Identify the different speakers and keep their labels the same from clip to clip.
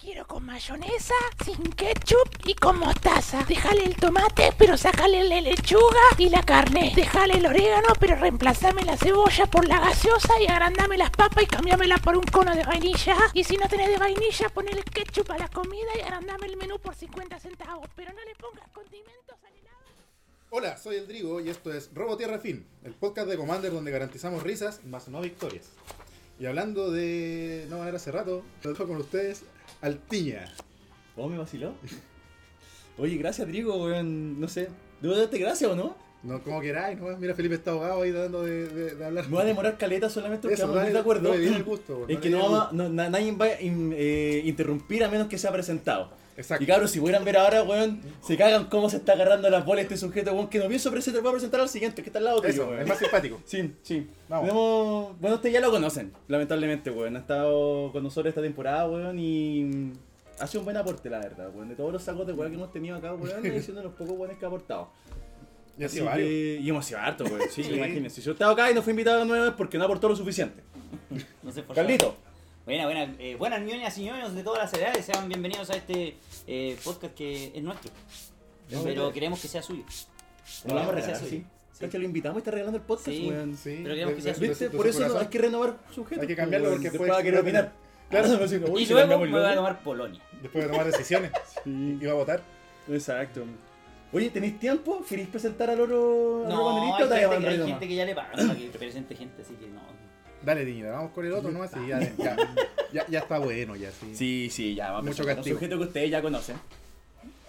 Speaker 1: quiero con mayonesa, sin ketchup y con mostaza. Déjale el tomate, pero sácale la lechuga y la carne. Déjale el orégano, pero reemplazame la cebolla por la gaseosa y agrandame las papas y cambiámela por un cono de vainilla. Y si no tenés de vainilla, ponele ketchup a la comida y agrandame el menú por 50 centavos. Pero no le pongas condimentos al helado.
Speaker 2: Hola, soy el Drigo y esto es Robo Tierra Fin, el podcast de Commander donde garantizamos risas más no victorias. Y hablando de no manera hace rato, lo dejo con ustedes al Tiña.
Speaker 3: ¿Vos me vaciló? Oye, gracias, Drigo, weón. No sé. ¿Debo darte gracias o no?
Speaker 2: No, como queráis, ¿no? Mira, Felipe está ahogado ahí tratando de, de- de hablar.
Speaker 3: Me voy a demorar caleta solamente porque
Speaker 2: Eso,
Speaker 3: vamos a
Speaker 2: dale,
Speaker 3: estar de acuerdo.
Speaker 2: no le di el gusto, weón,
Speaker 3: es
Speaker 2: no
Speaker 3: que
Speaker 2: le
Speaker 3: no,
Speaker 2: di el
Speaker 3: vamos a- no- na- nadie va a in- eh, interrumpir a menos que sea presentado.
Speaker 2: Exacto.
Speaker 3: Y cabros, si pudieran ver ahora, weón, se cagan cómo se está agarrando las bolas este sujeto, weón, que no vio su presentación. Voy a presentar al siguiente, que ¿eh? está al lado tuyo,
Speaker 2: Eso,
Speaker 3: weón.
Speaker 2: es más simpático.
Speaker 3: Sí, sí.
Speaker 2: Vamos.
Speaker 3: Tenemos- Bueno, ustedes ya lo conocen, lamentablemente, weón. Ha estado con nosotros esta temporada, weón, y mm, ha sido un buen aporte, la verdad, weón. De todos los sacos de weón que hemos tenido acá, weón, ha sido uno de los pocos weones que ha aportado.
Speaker 2: Y así
Speaker 3: Así
Speaker 2: varios.
Speaker 3: que- Y hemos sido harto, weón. Sí, imagínense. Yo he estado acá y no fui invitado nueva vez porque no aportó lo suficiente.
Speaker 4: No se esforzaba.
Speaker 3: Carlito.
Speaker 4: Buena, buena. Eh, buenas ñoñas y ñoños de todas las edades. Sean bienvenidos a este eh, podcast que es nuestro. Pero queremos que sea suyo.
Speaker 3: Nos lo vamos a
Speaker 4: Gracias,
Speaker 3: regalar, sí.
Speaker 4: sí.
Speaker 3: Cacha, lo invitamos y está regalando el podcast,
Speaker 4: Sí.
Speaker 3: weón.
Speaker 2: Sí,
Speaker 4: Pero queremos que sea
Speaker 2: de- de- de-
Speaker 4: suyo.
Speaker 3: ¿Viste?
Speaker 2: de
Speaker 3: Por
Speaker 2: su
Speaker 3: eso no,
Speaker 2: corazón.
Speaker 3: hay que renovar sujetos.
Speaker 2: Hay que cambiarlo
Speaker 3: weón.
Speaker 2: porque
Speaker 3: Después
Speaker 2: fue-
Speaker 3: va a querer
Speaker 2: fue-
Speaker 3: opinar.
Speaker 2: Claro.
Speaker 3: no, sí, no, uy,
Speaker 4: Y
Speaker 3: si
Speaker 4: luego
Speaker 3: cambiamos
Speaker 4: me
Speaker 3: el
Speaker 4: voy
Speaker 3: logo.
Speaker 4: a tomar Polonia.
Speaker 2: Después de tomar decisiones.
Speaker 3: Sí.
Speaker 2: Iba a votar.
Speaker 3: Exacto. Oye, ¿tenéis tiempo? ¿Queréis presentar al oro al oro
Speaker 4: No,
Speaker 3: banderista
Speaker 4: hay
Speaker 3: o te
Speaker 4: gente,
Speaker 3: llaman
Speaker 4: hay
Speaker 3: rey
Speaker 4: gente
Speaker 3: nomás?
Speaker 4: que ya le paga para que presente gente, así que no.
Speaker 2: Dale, Tiña, vamos con el otro nomás. y ya, ya, ya- ya está bueno, ya sí.
Speaker 3: Sí, sí, ya, va a
Speaker 2: Mucho
Speaker 3: presentar
Speaker 2: castigo.
Speaker 3: Un sujeto que ustedes ya conocen.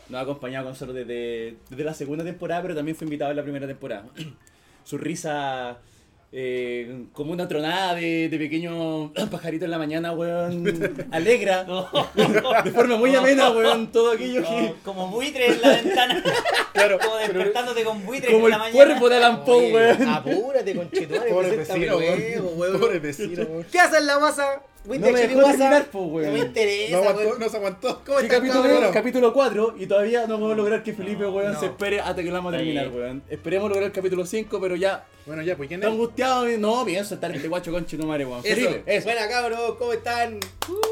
Speaker 3: Nos ha acompañado con nosotros desde, desde la segunda temporada, pero también fue invitado en la primera temporada. Su risa eh, como una tronada de, de pequeño pajarito en la mañana, weón. Alegra. De forma muy amena, weón. Todo aquello que...
Speaker 4: Como, como buitre en la ventana.
Speaker 2: Claro,
Speaker 4: Como despertándote con buitre
Speaker 3: Como
Speaker 4: en
Speaker 3: el
Speaker 4: la mañana.
Speaker 3: cuerpo de Alan Poe,
Speaker 5: Oye,
Speaker 3: weón.
Speaker 5: Apúrate, conchetumare,
Speaker 2: Pobre
Speaker 5: preséntame
Speaker 2: vecino,
Speaker 5: luego,
Speaker 2: weón.
Speaker 5: weón.
Speaker 2: Pobre vecino, weón.
Speaker 5: ¿Qué haces en la masa?
Speaker 3: No me
Speaker 5: Chile
Speaker 3: dejó
Speaker 5: masa.
Speaker 3: terminar, po, weón.
Speaker 5: No me interesa,
Speaker 2: No aguantó,
Speaker 5: weón.
Speaker 2: no se aguantó.
Speaker 5: ¿Cómo
Speaker 3: Sí,
Speaker 5: estás,
Speaker 3: capítulo,
Speaker 5: cabrón?
Speaker 3: capítulo 4 y todavía no vamos a lograr que Felipe,
Speaker 4: No,
Speaker 3: weón,
Speaker 2: no.
Speaker 3: se espere hasta que lo vamos a
Speaker 4: Está
Speaker 3: terminar,
Speaker 4: bien.
Speaker 3: weón. Esperemos lograr el capítulo 5, pero ya
Speaker 2: Bueno, ya, pues ¿quién
Speaker 3: está
Speaker 2: es?
Speaker 3: angustiado. No, pienso estar este guacho conche no madre, weón.
Speaker 5: Eso,
Speaker 3: Felipe, eso. Uh.
Speaker 5: Buena, cabrón. ¿Cómo están?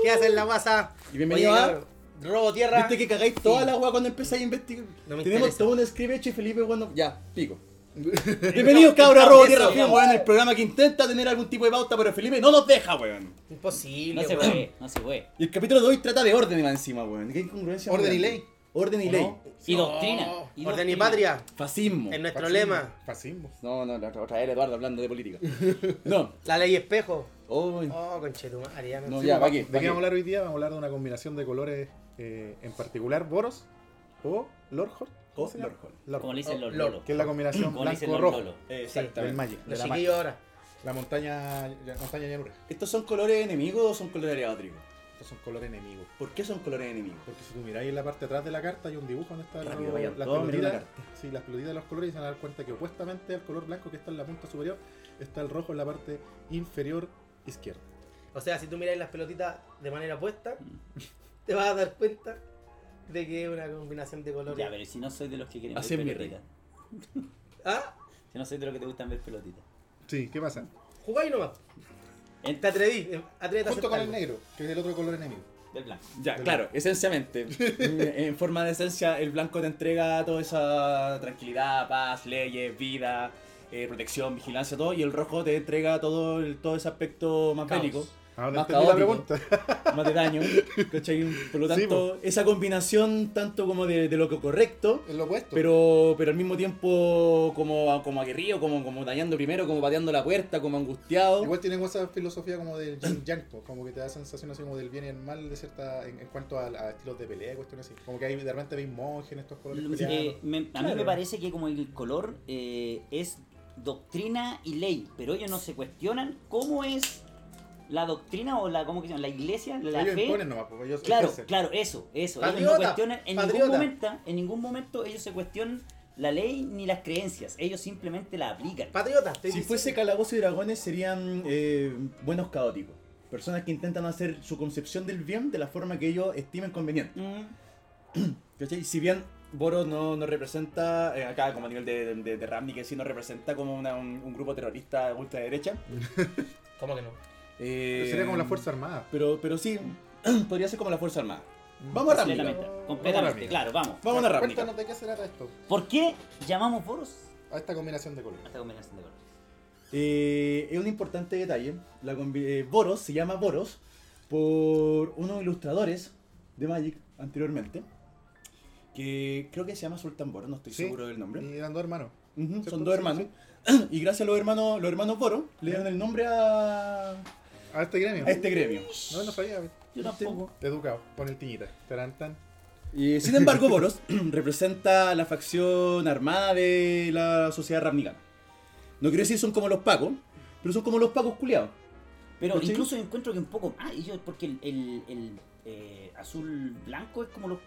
Speaker 5: ¿Qué haces en la masa?
Speaker 3: Y bienvenido
Speaker 5: Oye,
Speaker 3: a-
Speaker 5: cabrón, Robo Tierra.
Speaker 3: Viste que cagáis toda la weá cuando empezáis a investigar.
Speaker 5: No me
Speaker 3: Tenemos
Speaker 5: interesa.
Speaker 3: todo un script hecho y Felipe, weón, no- ya, pico. Bienvenidos, cabros, a Robo Tierra, Firme, weón, el programa que intenta tener algún tipo de pauta, pero Felipe no nos deja, weón.
Speaker 5: Imposible,
Speaker 4: No se
Speaker 5: weón.
Speaker 4: puede, no se puede.
Speaker 3: Y el capítulo de hoy trata de orden, más encima, weón. ¿Qué incongruencia?
Speaker 2: Orden y
Speaker 3: weón?
Speaker 2: ley.
Speaker 3: Orden y
Speaker 2: ¿O
Speaker 3: ley.
Speaker 2: no?
Speaker 4: Y
Speaker 2: No.
Speaker 4: doctrina. Y
Speaker 5: Oh, Orden y
Speaker 4: doctrina.
Speaker 5: patria.
Speaker 3: Fascismo.
Speaker 5: Es nuestro
Speaker 2: Fascismo.
Speaker 5: lema.
Speaker 2: Fascismo.
Speaker 3: No, no, la otra, otra era Eduardo hablando de política. No.
Speaker 5: La ley espejo.
Speaker 3: Oh,
Speaker 5: Oh, conchetumare, ya
Speaker 3: No,
Speaker 5: no.
Speaker 2: Sí,
Speaker 3: ya,
Speaker 2: pues,
Speaker 3: va aquí.
Speaker 2: ¿De qué vamos a hablar hoy día? Vamos a hablar de una combinación de colores, eh, en particular boros o lorjor.
Speaker 3: O Lord Hall.
Speaker 4: Como le dicen los
Speaker 5: Lord.
Speaker 4: lolos.
Speaker 2: Que es la combinación
Speaker 4: Como le dicen los
Speaker 2: blanco-rojo
Speaker 4: lolos.
Speaker 2: del
Speaker 3: Exactamente.
Speaker 2: Magic. de
Speaker 5: Los
Speaker 2: la magia.
Speaker 5: chiquillos ahora.
Speaker 2: La montaña, la montaña llanura.
Speaker 3: ¿Estos son colores enemigos o son colores aliados, Drigo?
Speaker 2: Estos son colores enemigos.
Speaker 3: ¿Por qué son colores enemigos?
Speaker 2: Porque si tú miráis en la parte de atrás de la carta hay un dibujo donde están
Speaker 3: Rápido,
Speaker 2: los-
Speaker 3: vayan
Speaker 2: las
Speaker 3: todos a mirar la
Speaker 2: pelotitas. Sí, las pelotitas de los colores y se van a dar cuenta que opuestamente al color blanco que está en la punta superior está el rojo en la parte inferior izquierda.
Speaker 5: O sea, si tú miras las pelotitas de manera puesta,
Speaker 3: Mm.
Speaker 5: te vas a dar cuenta de que es una combinación de colores.
Speaker 4: Ya, pero si no soy de los que quieren
Speaker 3: Así
Speaker 4: ver
Speaker 3: es mi
Speaker 4: pelotitas.
Speaker 5: Ah,
Speaker 4: Si no soy de los que te gustan ver pelotitas.
Speaker 2: Sí, ¿qué pasa?
Speaker 5: jugáis nomás.
Speaker 4: Entra
Speaker 5: Te atreví. eh, Atrévete a
Speaker 2: Junto con el
Speaker 5: aceptarlo.
Speaker 2: negro, que es el otro color enemigo.
Speaker 4: del blanco.
Speaker 3: Ya, claro, esencialmente. en en forma de esencia, el blanco te entrega toda esa tranquilidad, paz, leyes, vida, eh, protección, vigilancia, todo. Y el rojo te entrega todo, el- todo ese aspecto más
Speaker 5: Caos.
Speaker 3: bélico,
Speaker 2: Ahora
Speaker 3: Más
Speaker 2: Ah, entendí la
Speaker 3: caótico.
Speaker 2: pregunta.
Speaker 3: más de daño. ¿cachai? Por lo
Speaker 2: Sí,
Speaker 3: tanto, esa combinación tanto como de, de lo que correcto,
Speaker 2: Es lo opuesto.
Speaker 3: Pero, pero al mismo tiempo como, como aguerrido, como, como dañando primero, como pateando la puerta, como angustiado.
Speaker 2: Igual tienen esa filosofía como del yin yang, po, como que te da sensación así como del bien y el mal de cierta, en, en cuanto a, a estilos de pelea, cuestiones así. Como que hay, de repente veis monjes en estos colores.
Speaker 4: Lo-
Speaker 2: peleados.
Speaker 4: eh, me- a mí
Speaker 3: Claro.
Speaker 4: me parece que como el color eh, es doctrina y ley, pero ellos no se cuestionan cómo es la doctrina o la cómo que se llama? la iglesia, la
Speaker 2: ellos
Speaker 4: fe.
Speaker 2: imponen nomás, porque ellos
Speaker 4: Claro,
Speaker 2: ejercen.
Speaker 4: claro, eso, eso. ellos
Speaker 5: Patriota,
Speaker 4: no cuestionan en ningún
Speaker 5: patriota.
Speaker 4: momento, en ningún momento ellos se cuestionan la ley ni las creencias, ellos simplemente la aplican.
Speaker 5: Patriota, estoy
Speaker 3: Si
Speaker 5: diciendo.
Speaker 3: fuese Calabozo y Dragones serían eh, buenos caóticos. Personas que intentan hacer su concepción del bien de la forma que ellos estimen conveniente.
Speaker 4: Mm,
Speaker 3: ¿Cachai? Si bien Boros no, no representa, eh, acá como a nivel de, de, de Ramni, que sí no representa como una- un, un grupo terrorista de ultraderecha.
Speaker 5: ¿Cómo que no?
Speaker 3: eh,
Speaker 2: Pero sería como la Fuerza Armada.
Speaker 3: Pero, pero sí, podría ser como la Fuerza Armada. Vamos a Ramnica.
Speaker 4: Completamente, completamente,
Speaker 2: Ramnica.
Speaker 4: claro, vamos.
Speaker 3: Vamos a Ramnica.
Speaker 2: Cuéntanos de qué será esto,
Speaker 4: ¿Por qué llamamos Boros
Speaker 2: a esta combinación de colores.
Speaker 4: a esta combinación de colores?
Speaker 3: Eh, es un importante detalle. La combi- eh, Boros se llama Boros por unos ilustradores de Magic anteriormente. Que creo que se llama Sultan Boros, no estoy
Speaker 2: Sí.
Speaker 3: seguro del nombre.
Speaker 2: Y dando hermano.
Speaker 3: Ujú,
Speaker 2: ¿Cierto?
Speaker 3: son dos
Speaker 2: Sí,
Speaker 3: hermanos. Y gracias a los hermanos, los hermanos Boros le dieron el nombre a, a
Speaker 2: A este gremio.
Speaker 3: este gremio.
Speaker 2: No, no sabía.
Speaker 4: Yo tampoco.
Speaker 2: Educado, con el tiñita. Tarán, tan.
Speaker 3: Y, sin embargo, Boros representa la facción armada de la sociedad ramnicana. No quiero decir son como los pacos, pero son como los pacos culiados.
Speaker 4: Pero
Speaker 3: ¿Cachai?
Speaker 4: incluso encuentro que un poco más, y yo- porque el, el- el, eh, azul blanco es como los,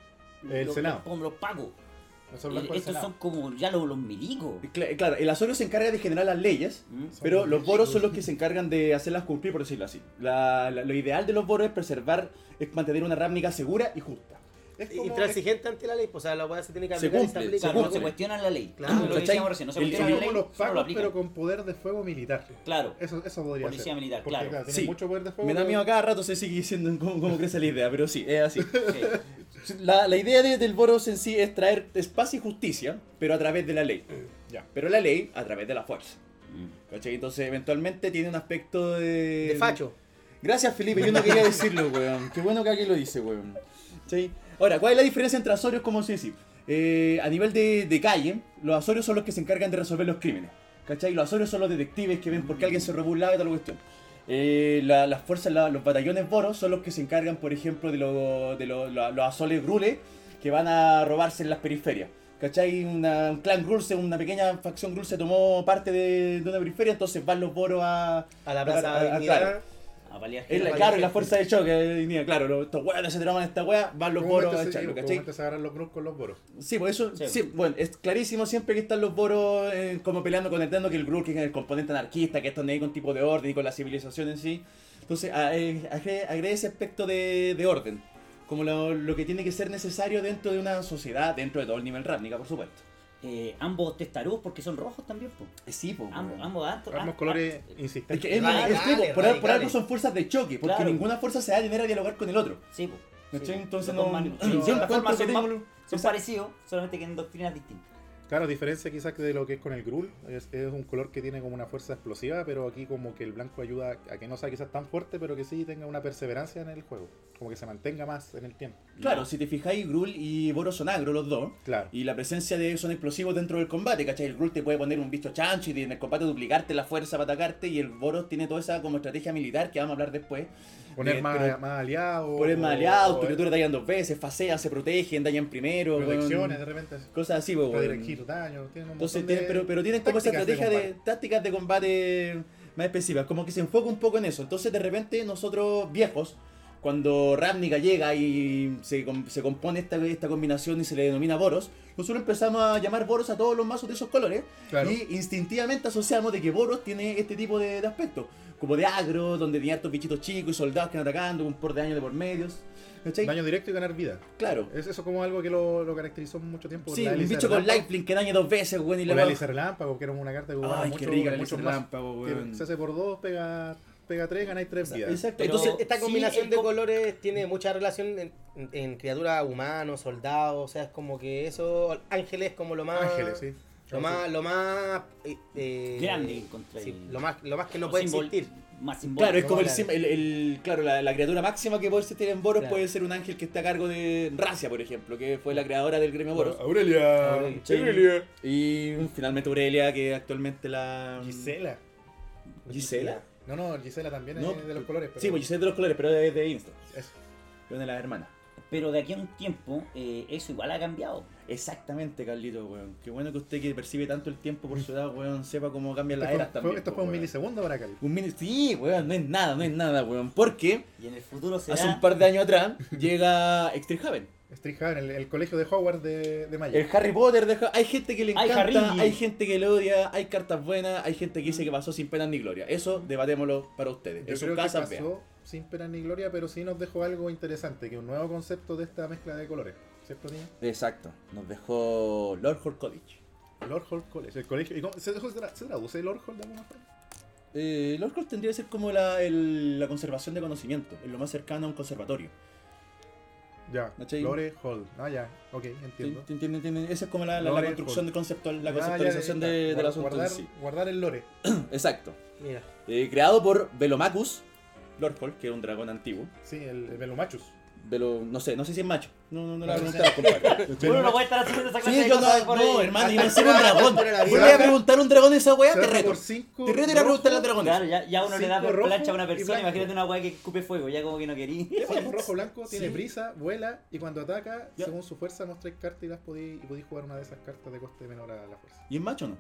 Speaker 2: El
Speaker 4: los-
Speaker 2: Senado.
Speaker 4: como los pagos.
Speaker 2: Nosotros blancos del
Speaker 4: Estos
Speaker 2: Senado.
Speaker 4: son como ya los, los milicos.
Speaker 3: Cla- Claro, el Azorio se encarga de generar las leyes,
Speaker 4: ¿Mm?
Speaker 2: Son
Speaker 3: pero
Speaker 2: muy
Speaker 3: los boros
Speaker 2: ricos.
Speaker 3: son los que se encargan de hacerlas cumplir, por decirlo así. La- la- lo ideal de los boros es preservar, es mantener una rámnica segura y justa.
Speaker 2: Es como-
Speaker 5: Intransigente ante la ley, pues, o sea, la weá se tiene que
Speaker 3: Se
Speaker 5: aplicar y se
Speaker 3: cumple,
Speaker 4: O
Speaker 5: aplica.
Speaker 4: sea,
Speaker 3: se
Speaker 4: no
Speaker 5: ¿no?
Speaker 4: se
Speaker 3: cumple.
Speaker 4: cuestionan la ley.
Speaker 5: Claro.
Speaker 4: lo que
Speaker 3: ¿Cachai?
Speaker 4: decíamos recién, no se
Speaker 3: El-
Speaker 2: es
Speaker 3: el-
Speaker 4: cuestiona
Speaker 2: como
Speaker 4: la ley.
Speaker 2: los
Speaker 4: solo lo
Speaker 2: pagos,
Speaker 4: aplican.
Speaker 2: pero con poder de fuego militar.
Speaker 4: Claro.
Speaker 2: Eso, eso podría
Speaker 4: Policía
Speaker 2: ser.
Speaker 4: militar,
Speaker 2: Porque,
Speaker 4: claro.
Speaker 2: tienen
Speaker 3: Sí.
Speaker 2: mucho poder de fuego.
Speaker 3: Me da
Speaker 2: pero-
Speaker 3: miedo a cada rato, se sigue diciendo cómo, cómo crece la idea, pero sí, es así.
Speaker 4: Sí.
Speaker 3: La, la idea de- del boros en sí es traer espacio y justicia, pero a través de la ley.
Speaker 2: Ya.
Speaker 3: Pero la ley a través de la fuerza.
Speaker 4: Mm.
Speaker 3: ¿Cachai? Entonces, eventualmente tiene un aspecto de...
Speaker 5: De facho.
Speaker 3: Gracias, Felipe. Yo no quería decirlo, weón. Qué bueno que alguien lo dice, weón. ¿Sí? Ahora, ¿cuál es la diferencia entre Azorios como Sisi? Eh, a nivel de, de calle, los Azorios son los que se encargan de resolver los crímenes. ¿Cachai? Los Azorios son los detectives que ven por qué alguien se robó un lado y tal cuestión. Eh, la- las fuerzas, la- los batallones boros son los que se encargan, por ejemplo, de, lo- de lo- lo- los azoles grules que van a robarse en las periferias. ¿Cachai? Una- un clan Grul, se- una pequeña facción Grul se tomó parte de, de una periferia, entonces van los boros a...
Speaker 5: A la plaza
Speaker 3: a- a-
Speaker 5: de
Speaker 3: a- claro.
Speaker 5: dignidad.
Speaker 4: A paliar
Speaker 3: Es la,
Speaker 5: Vale,
Speaker 3: claro,
Speaker 5: sí.
Speaker 3: la fuerza de choque, de dignidad, claro, los- estos weones se traman a esta wea, van los
Speaker 2: Como
Speaker 3: boros a
Speaker 2: antes se-
Speaker 3: echarlo,
Speaker 2: como este.
Speaker 3: ¿cachai?
Speaker 2: antes se agarran los grus con los boros.
Speaker 3: Sí, por eso,
Speaker 4: Sí.
Speaker 3: sí. bueno, es clarísimo siempre que están los boros eh, como peleando, conectando que el Grul, que es el componente anarquista, que esto tiene con tipo de orden y con la civilización en sí. Entonces, a- eh, agre- agrega ese aspecto de, de orden, como lo, lo que tiene que ser necesario dentro de una sociedad, dentro de todo el nivel rávnica, por supuesto.
Speaker 4: Eh, ambos testarudos porque son rojos también, po.
Speaker 3: Eh, Sí, pues.
Speaker 4: Ambos, ambos datos.
Speaker 2: Ambos colores
Speaker 3: Es
Speaker 2: insistentes.
Speaker 3: que es,
Speaker 5: Radicales,
Speaker 3: es tipo, por, al- por algo
Speaker 5: radicales.
Speaker 3: son fuerzas de choque, porque
Speaker 4: Claro.
Speaker 3: ninguna fuerza se da a tener a dialogar con el otro.
Speaker 4: Sí, po.
Speaker 3: ¿Cachai?
Speaker 4: Sí,
Speaker 3: Entonces
Speaker 4: los
Speaker 3: no.
Speaker 4: dos man-
Speaker 3: yo
Speaker 4: de
Speaker 3: encuentro
Speaker 4: otra forma
Speaker 3: que
Speaker 4: son
Speaker 3: tengo-
Speaker 4: más- Son
Speaker 3: Exacto.
Speaker 4: parecidos, solamente que en doctrinas distintas.
Speaker 2: Claro, a diferencia quizás de lo que es con el grul, es, es un color que tiene como una fuerza explosiva, pero aquí como que el blanco ayuda a que no sea quizás tan fuerte, pero que sí tenga una perseverancia en el juego, como que se mantenga más en el tiempo.
Speaker 3: Claro, si te fijáis, Grul y Boros son agro los dos.
Speaker 2: Claro.
Speaker 3: Y la presencia de ellos son explosivos dentro del combate, ¿cachai? El Grul te puede poner un bicho chancho y en el combate duplicarte la fuerza para atacarte. Y el Boros tiene toda esa como estrategia militar que vamos a hablar después.
Speaker 2: Poner
Speaker 3: Eh,
Speaker 2: más,
Speaker 3: pero-
Speaker 2: más aliados.
Speaker 3: Poner más
Speaker 2: o-
Speaker 3: aliados,
Speaker 2: o-
Speaker 3: tu criatura dañan dos veces, fasean, se protegen, dañan primero. weón.
Speaker 2: protecciones de repente,
Speaker 3: Cosas así, weón.
Speaker 2: redirigir daño, tienen un
Speaker 3: Entonces,
Speaker 2: montón
Speaker 3: tienen-
Speaker 2: de
Speaker 3: pero, pero tienen como esa
Speaker 2: tácticas
Speaker 3: estrategia de,
Speaker 2: combate.
Speaker 3: tácticas de combate más específicas, como que se enfoca un poco en eso. Entonces, de repente, nosotros viejos, cuando Ravnica llega y se, com- se compone esta, esta combinación y se le denomina Boros, nosotros empezamos a llamar Boros a todos los mazos de esos colores
Speaker 2: Claro.
Speaker 3: y instintivamente asociamos de que Boros tiene este tipo de, de aspectos, como de agro, donde tiene hartos bichitos chicos y soldados que van atacando, un por de daño de por medios. ¿Cachai?
Speaker 2: Daño directo y ganar vida.
Speaker 3: Claro.
Speaker 2: Es eso como algo que lo, lo caracterizó mucho tiempo.
Speaker 3: Sí,
Speaker 2: la
Speaker 3: un
Speaker 2: hélice
Speaker 3: bicho con
Speaker 2: relámpago,
Speaker 3: Lifelink que daña dos veces, weón, y
Speaker 2: O
Speaker 3: la
Speaker 2: la
Speaker 3: weá-
Speaker 2: hélice relámpago, que era una carta que jugaba
Speaker 3: Ay,
Speaker 2: mucho,
Speaker 3: qué rica la
Speaker 2: mucho
Speaker 3: hélice
Speaker 2: más.
Speaker 3: relámpago,
Speaker 2: Que
Speaker 3: weón.
Speaker 2: Se hace por dos, pega, pega tres, ganáis tres vidas.
Speaker 3: Exacto.
Speaker 4: Pero-
Speaker 3: Entonces, eh,
Speaker 5: Esta
Speaker 4: Sí,
Speaker 5: combinación
Speaker 4: el
Speaker 5: de
Speaker 4: co-
Speaker 5: colores tiene mucha relación en, en- en criaturas humanos, soldados, o sea, es como que eso, ángeles como lo más...
Speaker 2: Ángeles, sí.
Speaker 5: Lo más, lo más... eh, eh,
Speaker 4: Grande que encontré.
Speaker 5: sí, lo más, lo más que no
Speaker 4: O
Speaker 5: puede
Speaker 4: simbol-
Speaker 5: existir.
Speaker 4: Más
Speaker 3: Claro, es
Speaker 4: simbólico.
Speaker 3: como el,
Speaker 5: Claro.
Speaker 3: sim- el- el- claro, la, la criatura máxima que puede existir en Boros
Speaker 5: Claro.
Speaker 3: puede ser un ángel que está a cargo de Racia, por ejemplo, que fue la creadora del gremio Boros.
Speaker 2: Aurelia.
Speaker 5: Aurelia.
Speaker 3: Sí. Y finalmente Aurelia, que actualmente la... mm,
Speaker 2: Gisela.
Speaker 3: ¿Gisela?
Speaker 2: No, no, Gisela también
Speaker 3: No,
Speaker 2: es de los colores. Pero...
Speaker 3: Sí, pues Gisela es de los colores, pero es de Insta.
Speaker 2: Eso.
Speaker 3: Es una de las hermanas.
Speaker 4: Pero de aquí a un tiempo, eh, eso igual ha cambiado.
Speaker 3: Exactamente, Carlito, weón. Qué bueno que usted que percibe tanto el tiempo por su edad, weón, sepa cómo cambian las
Speaker 2: Esto fue-
Speaker 3: eras
Speaker 2: fue-
Speaker 3: también.
Speaker 2: esto
Speaker 3: po,
Speaker 2: fue un
Speaker 3: weón.
Speaker 2: milisegundo para acá.
Speaker 3: Un mini... Sí, weón, no es nada, no es nada, weón. Porque
Speaker 4: Y en el futuro será.
Speaker 3: hace un par de años atrás llega Extreme
Speaker 2: Street Haven, el, el colegio de Howard de, de Magic.
Speaker 3: El Harry Potter deja. Hay gente que le
Speaker 4: Hay
Speaker 3: encanta,
Speaker 4: Harry.
Speaker 3: hay gente que le odia, hay cartas buenas, hay gente que dice que pasó sin pena ni gloria. Eso debatémoslo para ustedes.
Speaker 2: Yo
Speaker 3: en
Speaker 2: creo
Speaker 3: sus
Speaker 2: que
Speaker 3: casas
Speaker 2: pasó
Speaker 3: vean.
Speaker 2: sin pena ni gloria, pero sí nos dejó algo interesante, que un nuevo concepto de esta mezcla de colores. ¿Cierto, niño?
Speaker 3: Exacto. Nos dejó Lord Horkovich.
Speaker 2: Lord Hall College. El colegio. ¿y cómo- se, se tra- se traduce Lord Hall de alguna forma?
Speaker 3: eh, el Orcross tendría que ser como la, el- la conservación de conocimiento, es lo más cercano a un conservatorio.
Speaker 2: Ya,
Speaker 3: ¿Cachai?
Speaker 2: Lore Hall. Ah, ya, ok,
Speaker 3: ¿Te-
Speaker 2: entiendo.
Speaker 3: te entienden- entienden? Esa es como la, la- la
Speaker 2: Lore
Speaker 3: construcción
Speaker 2: Hall.
Speaker 3: conceptual, la
Speaker 2: pues. Ya, ya,
Speaker 3: conceptualización
Speaker 2: ya,
Speaker 3: de,
Speaker 2: ya.
Speaker 3: del
Speaker 2: Guar-
Speaker 3: asunto
Speaker 2: guardar,
Speaker 3: en sí.
Speaker 2: guardar el Lore.
Speaker 3: Exacto.
Speaker 5: Mira,
Speaker 3: Eh, creado por Velomacus, Lord Hall, que es un dragón antiguo.
Speaker 2: Sí, el, el Velomachus.
Speaker 3: Velo, no sé, no sé si es macho. No, no, no la
Speaker 2: No
Speaker 3: voy a
Speaker 2: sé.
Speaker 3: preguntar, compadre.
Speaker 4: Uno no puede estar haciendo esa clase
Speaker 3: Sí,
Speaker 4: de
Speaker 3: yo
Speaker 4: cosas
Speaker 3: no,
Speaker 4: por
Speaker 3: no,
Speaker 4: ahí.
Speaker 3: hermano, y
Speaker 5: Hasta
Speaker 3: más encima un
Speaker 5: que no
Speaker 3: dragón.
Speaker 5: la
Speaker 3: Yo
Speaker 5: vida.
Speaker 3: le voy a preguntar a un dragón esa weá,
Speaker 2: Se
Speaker 3: te
Speaker 2: va
Speaker 3: reto.
Speaker 2: por cinco,
Speaker 3: Te reto ir a
Speaker 2: rojo,
Speaker 3: preguntarle al dragón.
Speaker 4: Claro, ya, ya uno le da
Speaker 2: Cinco
Speaker 4: por
Speaker 2: rojo
Speaker 4: plancha a una
Speaker 2: y
Speaker 4: persona,
Speaker 2: blanco.
Speaker 4: imagínate una weá que escupe fuego, ya como que no querí.
Speaker 2: Rojo, rojo, blanco, tiene
Speaker 3: pues. Sí.
Speaker 2: prisa, vuela y cuando ataca,
Speaker 3: Ya.
Speaker 2: según su fuerza, mostráis cartas y las podéis, y podéis jugar una de esas cartas de coste menor a la fuerza.
Speaker 3: ¿Y es macho o no?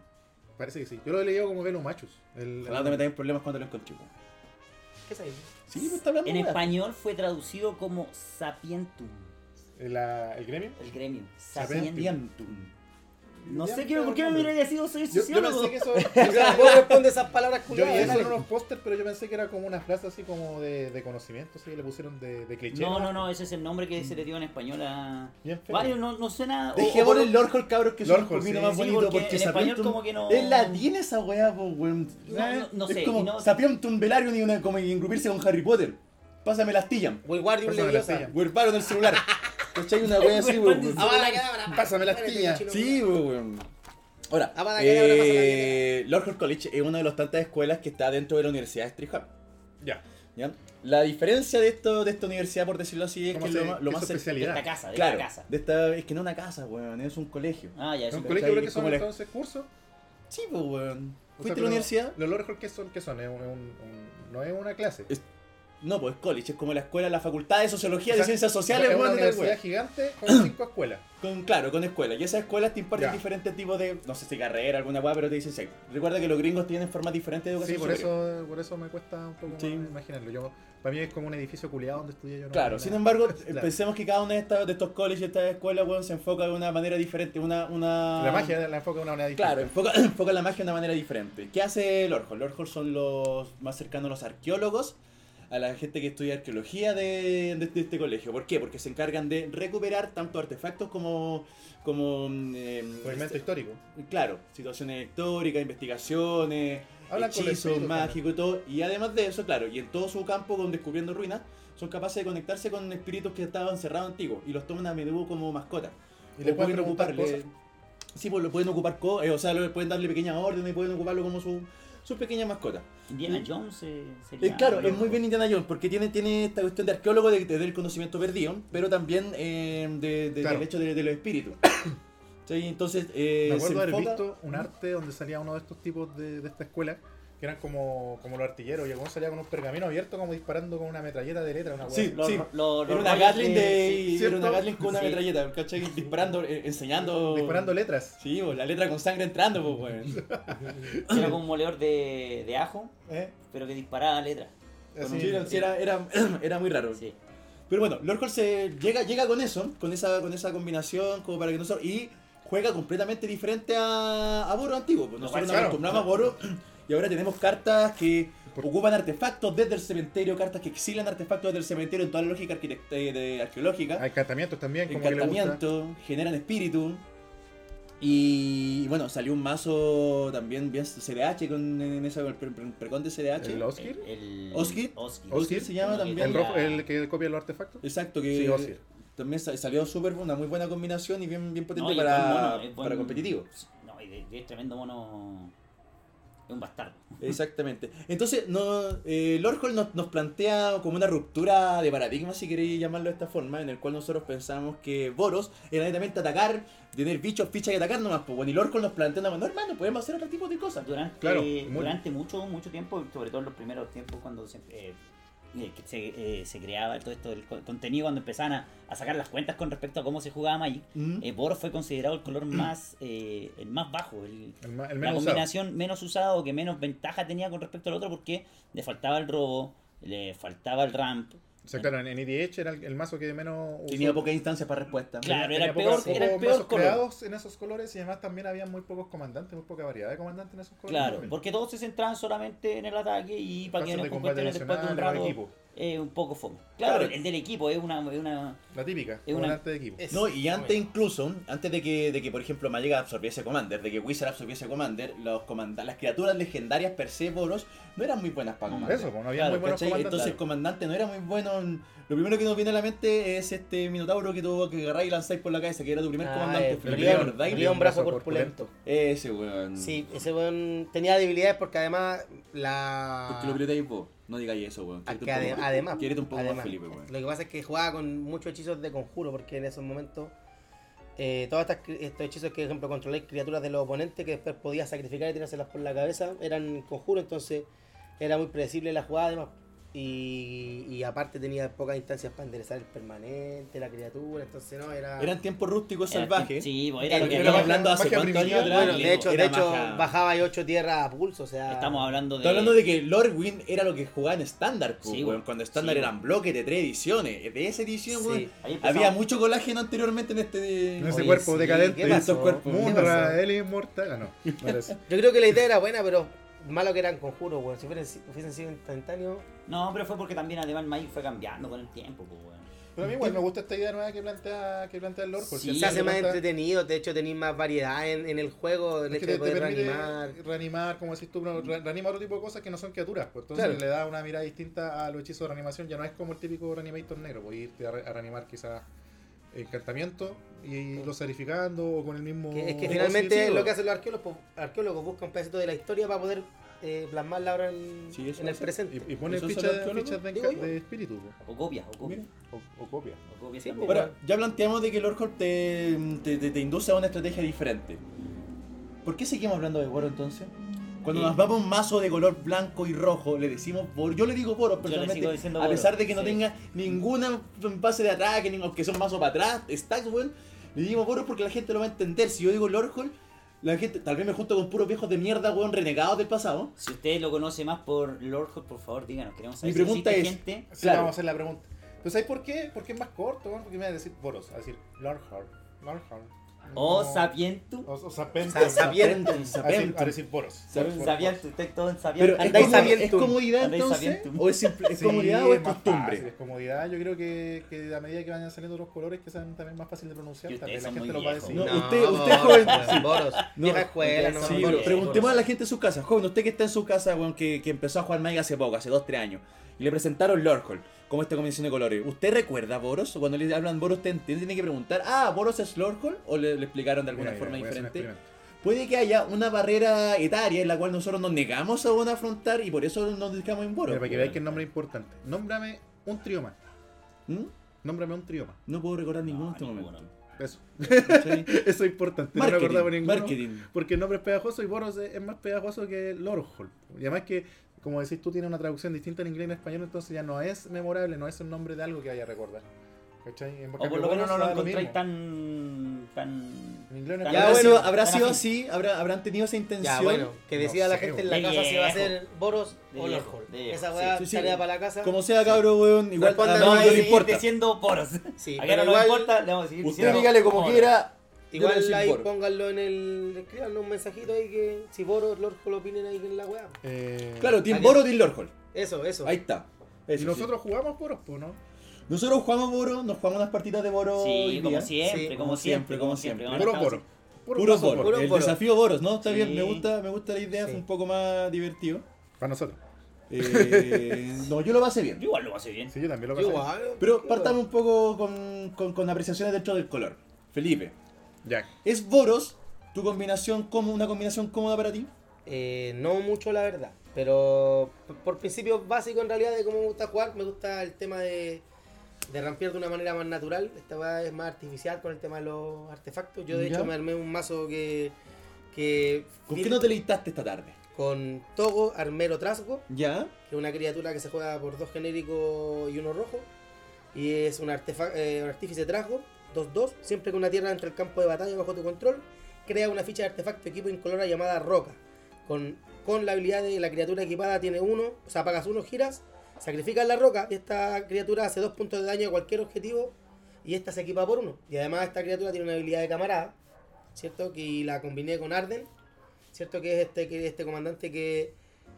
Speaker 2: Parece que sí. Yo lo he leído como Velomachus. El,
Speaker 3: Ojalá no te metas en problemas cuando lo encontré. weón.
Speaker 5: ¿qué sabéis?
Speaker 3: Sí, me está hablando.
Speaker 4: En
Speaker 3: weá.
Speaker 4: español fue traducido como sapientum,
Speaker 2: el, la- el gremio.
Speaker 4: el gremio.
Speaker 2: Sapientum.
Speaker 4: Sapientum.
Speaker 3: Piantum.
Speaker 4: No
Speaker 2: Ya
Speaker 4: sé
Speaker 2: me
Speaker 4: qué,
Speaker 2: quedo
Speaker 4: por qué me
Speaker 2: con
Speaker 4: hubiera sido soy
Speaker 2: Yo, yo
Speaker 4: sociólogo.
Speaker 2: pensé que eso.
Speaker 5: O sea, vos respondes esas palabras
Speaker 2: Yo vi
Speaker 5: culiadas.
Speaker 2: eso en
Speaker 5: dale.
Speaker 2: unos pósters, pero yo pensé que era como una frase así como de, de conocimiento, así que le pusieron de, de cliché.
Speaker 4: No, no, no, ese es el nombre que se le dio en español a.
Speaker 2: Bien feo.
Speaker 4: Vale, no, no suena. o-
Speaker 3: Dejé
Speaker 4: o
Speaker 3: por
Speaker 4: por-
Speaker 3: el Lord Hall, cabros, que es un
Speaker 2: Lord Hall,
Speaker 3: poquito
Speaker 2: sí.
Speaker 3: más
Speaker 2: Sí,
Speaker 3: bonito.
Speaker 4: porque
Speaker 3: porque
Speaker 4: en español
Speaker 3: Sapientum
Speaker 4: como que no-
Speaker 3: Es latín esa weá, po, weón.
Speaker 4: No, no, no sé,
Speaker 3: Es como
Speaker 4: y no-
Speaker 3: Sapientum Velaryon y una, como engrupirse con Harry Potter. Pásame las tillan.
Speaker 5: Will Guardian
Speaker 2: Pásame la
Speaker 5: Leviosa.
Speaker 2: estrella.
Speaker 3: Huerparon el celular. ¿Cachai? Una weá así, weón.
Speaker 5: Ah, va la cadabra.
Speaker 2: Pásame las
Speaker 5: Muérete,
Speaker 2: tiñas.
Speaker 5: cochino.
Speaker 3: Sí, weón. Ahora,
Speaker 5: Ah, para que le abra más a la
Speaker 3: eh, Lord Hall College es una de las tantas escuelas que está dentro de la Universidad de Street
Speaker 2: Ya.
Speaker 3: ¿ya? La diferencia de, esto, de esta universidad, por decirlo así, es que
Speaker 2: ¿Cómo
Speaker 3: es
Speaker 2: se-
Speaker 3: lo, ma- lo
Speaker 2: qué es
Speaker 3: más
Speaker 2: su
Speaker 3: cer-
Speaker 4: De
Speaker 2: especialidad?
Speaker 4: esta casa, de
Speaker 3: Claro,
Speaker 4: esta casa.
Speaker 3: de esta, es que no es una casa, weón, es un colegio.
Speaker 4: Ah, ya,
Speaker 2: Es un
Speaker 4: eso.
Speaker 2: colegio, creo
Speaker 3: ¿cachai?
Speaker 2: que son
Speaker 3: Como la-
Speaker 2: entonces cursos.
Speaker 3: Sí, pues, weón.
Speaker 2: O
Speaker 3: ¿Fuiste
Speaker 2: sea,
Speaker 3: a la
Speaker 2: pero
Speaker 3: universidad?
Speaker 2: ¿Los Lord Hall qué son? ¿Qué son? Es un- es un- un- no es una clase.
Speaker 3: Es- No, pues college, es como la escuela, la facultad de sociología,
Speaker 2: O sea,
Speaker 3: de ciencias sociales,
Speaker 2: es una
Speaker 3: weón, de tal
Speaker 2: universidad
Speaker 3: weón.
Speaker 2: gigante con cinco escuelas.
Speaker 3: Con, claro, con escuelas. Y esas escuelas te imparten
Speaker 2: Ya.
Speaker 3: diferentes tipos de, no sé si carrera, alguna weá, pero te dicen, sí. recuerda que los gringos tienen formas diferentes de educación.
Speaker 2: Sí, por
Speaker 3: superior.
Speaker 2: eso, por eso me cuesta un poco
Speaker 3: Sí.
Speaker 2: más imaginarlo. Yo, para mí es como un edificio culiado donde estudié yo. No
Speaker 3: Claro,
Speaker 2: vi
Speaker 3: sin
Speaker 2: nada.
Speaker 3: embargo,
Speaker 2: Claro.
Speaker 3: pensemos que cada uno de estos, de estos colleges, de estas escuelas, weón, se enfoca de una manera diferente, una... una...
Speaker 2: La magia la enfoca de una manera distinta.
Speaker 3: Claro, enfoca, enfoca la magia de una manera diferente. ¿Qué hace Lord Hall? Lord Hall son los más cercanos a los arqueólogos, a la gente que estudia arqueología de, de- de este colegio. ¿Por qué? Porque se encargan de recuperar tanto artefactos como... como eh, este,
Speaker 2: Fragmento histórico.
Speaker 3: Claro, situaciones históricas, investigaciones,
Speaker 2: Hablan con los
Speaker 3: hechizos
Speaker 2: espíritus
Speaker 3: mágicos y todo. Y además de eso, claro, y en todo su campo con Descubriendo Ruinas, son capaces de conectarse con espíritus que estaban cerrados antiguos y los toman a menudo como mascota.
Speaker 2: Y
Speaker 3: O
Speaker 2: le pueden preguntar
Speaker 3: ocuparle-
Speaker 2: cosas.
Speaker 3: Sí, pues lo pueden ocupar, co- eh, o sea, lo pueden darle pequeñas órdenes, pueden ocuparlo como su, su pequeña mascota.
Speaker 4: Indiana Jones eh,
Speaker 3: Eh,
Speaker 4: sería.
Speaker 3: claro,
Speaker 4: ¿no?
Speaker 3: es muy bien Indiana Jones, porque tiene, tiene esta cuestión de arqueólogo de, de- del conocimiento perdido, pero también eh, de- de-
Speaker 2: Claro.
Speaker 3: del hecho de, de los espíritus. Sí, entonces, eh,
Speaker 2: Me
Speaker 3: se
Speaker 2: acuerdo haber
Speaker 3: enfoca-
Speaker 2: visto un arte donde salía uno de estos tipos de, de esta escuela, que eran como, como los artilleros, y algunos salía con un pergamino abierto como disparando con una metralleta de letra, una hueá
Speaker 3: Sí,
Speaker 4: Los-
Speaker 3: sí.
Speaker 4: los-
Speaker 3: Era
Speaker 4: los
Speaker 3: una
Speaker 4: rollos
Speaker 3: Gatling
Speaker 4: de-
Speaker 3: de.
Speaker 2: sí.
Speaker 3: Era una
Speaker 2: ¿Cierto?
Speaker 3: Gatling con una
Speaker 4: Sí.
Speaker 3: metralleta, ¿cachai? Disparando, eh, enseñando.
Speaker 2: disparando letras.
Speaker 3: Sí, pues, la letra con sangre entrando, pues, weón.
Speaker 4: sí. Era como un moleador de, de ajo,
Speaker 2: ¿eh?
Speaker 4: pero que disparaba letras.
Speaker 2: Así.
Speaker 3: Sí, era- sí, era, era, era muy raro.
Speaker 4: Sí.
Speaker 3: Pero bueno, Lord Hall se llega, llega con eso, con esa, con esa combinación, como para que nosotros. Y juega completamente diferente a, a Boro antiguo. pues. Nosotros nos
Speaker 2: Claro.
Speaker 3: acostumbramos a Boro y ahora tenemos cartas que ocupan artefactos desde el cementerio, cartas que exilan artefactos desde el cementerio en toda la lógica arquitect- eh, de- arqueológica.
Speaker 2: Ah, Encantamientos también, como que le gusta.
Speaker 3: encantamiento, generan espíritu. Y bueno, salió un mazo también bien CDH con en esa el pre- pre- precon de CDH.
Speaker 2: El
Speaker 4: El,
Speaker 2: Oskir,
Speaker 4: el-
Speaker 3: Oskir.
Speaker 4: Oskir.
Speaker 3: Oskir se llama
Speaker 4: Bueno,
Speaker 3: también.
Speaker 2: el,
Speaker 4: era-
Speaker 2: rojo, el que copia los artefactos.
Speaker 3: Exacto, que
Speaker 2: Sí, Ozzy.
Speaker 3: también sa- salió súper una muy buena combinación y bien, bien
Speaker 4: No,
Speaker 3: potente
Speaker 4: y es buen
Speaker 3: para,
Speaker 4: mono, es buen-
Speaker 3: para competitivo.
Speaker 4: No, y de- de- es tremendo mono. Es un bastardo.
Speaker 3: Exactamente. Entonces, no, eh, Lord Hall nos, nos plantea como una ruptura de paradigma, si queréis llamarlo de esta forma, en el cual nosotros pensábamos que Boros era netamente atacar, tener bichos, fichas y atacar nomás. Pues, bueno, y Lord Hall nos plantea, no, hermano, podemos hacer otro tipo de cosas.
Speaker 4: Durante, eh,
Speaker 2: Claro, muy-
Speaker 4: durante mucho, mucho tiempo, sobre todo en los primeros tiempos cuando se, eh, eh, que se, eh, se creaba todo esto del co- contenido, cuando empezaban a, a sacar las cuentas con respecto a cómo se jugaba Magic,
Speaker 3: Mm.
Speaker 4: eh, Boros fue considerado el color más, eh, el más bajo, el,
Speaker 2: El, ma- el
Speaker 4: la
Speaker 2: menos usado.
Speaker 4: combinación menos usada o que menos ventaja tenía con respecto al otro porque le faltaba el robo, le faltaba el ramp.
Speaker 2: O sea, claro, en en EDH era el, el mazo que menos
Speaker 3: Tenía
Speaker 2: usó.
Speaker 3: pocas instancias para respuesta.
Speaker 4: Claro.
Speaker 2: Tenía
Speaker 4: era el
Speaker 2: pocas-
Speaker 4: peor- era el
Speaker 2: pocos
Speaker 4: peor
Speaker 2: mazos
Speaker 4: color.
Speaker 2: creados en esos colores y además también había muy pocos comandantes, muy poca variedad de comandantes en esos colores.
Speaker 4: Claro,
Speaker 2: también.
Speaker 4: porque todos se centraban solamente en el ataque y para que
Speaker 2: Tazas
Speaker 4: no
Speaker 2: de combate
Speaker 4: después de un
Speaker 2: nacional,
Speaker 4: rato.
Speaker 2: equipo.
Speaker 4: eh, un poco fome. Claro,
Speaker 3: Claro.
Speaker 4: el del equipo es una, es una.
Speaker 2: La típica,
Speaker 4: Es
Speaker 2: un
Speaker 4: una-
Speaker 2: arte de equipo.
Speaker 5: Es-
Speaker 3: No, y antes incluso, antes de que, de que por ejemplo Malega absorbiese Commander, de que Wizard absorbiese Commander, los comanda- las criaturas legendarias Persevoros no eran muy buenas para Commander.
Speaker 2: Eso, como no había
Speaker 3: Claro,
Speaker 2: muy buenos
Speaker 3: ¿cachai?
Speaker 2: comandantes.
Speaker 3: Entonces el comandante no era muy bueno. en- Lo primero que nos viene a la mente es este Minotauro que tuvo que agarrar y lanzar por la cabeza, que era tu
Speaker 5: Ah,
Speaker 3: primer comandante.
Speaker 2: el
Speaker 3: Felipe
Speaker 2: León,
Speaker 3: Gordaile.
Speaker 2: León.
Speaker 5: eh, un brazo corpulento.
Speaker 3: Ese weón.
Speaker 5: Sí, ese weón tenía debilidades porque además la.
Speaker 3: Porque lo pilotáis vos. No digáis eso, weón.
Speaker 5: Ah,
Speaker 3: Quiérete
Speaker 5: que
Speaker 3: un
Speaker 5: ade-
Speaker 3: poco más.
Speaker 5: además.
Speaker 3: Quiérete un poco
Speaker 5: además.
Speaker 3: más, Felipe, weón.
Speaker 5: Lo que pasa es que jugaba con muchos hechizos de conjuro, porque en esos momentos. eh, todos estas cri- estos hechizos que, por ejemplo, controláis criaturas de los oponentes que después podías sacrificar y tirárselas por la cabeza eran conjuro, entonces era muy predecible la jugada, además. Y, y aparte tenía pocas instancias para enderezar el permanente, la criatura, entonces no, era.
Speaker 3: Eran tiempos rústicos
Speaker 4: era-
Speaker 3: salvajes.
Speaker 4: Sí, pues, era
Speaker 3: Era
Speaker 4: lo
Speaker 3: lo que
Speaker 4: que
Speaker 2: Era
Speaker 3: estamos
Speaker 4: había.
Speaker 2: magia-
Speaker 3: hablando hace
Speaker 2: magia
Speaker 3: cuántos años
Speaker 2: primitiva.
Speaker 3: atrás.
Speaker 5: Bueno, de
Speaker 4: Diego,
Speaker 5: hecho,
Speaker 3: Era
Speaker 5: de hecho
Speaker 3: maja-
Speaker 5: bajaba y 8 tierras a pulso, o sea.
Speaker 4: Estamos hablando de.
Speaker 3: Estoy hablando de que Lorwyn era lo que jugaba en estándar, pues,
Speaker 4: Sí,
Speaker 3: weón,
Speaker 4: weón.
Speaker 3: Cuando estándar
Speaker 4: Sí,
Speaker 3: eran bloques de tres ediciones. De esa edición,
Speaker 5: Sí.
Speaker 3: weón,
Speaker 4: Ahí empezamos.
Speaker 3: había mucho colágeno anteriormente en este.
Speaker 2: En ese
Speaker 5: Oye,
Speaker 2: cuerpo
Speaker 5: sí,
Speaker 2: decadente.
Speaker 5: ¿qué pasó?
Speaker 3: Estos cuerpos.
Speaker 5: ¿Qué pasó?
Speaker 2: Murra, él inmortal. Ah, no. no era eso.
Speaker 5: Yo creo que la idea era buena, pero malo que eran conjuros, weón. Si hubiesen, hubiesen sido instantáneos.
Speaker 4: No, pero fue porque también además Magic fue cambiando con el tiempo, pues, weón.
Speaker 2: Pero a mí igual me gusta esta idea nueva que plantea, que plantea el Lord. porque
Speaker 4: Sí,
Speaker 2: al
Speaker 5: se
Speaker 2: final
Speaker 5: hace
Speaker 2: de
Speaker 5: más
Speaker 2: cuentas-
Speaker 5: entretenido, de hecho tenéis más variedad en, en el juego, el
Speaker 2: Es
Speaker 5: hecho
Speaker 2: que
Speaker 5: de
Speaker 2: te, te
Speaker 5: poder
Speaker 2: permite
Speaker 5: reanimar.
Speaker 2: reanimar. como decís tú, re- reanima otro tipo de cosas que no son criaturas. Pues entonces
Speaker 5: Claro.
Speaker 2: le da una mirada distinta a los hechizos de reanimación. Ya no es como el típico reanimator negro, pues irte a, re- a reanimar quizás encantamiento y lo sacrificando o con el mismo.
Speaker 5: Que- es que
Speaker 2: o
Speaker 5: finalmente
Speaker 2: suicidio.
Speaker 5: lo que hacen los arqueólogos, arqueólogos buscan un pedacito de la historia para poder eh, plasmarla ahora en,
Speaker 3: Sí, eso
Speaker 5: en el
Speaker 3: hace.
Speaker 5: presente.
Speaker 2: Y, y ponen
Speaker 3: ¿Eso es
Speaker 2: fichas,
Speaker 3: arqueólogo?
Speaker 2: fichas de,
Speaker 5: Digo
Speaker 2: enca-
Speaker 5: yo.
Speaker 2: de espíritu, pues,
Speaker 4: O copia, o copia.
Speaker 3: Mira.
Speaker 2: o, o copias.
Speaker 4: O copia
Speaker 5: Sí,
Speaker 4: también.
Speaker 5: pues,
Speaker 3: Ahora, ya planteamos de que Lord Corp te, te, te- te induce a una estrategia diferente. ¿Por qué seguimos hablando de Boro entonces? Cuando
Speaker 4: Sí.
Speaker 3: nos vamos a un mazo de color blanco y rojo, le decimos Boro. Yo le digo Boro
Speaker 4: Yo le sigo
Speaker 3: personalmente,
Speaker 4: diciendo
Speaker 3: a
Speaker 4: Boro,
Speaker 3: pesar de que no
Speaker 4: sí.
Speaker 3: tenga ninguna base de ataque, ni que sea un mazo para atrás, stacks, weón. Le digo Boro porque la gente lo va a entender. Si yo digo Lord Corp, la gente, tal vez me junto con puros viejos de mierda, weón, renegados del pasado.
Speaker 4: Si usted lo conoce más por Lord Hood, por favor, díganos. Queremos saber
Speaker 3: Mi
Speaker 4: si
Speaker 3: pregunta
Speaker 4: existe
Speaker 3: es-
Speaker 4: gente.
Speaker 2: Así
Speaker 3: Claro.
Speaker 2: vamos a hacer la pregunta. ¿Pero sabes por qué? Porque es más corto, ¿no? porque me van a decir Boros, a decir Lord Hard. Lord Hard.
Speaker 4: O
Speaker 2: No.
Speaker 4: Sapientu.
Speaker 2: O, o Sapento.
Speaker 5: Sa- Sapientum.
Speaker 3: Sapentum,
Speaker 2: A decir, a
Speaker 3: sapentum.
Speaker 2: decir Boros. Boros,
Speaker 4: Sapientu, usted todo en
Speaker 3: Pero
Speaker 4: Sapientu.
Speaker 3: ¿es,
Speaker 5: Andáis
Speaker 3: como-
Speaker 5: sabientum.
Speaker 3: ¿es comodidad
Speaker 4: Andáis
Speaker 3: entonces?
Speaker 4: sabientum.
Speaker 3: ¿O es, simple- es
Speaker 2: Sí,
Speaker 3: comodidad o es
Speaker 2: más
Speaker 3: costumbre?
Speaker 2: fácil, es comodidad. Yo creo que, que a medida que vayan saliendo los colores, que sean también más fáciles de pronunciar,
Speaker 4: Y
Speaker 2: tal vez
Speaker 4: ustedes
Speaker 2: la
Speaker 4: son
Speaker 2: gente
Speaker 4: muy
Speaker 2: lo va a
Speaker 4: viejos.
Speaker 2: decir.
Speaker 3: No,
Speaker 2: No,
Speaker 3: usted-
Speaker 5: no,
Speaker 3: usted,
Speaker 5: no,
Speaker 3: joven.
Speaker 5: no, Boros, vieja escuela, no.
Speaker 4: ustedes
Speaker 3: Sí,
Speaker 4: son
Speaker 5: Boros.
Speaker 3: pero
Speaker 4: bien,
Speaker 3: preguntemos
Speaker 4: bueno.
Speaker 3: a la gente en sus casas. Joven, usted que está en su casa, weón, que, que empezó a jugar Magic hace poco, hace 2-3 años. Y le presentaron Lorhol como esta combinación de colores. ¿Usted recuerda a Boros? Cuando le hablan Boros, ¿usted entiende? Tiene que preguntar, ah, ¿Boros es Lorhol? ¿O le, le explicaron de alguna
Speaker 2: Mira,
Speaker 3: forma
Speaker 2: mira, voy a hacer un
Speaker 3: diferente?
Speaker 2: experimento.
Speaker 3: Puede que haya una barrera etaria en la cual nosotros nos negamos a una afrontar y por eso nos dedicamos en Boros.
Speaker 2: Mira, para que
Speaker 3: weón.
Speaker 2: veáis que el nombre es importante. Nómbrame un trío más.
Speaker 3: ¿Mm?
Speaker 2: Nómbrame un trío más.
Speaker 3: No puedo recordar ninguno en este
Speaker 4: No, ninguno.
Speaker 3: momento.
Speaker 2: Eso.
Speaker 3: ¿Cachai?
Speaker 2: Eso es importante. no me acordaba
Speaker 3: Marketing,
Speaker 2: ninguno.
Speaker 3: marketing.
Speaker 2: Porque el nombre es pegajoso y Boros es, es más pegajoso que Lorhol. Y además que, como decís tú, tiene una traducción distinta en inglés y en español, entonces ya no es memorable, no es un nombre de algo que vaya a recordar. ¿Cachai? En
Speaker 4: O por
Speaker 2: cambio,
Speaker 4: lo menos no
Speaker 2: Boros
Speaker 4: lo
Speaker 2: da
Speaker 4: encontráis
Speaker 2: mismo.
Speaker 4: tan. tan.
Speaker 2: En inglés no
Speaker 4: Ya,
Speaker 2: es
Speaker 3: ¿Habrá
Speaker 5: bueno,
Speaker 3: sido, Ah, habrá
Speaker 4: buena
Speaker 3: sido
Speaker 4: fin.
Speaker 3: así? ¿Habrá, ¿Habrán tenido esa intención?
Speaker 5: Ya, bueno, que
Speaker 2: No
Speaker 5: decida la
Speaker 2: sé,
Speaker 5: gente en la
Speaker 4: weón.
Speaker 5: casa si va a
Speaker 4: De
Speaker 5: ser Boros
Speaker 4: De
Speaker 5: o
Speaker 4: viejo,
Speaker 5: Lorhol.
Speaker 4: de viejo,
Speaker 5: Esa
Speaker 4: sí.
Speaker 5: weá,
Speaker 3: Sí, sí.
Speaker 5: tarea para la casa.
Speaker 3: Como sea, cabro, weón, igual a
Speaker 5: Respondan
Speaker 3: nadie
Speaker 5: ahí,
Speaker 3: le
Speaker 4: seguir
Speaker 3: importa.
Speaker 4: diciendo poros. Sí,
Speaker 5: Sí,
Speaker 4: Acá
Speaker 5: pero
Speaker 4: no nos
Speaker 5: igual-
Speaker 4: importa, le vamos a seguir
Speaker 3: Usted
Speaker 4: diciendo.
Speaker 3: dígale como
Speaker 4: poros.
Speaker 3: quiera. yo le
Speaker 5: Igual
Speaker 3: soy
Speaker 5: ahí
Speaker 3: Boros.
Speaker 5: pónganlo en el. Escríbanle un mensajito ahí que si Boros, Lorhol opinen ahí en la weá.
Speaker 2: Eh,
Speaker 3: Claro, Team
Speaker 5: Ahí-
Speaker 3: Boro, Team Lorhol.
Speaker 5: Eso, eso.
Speaker 3: Ahí está. Eso,
Speaker 2: Y
Speaker 3: sí.
Speaker 2: nosotros jugamos Boros, pues, ¿no?
Speaker 3: Nosotros jugamos Boro, nos jugamos unas partidas de Boro.
Speaker 4: Sí,
Speaker 3: hoy
Speaker 4: como
Speaker 3: día.
Speaker 4: siempre,
Speaker 5: Sí,
Speaker 4: como siempre, como siempre. como
Speaker 2: Puro
Speaker 4: estamos
Speaker 2: Boros.
Speaker 3: Puro
Speaker 2: mazo
Speaker 3: Boro.
Speaker 5: Boro.
Speaker 3: El
Speaker 5: Boro.
Speaker 3: desafío Boros, ¿no? Está
Speaker 4: Sí.
Speaker 3: bien, me gusta, me gusta la idea, fue
Speaker 5: Sí.
Speaker 3: un poco más divertido.
Speaker 2: Para nosotros.
Speaker 3: Eh, no, yo lo pasé
Speaker 4: haciendo.
Speaker 3: bien.
Speaker 4: Igual lo hace bien.
Speaker 2: Sí, yo también lo
Speaker 5: Yo
Speaker 2: pasé.
Speaker 5: igual.
Speaker 3: Pero partamos un poco con, con, con apreciaciones dentro del color. Felipe,
Speaker 2: Ya.
Speaker 3: ¿es Boros tu combinación como una combinación cómoda para ti?
Speaker 5: Eh, no mucho, la verdad. Pero p- por principios básicos, en realidad, de cómo me gusta jugar, me gusta el tema de, de rampear de una manera más natural. Esta weá es más artificial con el tema de los artefactos. Yo, de
Speaker 3: Ya.
Speaker 5: hecho, me armé un mazo que. que
Speaker 3: ¿Con qué no te leitaste esta tarde?
Speaker 5: Con Togo, Armero, Trasgo,
Speaker 3: ¿Ya?
Speaker 5: que es una criatura que se juega por dos genéricos y uno rojo. Y es un, artefa- eh, un artífice Trasgo, 2-2, siempre con una tierra entre el campo de batalla bajo tu control. Crea una ficha de artefacto equipo incolora llamada Roca. Con, con la habilidad de la criatura equipada tiene uno, o sea, pagas uno, giras, sacrificas la roca y esta criatura hace dos puntos de daño a cualquier objetivo y esta se equipa por uno. Y además esta criatura tiene una habilidad de camarada, ¿cierto? Que la combiné con Arden, ¿cierto? Que es este, que este comandante que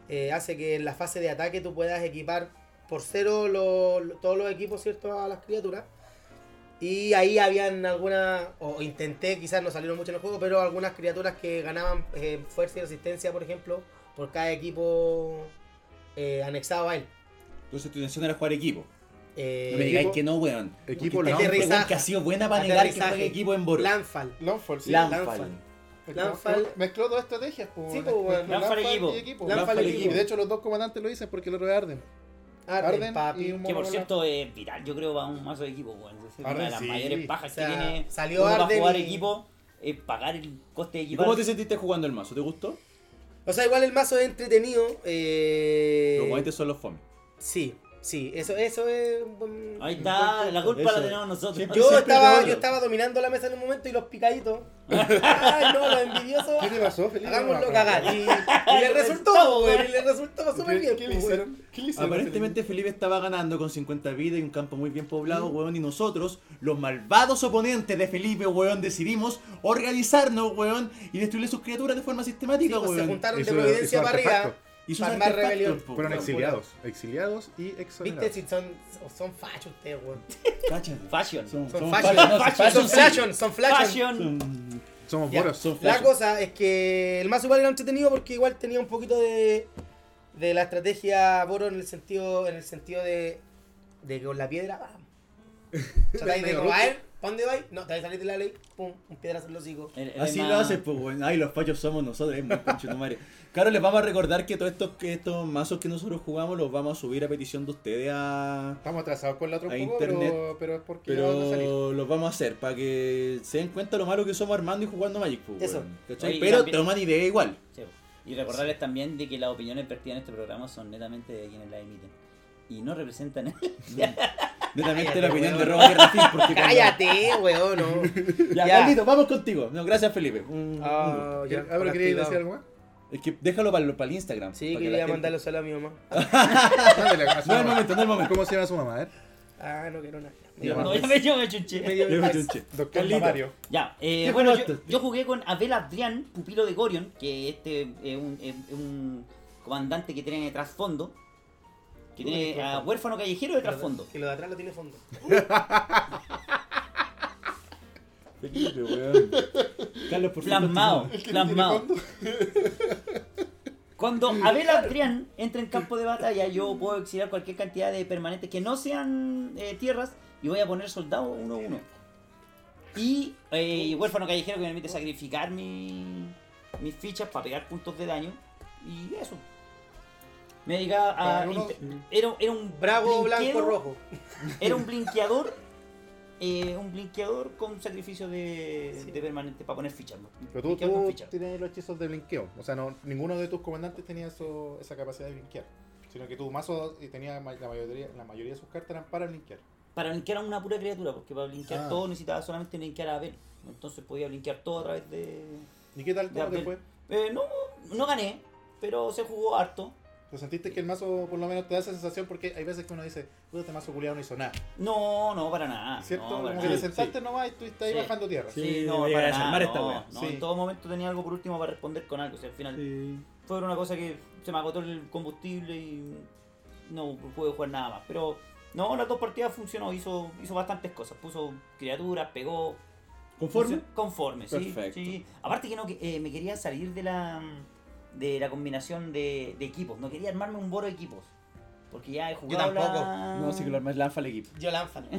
Speaker 5: eh, hace que en la fase de ataque tú puedas equipar por cero lo- lo- todos los equipos, ¿cierto? A las criaturas. Y ahí habían algunas, o intenté, quizás no salieron mucho en el juego, pero algunas criaturas que ganaban eh, fuerza y resistencia, por ejemplo, por cada equipo eh, anexado a él.
Speaker 3: Entonces tu intención era jugar equipo.
Speaker 5: Eh,
Speaker 3: No me digáis que no, weón.
Speaker 2: Equipo
Speaker 5: Porque
Speaker 2: Lanfall.
Speaker 5: aterriza-
Speaker 3: Weón, que ha sido buena para negar que juegue
Speaker 5: aterrizaje,
Speaker 3: equipo en Boro.
Speaker 5: Landfall.
Speaker 2: Lanfall, sí.
Speaker 3: Lanfall.
Speaker 5: Landfall.
Speaker 2: Mezcló-
Speaker 5: Lanfall.
Speaker 2: Mezcló dos estrategias, po,
Speaker 5: Sí, po,
Speaker 2: mezcló
Speaker 5: weón.
Speaker 2: Lanfall
Speaker 4: Lanfall equipo.
Speaker 2: y equipo.
Speaker 5: Lanfall
Speaker 2: Lanfall
Speaker 5: equipo.
Speaker 2: equipo. Y de hecho los dos comandantes lo dicen porque el otro es Arden.
Speaker 5: Arden,
Speaker 2: Arden
Speaker 5: papi.
Speaker 2: y un
Speaker 4: Que por
Speaker 2: Monobola.
Speaker 4: cierto es viral, yo creo, para un mazo de equipo, weón. Es una
Speaker 2: Arden,
Speaker 4: de las
Speaker 2: sí.
Speaker 4: mayores pajas
Speaker 5: O sea,
Speaker 4: que tiene.
Speaker 5: salió
Speaker 4: uno para
Speaker 5: Arden
Speaker 4: jugar
Speaker 5: y-
Speaker 4: equipo, es pagar el coste de
Speaker 3: ¿Y
Speaker 4: equipo.
Speaker 3: cómo te sentiste jugando el mazo? ¿Te gustó?
Speaker 5: O sea, igual el mazo es entretenido. eh,
Speaker 3: Los guanetes son los fome.
Speaker 5: Sí, sí, eso, eso es un buen-
Speaker 4: Ahí está, la culpa
Speaker 3: Eso.
Speaker 4: la tenemos nosotros.
Speaker 3: Siempre-
Speaker 5: Yo
Speaker 3: siempre
Speaker 5: estaba,
Speaker 3: regalo.
Speaker 5: yo estaba dominando la mesa en un momento y los picaditos. Ay, no, los envidiosos.
Speaker 2: ¿Qué te pasó, Felipe?
Speaker 5: Hagámoslo
Speaker 2: No,
Speaker 5: cagar. Y, y le resultó, güey. Y le resultó
Speaker 2: ¿Qué-
Speaker 5: súper bien.
Speaker 2: ¿Qué
Speaker 5: pues,
Speaker 2: le
Speaker 5: güey.
Speaker 2: hicieron? ¿Qué le hicieron?
Speaker 3: Aparentemente Felipe estaba ganando con 50 vidas y un campo muy bien poblado, weón, y nosotros, los malvados oponentes de Felipe, weón, decidimos organizarnos, weón, y destruirle sus criaturas de forma sistemática,
Speaker 5: Pues, se
Speaker 3: weón.
Speaker 5: juntaron
Speaker 2: Hizo-
Speaker 5: de Providencia
Speaker 2: hizo
Speaker 5: para arriba.
Speaker 2: artefacto.
Speaker 3: Y sus
Speaker 5: para armar
Speaker 3: artefactos,
Speaker 5: rebelión.
Speaker 3: po,
Speaker 2: Fueron
Speaker 3: weón.
Speaker 2: exiliados. Exiliados y
Speaker 5: Viste
Speaker 2: exonerados.
Speaker 5: si son, son fachos ustedes, güey.
Speaker 3: Cáchate.
Speaker 4: Fashion.
Speaker 3: Son,
Speaker 5: Son
Speaker 3: son
Speaker 5: fachos.
Speaker 3: fashion, no, son
Speaker 5: Son
Speaker 3: fashion, sí.
Speaker 5: flashon, son flashon.
Speaker 4: Fashion.
Speaker 3: Son-
Speaker 2: Somos
Speaker 5: Ya.
Speaker 2: boros.
Speaker 3: son
Speaker 5: La
Speaker 3: flashon.
Speaker 5: cosa es que el mazo igual era entretenido porque igual tenía un poquito de, de la estrategia Boro en el sentido, en el sentido de, de que con la piedra va. Tratáis de
Speaker 2: Medio
Speaker 5: robar, ¿pa' dónde vais? No, te vais a salir de la ley, pum, un piedrazo en los hijos.
Speaker 4: El- el
Speaker 3: Así
Speaker 4: más-
Speaker 5: Eh,
Speaker 3: lo haces, pues, weón. Ay, los fallos somos nosotros, es muy pinche tu madre. Claro, les vamos a recordar que todos estos, que estos mazos que nosotros jugamos los vamos a subir a petición de ustedes a,
Speaker 2: Estamos atrasados con la otra
Speaker 3: A
Speaker 2: un poco,
Speaker 3: internet.
Speaker 2: pero, pero es porque ya van a salir.
Speaker 3: Pero los vamos a hacer para que se den cuenta lo malo que somos armando y jugando Magic. Pues,
Speaker 5: Eso.
Speaker 3: weón, ¿cachai?
Speaker 4: Oye, y
Speaker 3: Pero
Speaker 4: también-
Speaker 3: toman idea igual.
Speaker 4: Sí. Y recordarles también de que las opiniones vertidas en este programa son netamente de quienes las emiten. Y no representan
Speaker 3: Netamente
Speaker 5: Cállate,
Speaker 3: la opinión de
Speaker 5: weón.
Speaker 3: Roba Guerra Fin, porque cuando-
Speaker 5: Cállate, weón, no.
Speaker 3: Ya,
Speaker 5: Ya.
Speaker 3: Carlito, vamos contigo. No, gracias, Felipe. Un- un gusto.
Speaker 5: Ah, ya,
Speaker 2: Ah, pero querías
Speaker 5: castigado.
Speaker 2: decir algo más?
Speaker 3: Es que déjalo para el, para el Instagram.
Speaker 5: Sí,
Speaker 3: para que la
Speaker 5: quería
Speaker 3: gente-
Speaker 5: mandarle solo a mi mamá.
Speaker 2: Mándale a su
Speaker 3: No es el
Speaker 2: mamá.
Speaker 3: momento, no es el momento.
Speaker 2: ¿Cómo se llama su mamá? A ver.
Speaker 5: Ah, no quiero nada.
Speaker 2: Ya,
Speaker 4: No,
Speaker 2: pues.
Speaker 4: ya me, yo me chuché.
Speaker 5: Medio-
Speaker 3: Yo me chunché.
Speaker 2: Doctor
Speaker 3: Carlito.
Speaker 2: Mario.
Speaker 4: Ya, eh,
Speaker 3: ¿Qué
Speaker 4: bueno, yo,
Speaker 3: jugaste?
Speaker 4: yo jugué con Abel Adrián, pupilo de Gorion, que este es un, es un comandante que tiene trasfondo. Que
Speaker 5: Uy,
Speaker 4: tiene a
Speaker 5: trasfondo.
Speaker 4: huérfano callejero de trasfondo.
Speaker 5: Que lo de atrás lo tiene fondo.
Speaker 3: Felipe, weón. Carlos, por favor.
Speaker 4: Plasmado,
Speaker 3: continúa.
Speaker 4: plasmado. Cuando Abel Adrián entra en campo de batalla, yo puedo exiliar cualquier cantidad de permanentes que no sean eh, tierras y voy a poner soldados uno a uno. Y eh, huérfano callejero que me permite sacrificar mi- mis fichas para pegar puntos de daño. Y eso. Me dedicaba a.
Speaker 2: Para uno-
Speaker 4: inte- Era, era un
Speaker 5: Bravo, blanco,
Speaker 4: blinqueado-
Speaker 5: rojo.
Speaker 4: Era un blinqueador. eh, un blinqueador con sacrificio de,
Speaker 5: Sí.
Speaker 4: de permanente para poner fichas. ¿no?
Speaker 2: Pero tú,
Speaker 4: Blinqueador con
Speaker 2: tú
Speaker 4: fichas.
Speaker 2: tienes los hechizos de blinqueo. O sea, no, ninguno de tus comandantes tenía eso- esa capacidad de blinquear. Sino que tu mazo eh, tenía ma- la mayoría, la mayoría de sus cartas eran para blinquear.
Speaker 4: Para blinquear a una pura criatura, porque para blinquear
Speaker 2: Ah.
Speaker 4: todo necesitaba solamente blinquear a Abel. Entonces podía blinquear todo a través de.
Speaker 2: ¿Y qué tal?
Speaker 4: Ya,
Speaker 2: ¿Cómo te fue?
Speaker 4: pero- Eh, no, no gané, pero se jugó harto.
Speaker 2: ¿Te sentiste que el mazo por lo menos te da esa sensación? Porque hay veces que uno dice, puta, este mazo culiado no hizo nada.
Speaker 4: No, no, para nada.
Speaker 2: ¿Cierto?
Speaker 4: Ah, No, para
Speaker 2: Como
Speaker 4: nada.
Speaker 2: que te
Speaker 3: sí.
Speaker 2: sentaste nomás y estuviste ahí
Speaker 4: Sí.
Speaker 2: bajando tierra.
Speaker 4: Sí,
Speaker 3: Sí,
Speaker 4: no,
Speaker 3: voy a
Speaker 4: para
Speaker 3: desarmar
Speaker 4: nada.
Speaker 3: esta
Speaker 4: no,
Speaker 3: wea.
Speaker 4: no,
Speaker 2: Sí.
Speaker 4: en todo momento tenía algo por último para responder con algo. O sea, al final
Speaker 3: Sí.
Speaker 4: fue una cosa que se me agotó el combustible y no pude jugar nada más. Pero no, las dos partidas funcionó, hizo, hizo bastantes cosas. Puso criaturas, pegó,
Speaker 3: ¿Conforme?
Speaker 4: Funcio- Conforme, sí,
Speaker 3: Perfecto.
Speaker 4: sí. Aparte que no que- eh, me quería salir de la de la combinación de, de equipos. No quería armarme un boro de equipos. Porque ya he jugado
Speaker 5: tampoco.
Speaker 4: la-
Speaker 3: No, sí que lo armas la alfa al equipo.
Speaker 5: Yo Lanfal.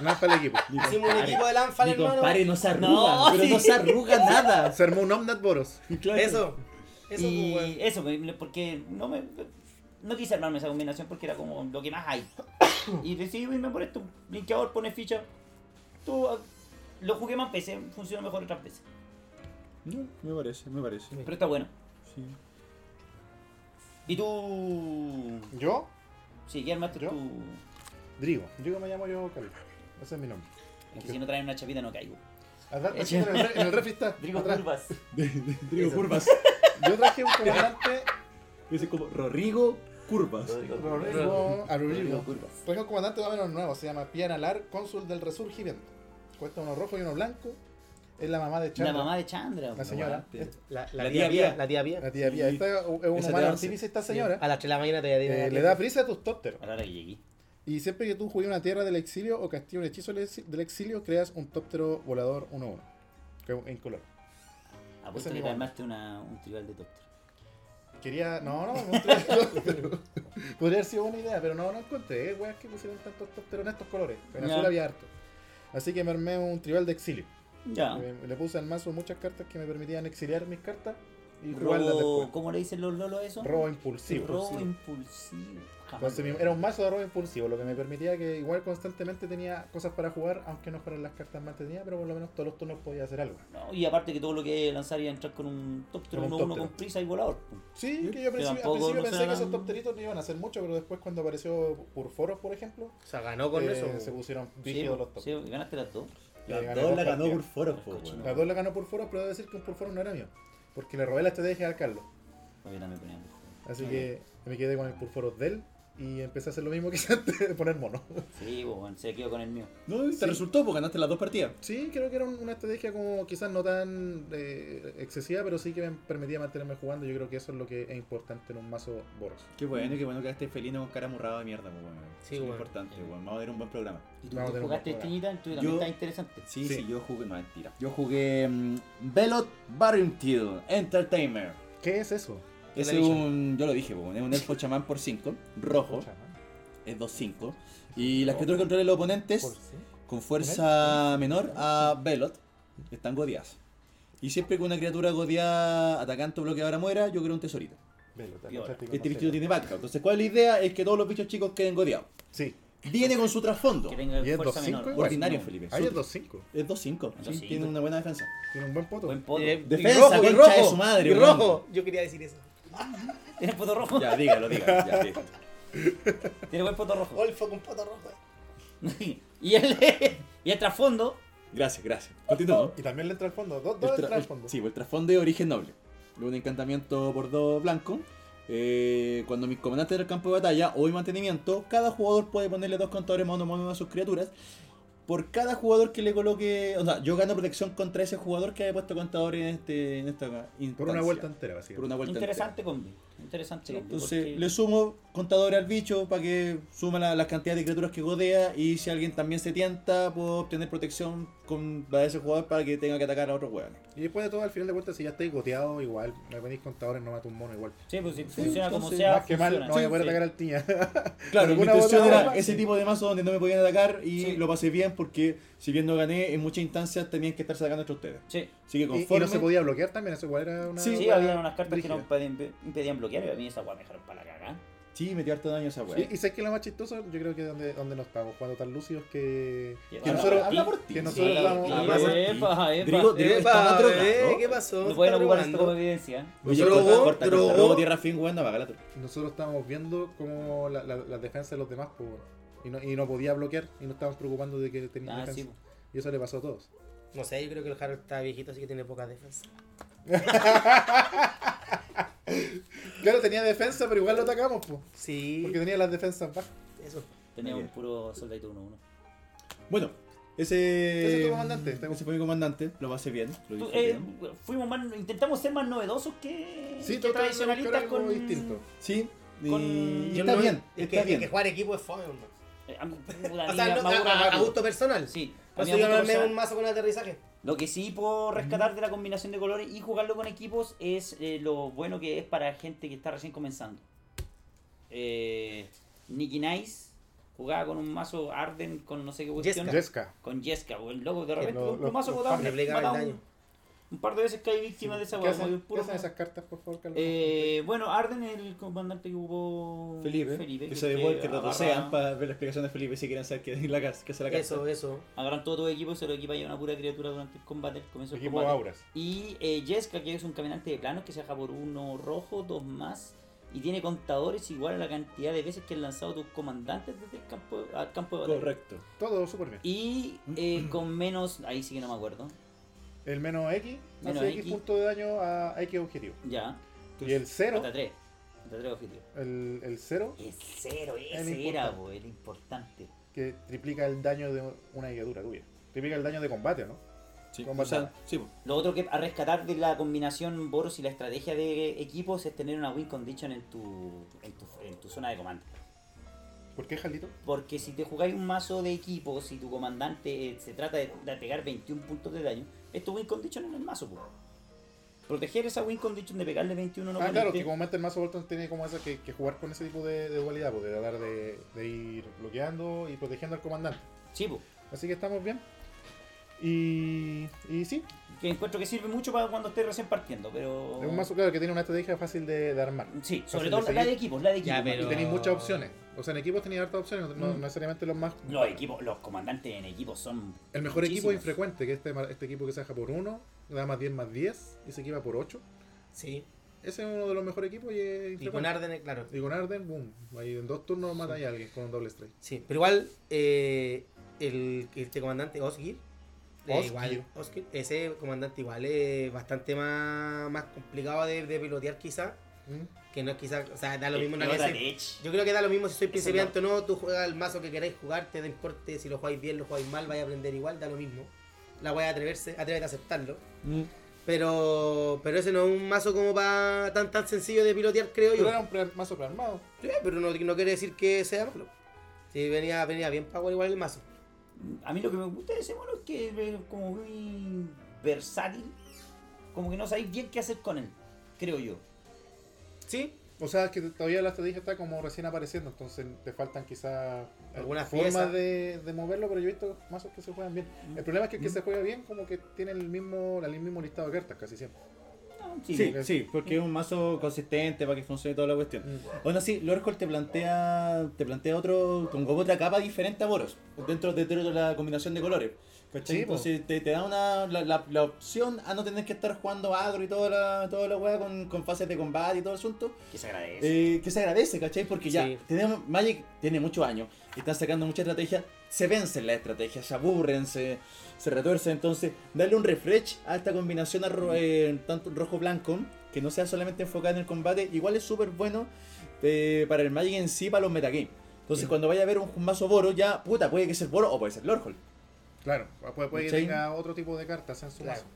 Speaker 2: Más para el equipo.
Speaker 3: Ni
Speaker 5: Hicimos un
Speaker 3: compadre.
Speaker 5: equipo de Lanfal,
Speaker 3: Mi
Speaker 5: hermano.
Speaker 3: compadre no se arruga,
Speaker 4: No,
Speaker 3: pero no se arruga nada.
Speaker 2: Se armó un Omnat Boros.
Speaker 3: Claro.
Speaker 5: Eso. Eso,
Speaker 4: y
Speaker 5: pues, güey.
Speaker 4: eso, me- me- porque no me no quise armarme esa combinación porque era como lo que más hay. y decidí irme por esto. Linkeador, pone ficha. Tú, ah, lo jugué más veces, funcionó mejor otras veces.
Speaker 3: No, me parece, me parece.
Speaker 4: Pero está bueno.
Speaker 3: Sí.
Speaker 4: ¿Y tú?
Speaker 2: ¿Yo?
Speaker 4: Sí, ¿qué armaste
Speaker 2: ¿Yo?
Speaker 4: tú?
Speaker 2: Drigo. Drigo me llamo yo, Carlos. Ese es mi nombre.
Speaker 4: Es que si no traen una chapita no caigo.
Speaker 2: Atrás-
Speaker 4: Eche.
Speaker 2: En el, re- en el refri está.
Speaker 4: Drigo
Speaker 2: atrás.
Speaker 4: Curvas.
Speaker 3: De, de- Rodrigo
Speaker 2: Eso.
Speaker 3: Curvas.
Speaker 2: Yo traje un comandante
Speaker 3: Dice como Rodrigo Curvas.
Speaker 2: Rodrigo, a Rodrigo.
Speaker 4: Curvas.
Speaker 2: Traje un comandante más o menos nuevo, se llama Pian Alar, cónsul del resurgimiento. Cuesta uno rojo y uno blanco. Es la mamá de Chandra.
Speaker 4: La mamá de Chandra. pues,
Speaker 2: La señora.
Speaker 3: Guante.
Speaker 5: La,
Speaker 3: La tía Pía.
Speaker 5: La tía Pía.
Speaker 2: La tía Pía. Esta es un
Speaker 3: Esa
Speaker 2: humano
Speaker 3: te
Speaker 2: artífice, esta señora.
Speaker 5: A las 3 de la mañana te voy a
Speaker 2: eh, le da prisa a tus tópteros.
Speaker 4: Ahora que llegué.
Speaker 2: Y siempre que tú juegas una tierra del exilio o castigas un hechizo del exi- del exilio, creas un tóptero volador 1-1. que- En color. Ese
Speaker 4: Apuesto
Speaker 2: es
Speaker 4: que
Speaker 2: mi
Speaker 4: te
Speaker 2: guante.
Speaker 4: armaste una, un tribal de doctor.
Speaker 2: Quería. No, no, no encontré tóptero. Podría haber sido buena idea, pero no, no encontré, eh, weas, que pusieron tantos tópteros en estos colores. En
Speaker 4: Ya.
Speaker 2: azul había harto. Así que me armé un tribal de exilio.
Speaker 4: Ya.
Speaker 2: Eh, Le puse al mazo muchas cartas que me permitían exiliar mis cartas y jugarlas
Speaker 4: Robo,
Speaker 2: después.
Speaker 4: ¿Cómo le dicen los lolos a eso?
Speaker 2: Robo impulsivo.
Speaker 4: Robo impulsivo.
Speaker 2: Entonces, mi- era un mazo de robo impulsivo, lo que me permitía que igual constantemente tenía cosas para jugar, aunque no fueran las cartas más entretenidas, pero por lo menos todos los turnos podía hacer algo.
Speaker 4: No, y aparte que todo lo que lanzar y entrar con un top 3
Speaker 2: Con un
Speaker 4: 1 1
Speaker 2: tóptero.
Speaker 4: con prisa y volador. pum.
Speaker 2: Sí, que yo al
Speaker 4: Que
Speaker 2: principio, al
Speaker 4: tampoco
Speaker 2: principio
Speaker 4: no
Speaker 2: pensé
Speaker 4: serán-
Speaker 2: que esos topteritos no iban a hacer mucho, pero después cuando apareció Purforos, por ejemplo,
Speaker 5: O sea, ganó con
Speaker 2: eh,
Speaker 5: eso.
Speaker 2: se pusieron
Speaker 4: Sí, pues,
Speaker 2: rígidos los top.
Speaker 4: sí, ganaste las dos.
Speaker 2: Ya
Speaker 3: La
Speaker 2: ganó
Speaker 3: dos
Speaker 2: dos
Speaker 3: la ganó
Speaker 2: partidas.
Speaker 3: Burforos, po,
Speaker 4: Cochino.
Speaker 2: La
Speaker 3: weón.
Speaker 2: dos la ganó Purforos, pero debo decir que un Purforos no era mío, porque le robé la estrategia a Carlos.
Speaker 4: A mí también ponían mejor.
Speaker 2: Así que me quedé con el Purforos de él y empecé a hacer lo mismo que hice antes de poner mono.
Speaker 4: Sí, pues, bueno, se quedó con el mío.
Speaker 3: No, y te resultó, porque ganaste las dos partidas.
Speaker 2: Sí, creo que era un- una estrategia como quizás no tan eh, excesiva, pero sí que me permitía mantenerme jugando. Yo creo que eso es lo que es importante en un mazo borroso.
Speaker 3: Qué bueno, qué bueno que estés felino con cara morrada de mierda, pues, weón. Eso
Speaker 5: Sí,
Speaker 3: es lo
Speaker 5: weón.
Speaker 3: importante, weón. Vamos a ver un buen programa.
Speaker 4: Y tú
Speaker 2: Vamos a
Speaker 4: tú
Speaker 2: tener un
Speaker 4: jugaste
Speaker 2: buen
Speaker 4: esteñita, tú también
Speaker 3: Yo-
Speaker 4: estás interesante.
Speaker 3: Sí,
Speaker 2: Sí.
Speaker 3: sí, yo jugué. No, mentira. Yo jugué mm, Velot Barrington Entertainer.
Speaker 2: ¿Qué es eso?
Speaker 3: Es
Speaker 5: Television.
Speaker 3: un. Yo lo dije, po, es un elfo chamán por 5, rojo, es 2-5. Y las criaturas que controlan los oponentes con fuerza menor a Velot están godeadas. Y siempre que una criatura godeada, atacante o bloqueadora muera, yo creo un tesorito.
Speaker 2: Velo, te
Speaker 4: Y ahora,
Speaker 2: acostaste con
Speaker 3: Este
Speaker 2: Marcelo.
Speaker 3: bicho tiene background. Entonces, ¿cuál es la idea? Es que todos los bichos chicos queden godeados.
Speaker 2: Sí,
Speaker 3: Viene con su trasfondo.
Speaker 4: Que tenga
Speaker 2: Y es
Speaker 4: fuerza
Speaker 2: 2-5
Speaker 4: menor.
Speaker 2: igual.
Speaker 3: Ordinario, Felipe.
Speaker 2: ahí
Speaker 3: Su-
Speaker 2: es 2-5.
Speaker 3: Es 2-5. sí,
Speaker 4: 2-5.
Speaker 3: tiene una buena defensa.
Speaker 2: Tiene un buen poto.
Speaker 4: Buen poto.
Speaker 5: Eh,
Speaker 3: Defensa,
Speaker 5: y
Speaker 3: concha de su madre,
Speaker 5: y
Speaker 3: weón.
Speaker 5: rojo. Yo quería decir eso.
Speaker 4: Tiene el poto rojo.
Speaker 3: Ya, dígalo, dígalo. Ya, listo.
Speaker 4: Tiene buen poto rojo.
Speaker 5: Olfo con poto rojo.
Speaker 2: eh.
Speaker 4: y el, y el trasfondo.
Speaker 3: Gracias, gracias. Continúo.
Speaker 2: Y también le entra al fondo. Dos,
Speaker 3: El
Speaker 2: dos
Speaker 3: tra-
Speaker 2: entra al
Speaker 3: el-
Speaker 2: fondo.
Speaker 3: Sí, pues, el trasfondo de origen noble. Un encantamiento por dos blanco. Eh, cuando mis comandantes del campo de batalla o en mantenimiento, cada jugador puede ponerle dos contadores mono mono a sus criaturas. Por cada jugador que le coloque. O sea, yo gano protección contra ese jugador que haya puesto contadores en, este, en esta.
Speaker 2: Por una
Speaker 3: instancia.
Speaker 2: vuelta entera,
Speaker 3: Por
Speaker 2: básicamente.
Speaker 3: una vuelta
Speaker 4: Interesante
Speaker 3: entera.
Speaker 4: combi. Interesante
Speaker 3: Sí,
Speaker 4: combi.
Speaker 3: entonces
Speaker 4: porque-
Speaker 3: le sumo contadores al bicho para que suma la- las cantidades de criaturas que godea y si alguien también se tienta puedo obtener protección con la de ese jugador para que tenga que atacar a otros hueones.
Speaker 2: Y después de todo, al final de cuenta, si ya estáis goteado, igual. Me ponéis contadores, no mata un mono igual.
Speaker 4: Sí, pues si funciona como
Speaker 3: entonces,
Speaker 4: sea.
Speaker 2: Más que mal,
Speaker 4: funciona.
Speaker 2: no voy a poder
Speaker 4: Sí,
Speaker 2: atacar al tiña.
Speaker 3: Claro, mi
Speaker 2: Alguna
Speaker 3: intención
Speaker 2: otra
Speaker 3: era
Speaker 2: forma,
Speaker 3: ese
Speaker 2: sí.
Speaker 3: tipo de mazo donde no me podían atacar y
Speaker 4: Sí.
Speaker 3: lo pasé bien porque si bien no gané, en muchas instancias tenían que estar sacando entre ustedes.
Speaker 4: Sí.
Speaker 3: Así que
Speaker 2: Y, y
Speaker 3: conforme...
Speaker 2: no se podía bloquear también, eso igual era una.
Speaker 4: Sí,
Speaker 2: hueá
Speaker 4: había unas cartas que no
Speaker 2: brígida.
Speaker 4: impedían, impedían bloquear y a mí esa guay me dejaron para la cagada.
Speaker 3: Sí, metió harto daño esa weá.
Speaker 2: Y, y sé que lo más chistoso, yo creo que donde, donde nos estamos, cuando tan lúcidos que.
Speaker 4: Que
Speaker 2: que
Speaker 4: habla
Speaker 2: nosotros.
Speaker 4: por ti.
Speaker 2: Que
Speaker 4: Sí,
Speaker 2: nosotros estamos.
Speaker 4: claro.
Speaker 2: nosotros-
Speaker 4: Epa, epa.
Speaker 3: pues, Drigo, Drigo está drogado.
Speaker 5: ¿Qué pasó?
Speaker 4: No pueden
Speaker 5: Está
Speaker 4: ocupar esto como
Speaker 5: drogando.
Speaker 4: evidencia.
Speaker 3: Oye,
Speaker 5: Drogó,
Speaker 3: corta, corta, corta,
Speaker 5: drogó.
Speaker 3: robo tierra fin, weón, no apaga la tru-
Speaker 2: Nosotros estábamos viendo como la, la, las defensas de los demás, pues, bueno. y, no, y no podía bloquear, y nos estábamos preocupando de que tenía
Speaker 4: Ah,
Speaker 2: defensa.
Speaker 4: sí, po.
Speaker 2: Y eso le pasó a todos.
Speaker 5: No sé, yo creo que el Harold está viejito, así que tiene poca defensa.
Speaker 2: Claro, tenía defensa, pero igual lo atacamos, pues.
Speaker 5: Sí,
Speaker 2: Porque tenía las defensas bajas.
Speaker 5: eso.
Speaker 4: Tenía un
Speaker 3: Bien.
Speaker 4: puro soldadito 1-1.
Speaker 3: Bueno, ese...
Speaker 2: Ese es tu comandante. este
Speaker 3: Ese fue mi comandante, lo pasé bien. Lo
Speaker 4: Tú,
Speaker 3: hice
Speaker 4: eh,
Speaker 3: bien.
Speaker 4: fuimos más, intentamos ser más novedosos que,
Speaker 2: Sí,
Speaker 4: que
Speaker 2: todo
Speaker 4: tradicionalistas
Speaker 2: algo
Speaker 4: con
Speaker 2: distinto.
Speaker 3: Sí, y,
Speaker 4: con-
Speaker 3: y
Speaker 5: Yo
Speaker 3: está
Speaker 5: no-
Speaker 3: bien,
Speaker 5: Es que,
Speaker 3: está
Speaker 5: es
Speaker 3: bien.
Speaker 5: que jugar equipo es fome, hermano.
Speaker 4: Eh, a mí, puta,
Speaker 5: O sea,
Speaker 4: mí
Speaker 5: no,
Speaker 4: me aburre
Speaker 5: a, a- a
Speaker 4: rápido.
Speaker 5: gusto personal.
Speaker 4: Sí, a
Speaker 5: Por
Speaker 4: mí
Speaker 5: eso
Speaker 4: me
Speaker 5: yo no
Speaker 4: gusta
Speaker 5: armé
Speaker 4: usar-
Speaker 5: un mazo con aterrizaje.
Speaker 4: Lo que sí puedo rescatar de la combinación de colores y jugarlo con equipos es eh, lo bueno que es para gente que está recién comenzando. Eh, Nicky Nice jugaba con un mazo Arden con no sé qué cuestión.
Speaker 5: Jessica.
Speaker 2: Yesca.
Speaker 4: Con Jessica, el loco de repente
Speaker 2: lo-
Speaker 4: un
Speaker 2: lo-
Speaker 4: mazo
Speaker 2: lo
Speaker 4: botado,
Speaker 2: paga,
Speaker 5: le plega el
Speaker 4: mataba
Speaker 5: daño.
Speaker 4: un, un par de veces caí víctima de esa
Speaker 2: ¿Qué
Speaker 4: hueá,
Speaker 2: hacen,
Speaker 4: muy
Speaker 2: qué
Speaker 4: puro.
Speaker 2: hacen esas cartas, por favor, Carlos?
Speaker 4: Eh, bueno, Arden es el comandante que ocupó
Speaker 3: Felipe,
Speaker 4: Felipe,
Speaker 3: eso de
Speaker 4: que
Speaker 3: Walker,
Speaker 4: agarra-
Speaker 3: lo sean para ver la explicación de Felipe si quieren saber qué es la casa, qué es la casa.
Speaker 5: Eso, eso.
Speaker 4: Agarran todo tu equipo y se lo equipa a una pura criatura durante el combate, el comienzo del
Speaker 2: Equipo
Speaker 4: combate.
Speaker 2: Auras.
Speaker 4: Y eh, Jessica, que es un caminante de planos que se deja por uno rojo, dos más. Y tiene contadores igual a la cantidad de veces que han lanzado tus comandantes desde el campo, al campo de batalla.
Speaker 3: Correcto.
Speaker 2: Todo súper bien.
Speaker 4: Y
Speaker 2: Mm.
Speaker 4: eh, con menos. Ahí sí que no me acuerdo.
Speaker 2: El menos X
Speaker 4: Menos
Speaker 2: hace X,
Speaker 4: X.
Speaker 2: punto de daño a X objetivo.
Speaker 4: Ya.
Speaker 2: Y el 0,
Speaker 4: Hasta tres. Hasta tres objetivos.
Speaker 2: el, el 0,
Speaker 4: El cero,
Speaker 2: El
Speaker 4: ese era,
Speaker 2: importante.
Speaker 4: po, el importante.
Speaker 2: que triplica el daño de una guiadura tuya. Triplica el daño de combate, ¿no?
Speaker 3: Sí,
Speaker 2: Con
Speaker 3: o sea,
Speaker 2: Bandana.
Speaker 3: sí, po.
Speaker 4: Lo otro que a rescatar de la combinación Boros y la estrategia de equipos es tener una win condition en tu, en tu, en tu zona de comando.
Speaker 2: ¿Por qué, Jalito?
Speaker 4: Porque si te jugáis un mazo de equipo, si tu comandante eh, se trata de, de pegar 21 puntos de daño, es tu win condition en el mazo, po. Proteger esa win condition de pegarle 21 no
Speaker 2: ah, claro, que como mete el mazo Bolton tiene como esa que, que jugar con ese tipo de, de dualidad, pues, de tratar de, de ir bloqueando y protegiendo al comandante.
Speaker 4: Sí, po.
Speaker 2: Así que estamos bien. Y, y sí,
Speaker 4: Que encuentro que sirve mucho para cuando estés recién partiendo, pero.
Speaker 2: es un mazo claro que tiene una estrategia fácil de, de armar.
Speaker 4: Sí, sobre
Speaker 2: Fácil
Speaker 4: todo
Speaker 2: de
Speaker 4: la, la de
Speaker 2: seguir.
Speaker 4: equipos, la de equipos.
Speaker 6: Ya,
Speaker 4: más
Speaker 6: pero-
Speaker 2: Y tenéis muchas opciones. O sea, en equipos tenéis hartas opciones, no, no necesariamente los más.
Speaker 4: que- Los equipos, los comandantes en equipos son.
Speaker 2: El mejor equipo es
Speaker 4: muchísimos.
Speaker 2: infrecuente, que este, ma- este equipo que se deja por 1, da más 10 más 10 y se equipa por 8.
Speaker 5: Sí.
Speaker 2: Ese es uno de los mejores equipos y es
Speaker 5: Y con
Speaker 2: infrecuente.
Speaker 5: Arden, claro.
Speaker 2: Y con Arden, boom. Ahí en dos turnos mata a alguien con un doble strike.
Speaker 5: Sí, pero igual eh, el, este comandante Osgir, eh,
Speaker 2: Osgir.
Speaker 5: igual, Osgir, ese comandante igual es bastante más, más complicado de, de pilotear quizá,
Speaker 2: ¿Mm?
Speaker 5: que no es quizá, o sea, da lo
Speaker 4: Eh,
Speaker 5: mismo una
Speaker 4: y
Speaker 5: vez.
Speaker 4: otra Tech.
Speaker 5: Yo creo que da lo mismo si soy
Speaker 4: Eso
Speaker 5: principiante o no, tú juegas el mazo que queráis jugar, te da importe si lo jugáis bien, lo jugáis mal, vais a aprender igual, da lo mismo. La voy a atreverse, atrévete a aceptarlo. Pero pero ese no es un mazo como para tan tan sencillo de pilotear, creo yo.
Speaker 2: Pero era un pre- mazo prearmado.
Speaker 5: Sí, pero no, no quiere decir que sea malo. Sí, venía, venía bien power igual el mazo.
Speaker 4: A mí lo que me gusta de ese mono es que es como muy versátil. Como que no sabéis bien qué hacer con él, creo yo.
Speaker 5: Sí,
Speaker 2: O sea, es que todavía la estrategia está como recién apareciendo, entonces te faltan quizás
Speaker 5: Algunas
Speaker 2: formas
Speaker 5: piezas.
Speaker 2: de, de moverlo, pero yo he visto mazos que se juegan bien. El problema es que el que se juega bien como que tiene el mismo, el mismo listado de cartas casi siempre.
Speaker 4: No, sí,
Speaker 3: Sí,
Speaker 2: ok.
Speaker 3: sí, porque es un mazo consistente para que funcione toda la
Speaker 4: Mm.
Speaker 3: cuestión.
Speaker 2: Mm.
Speaker 3: Aún así, Lorcor te plantea, te plantea otro, como otra capa diferente a Boros, dentro de, dentro de la combinación de colores. ¿cachai?
Speaker 2: Sí, po.
Speaker 3: Entonces te, te da una, la, la- la opción a no tener que estar jugando agro y toda la, toda la weá con, con fases de combate y todo el asunto.
Speaker 4: que se agradece.
Speaker 3: Eh, que se agradece, ¿cachai? Porque ya
Speaker 5: Sí.
Speaker 3: tenemos, Magic tiene muchos años, están sacando mucha estrategia, se vencen las estrategias, se aburren, se, se retuercen, entonces darle un refresh a esta combinación a ro- eh, tanto rojo-blanco, que no sea solamente enfocada en el combate, igual es súper bueno eh, para el Magic en sí, para los metagames. Entonces cuando vaya a ver un mazo Boro, ya, puta, puede que sea Boro o puede ser Lorhol.
Speaker 2: Claro, puede, puede que
Speaker 3: ¿Cachai?
Speaker 2: tenga otro tipo de cartas en su
Speaker 5: Claro.
Speaker 2: mazo.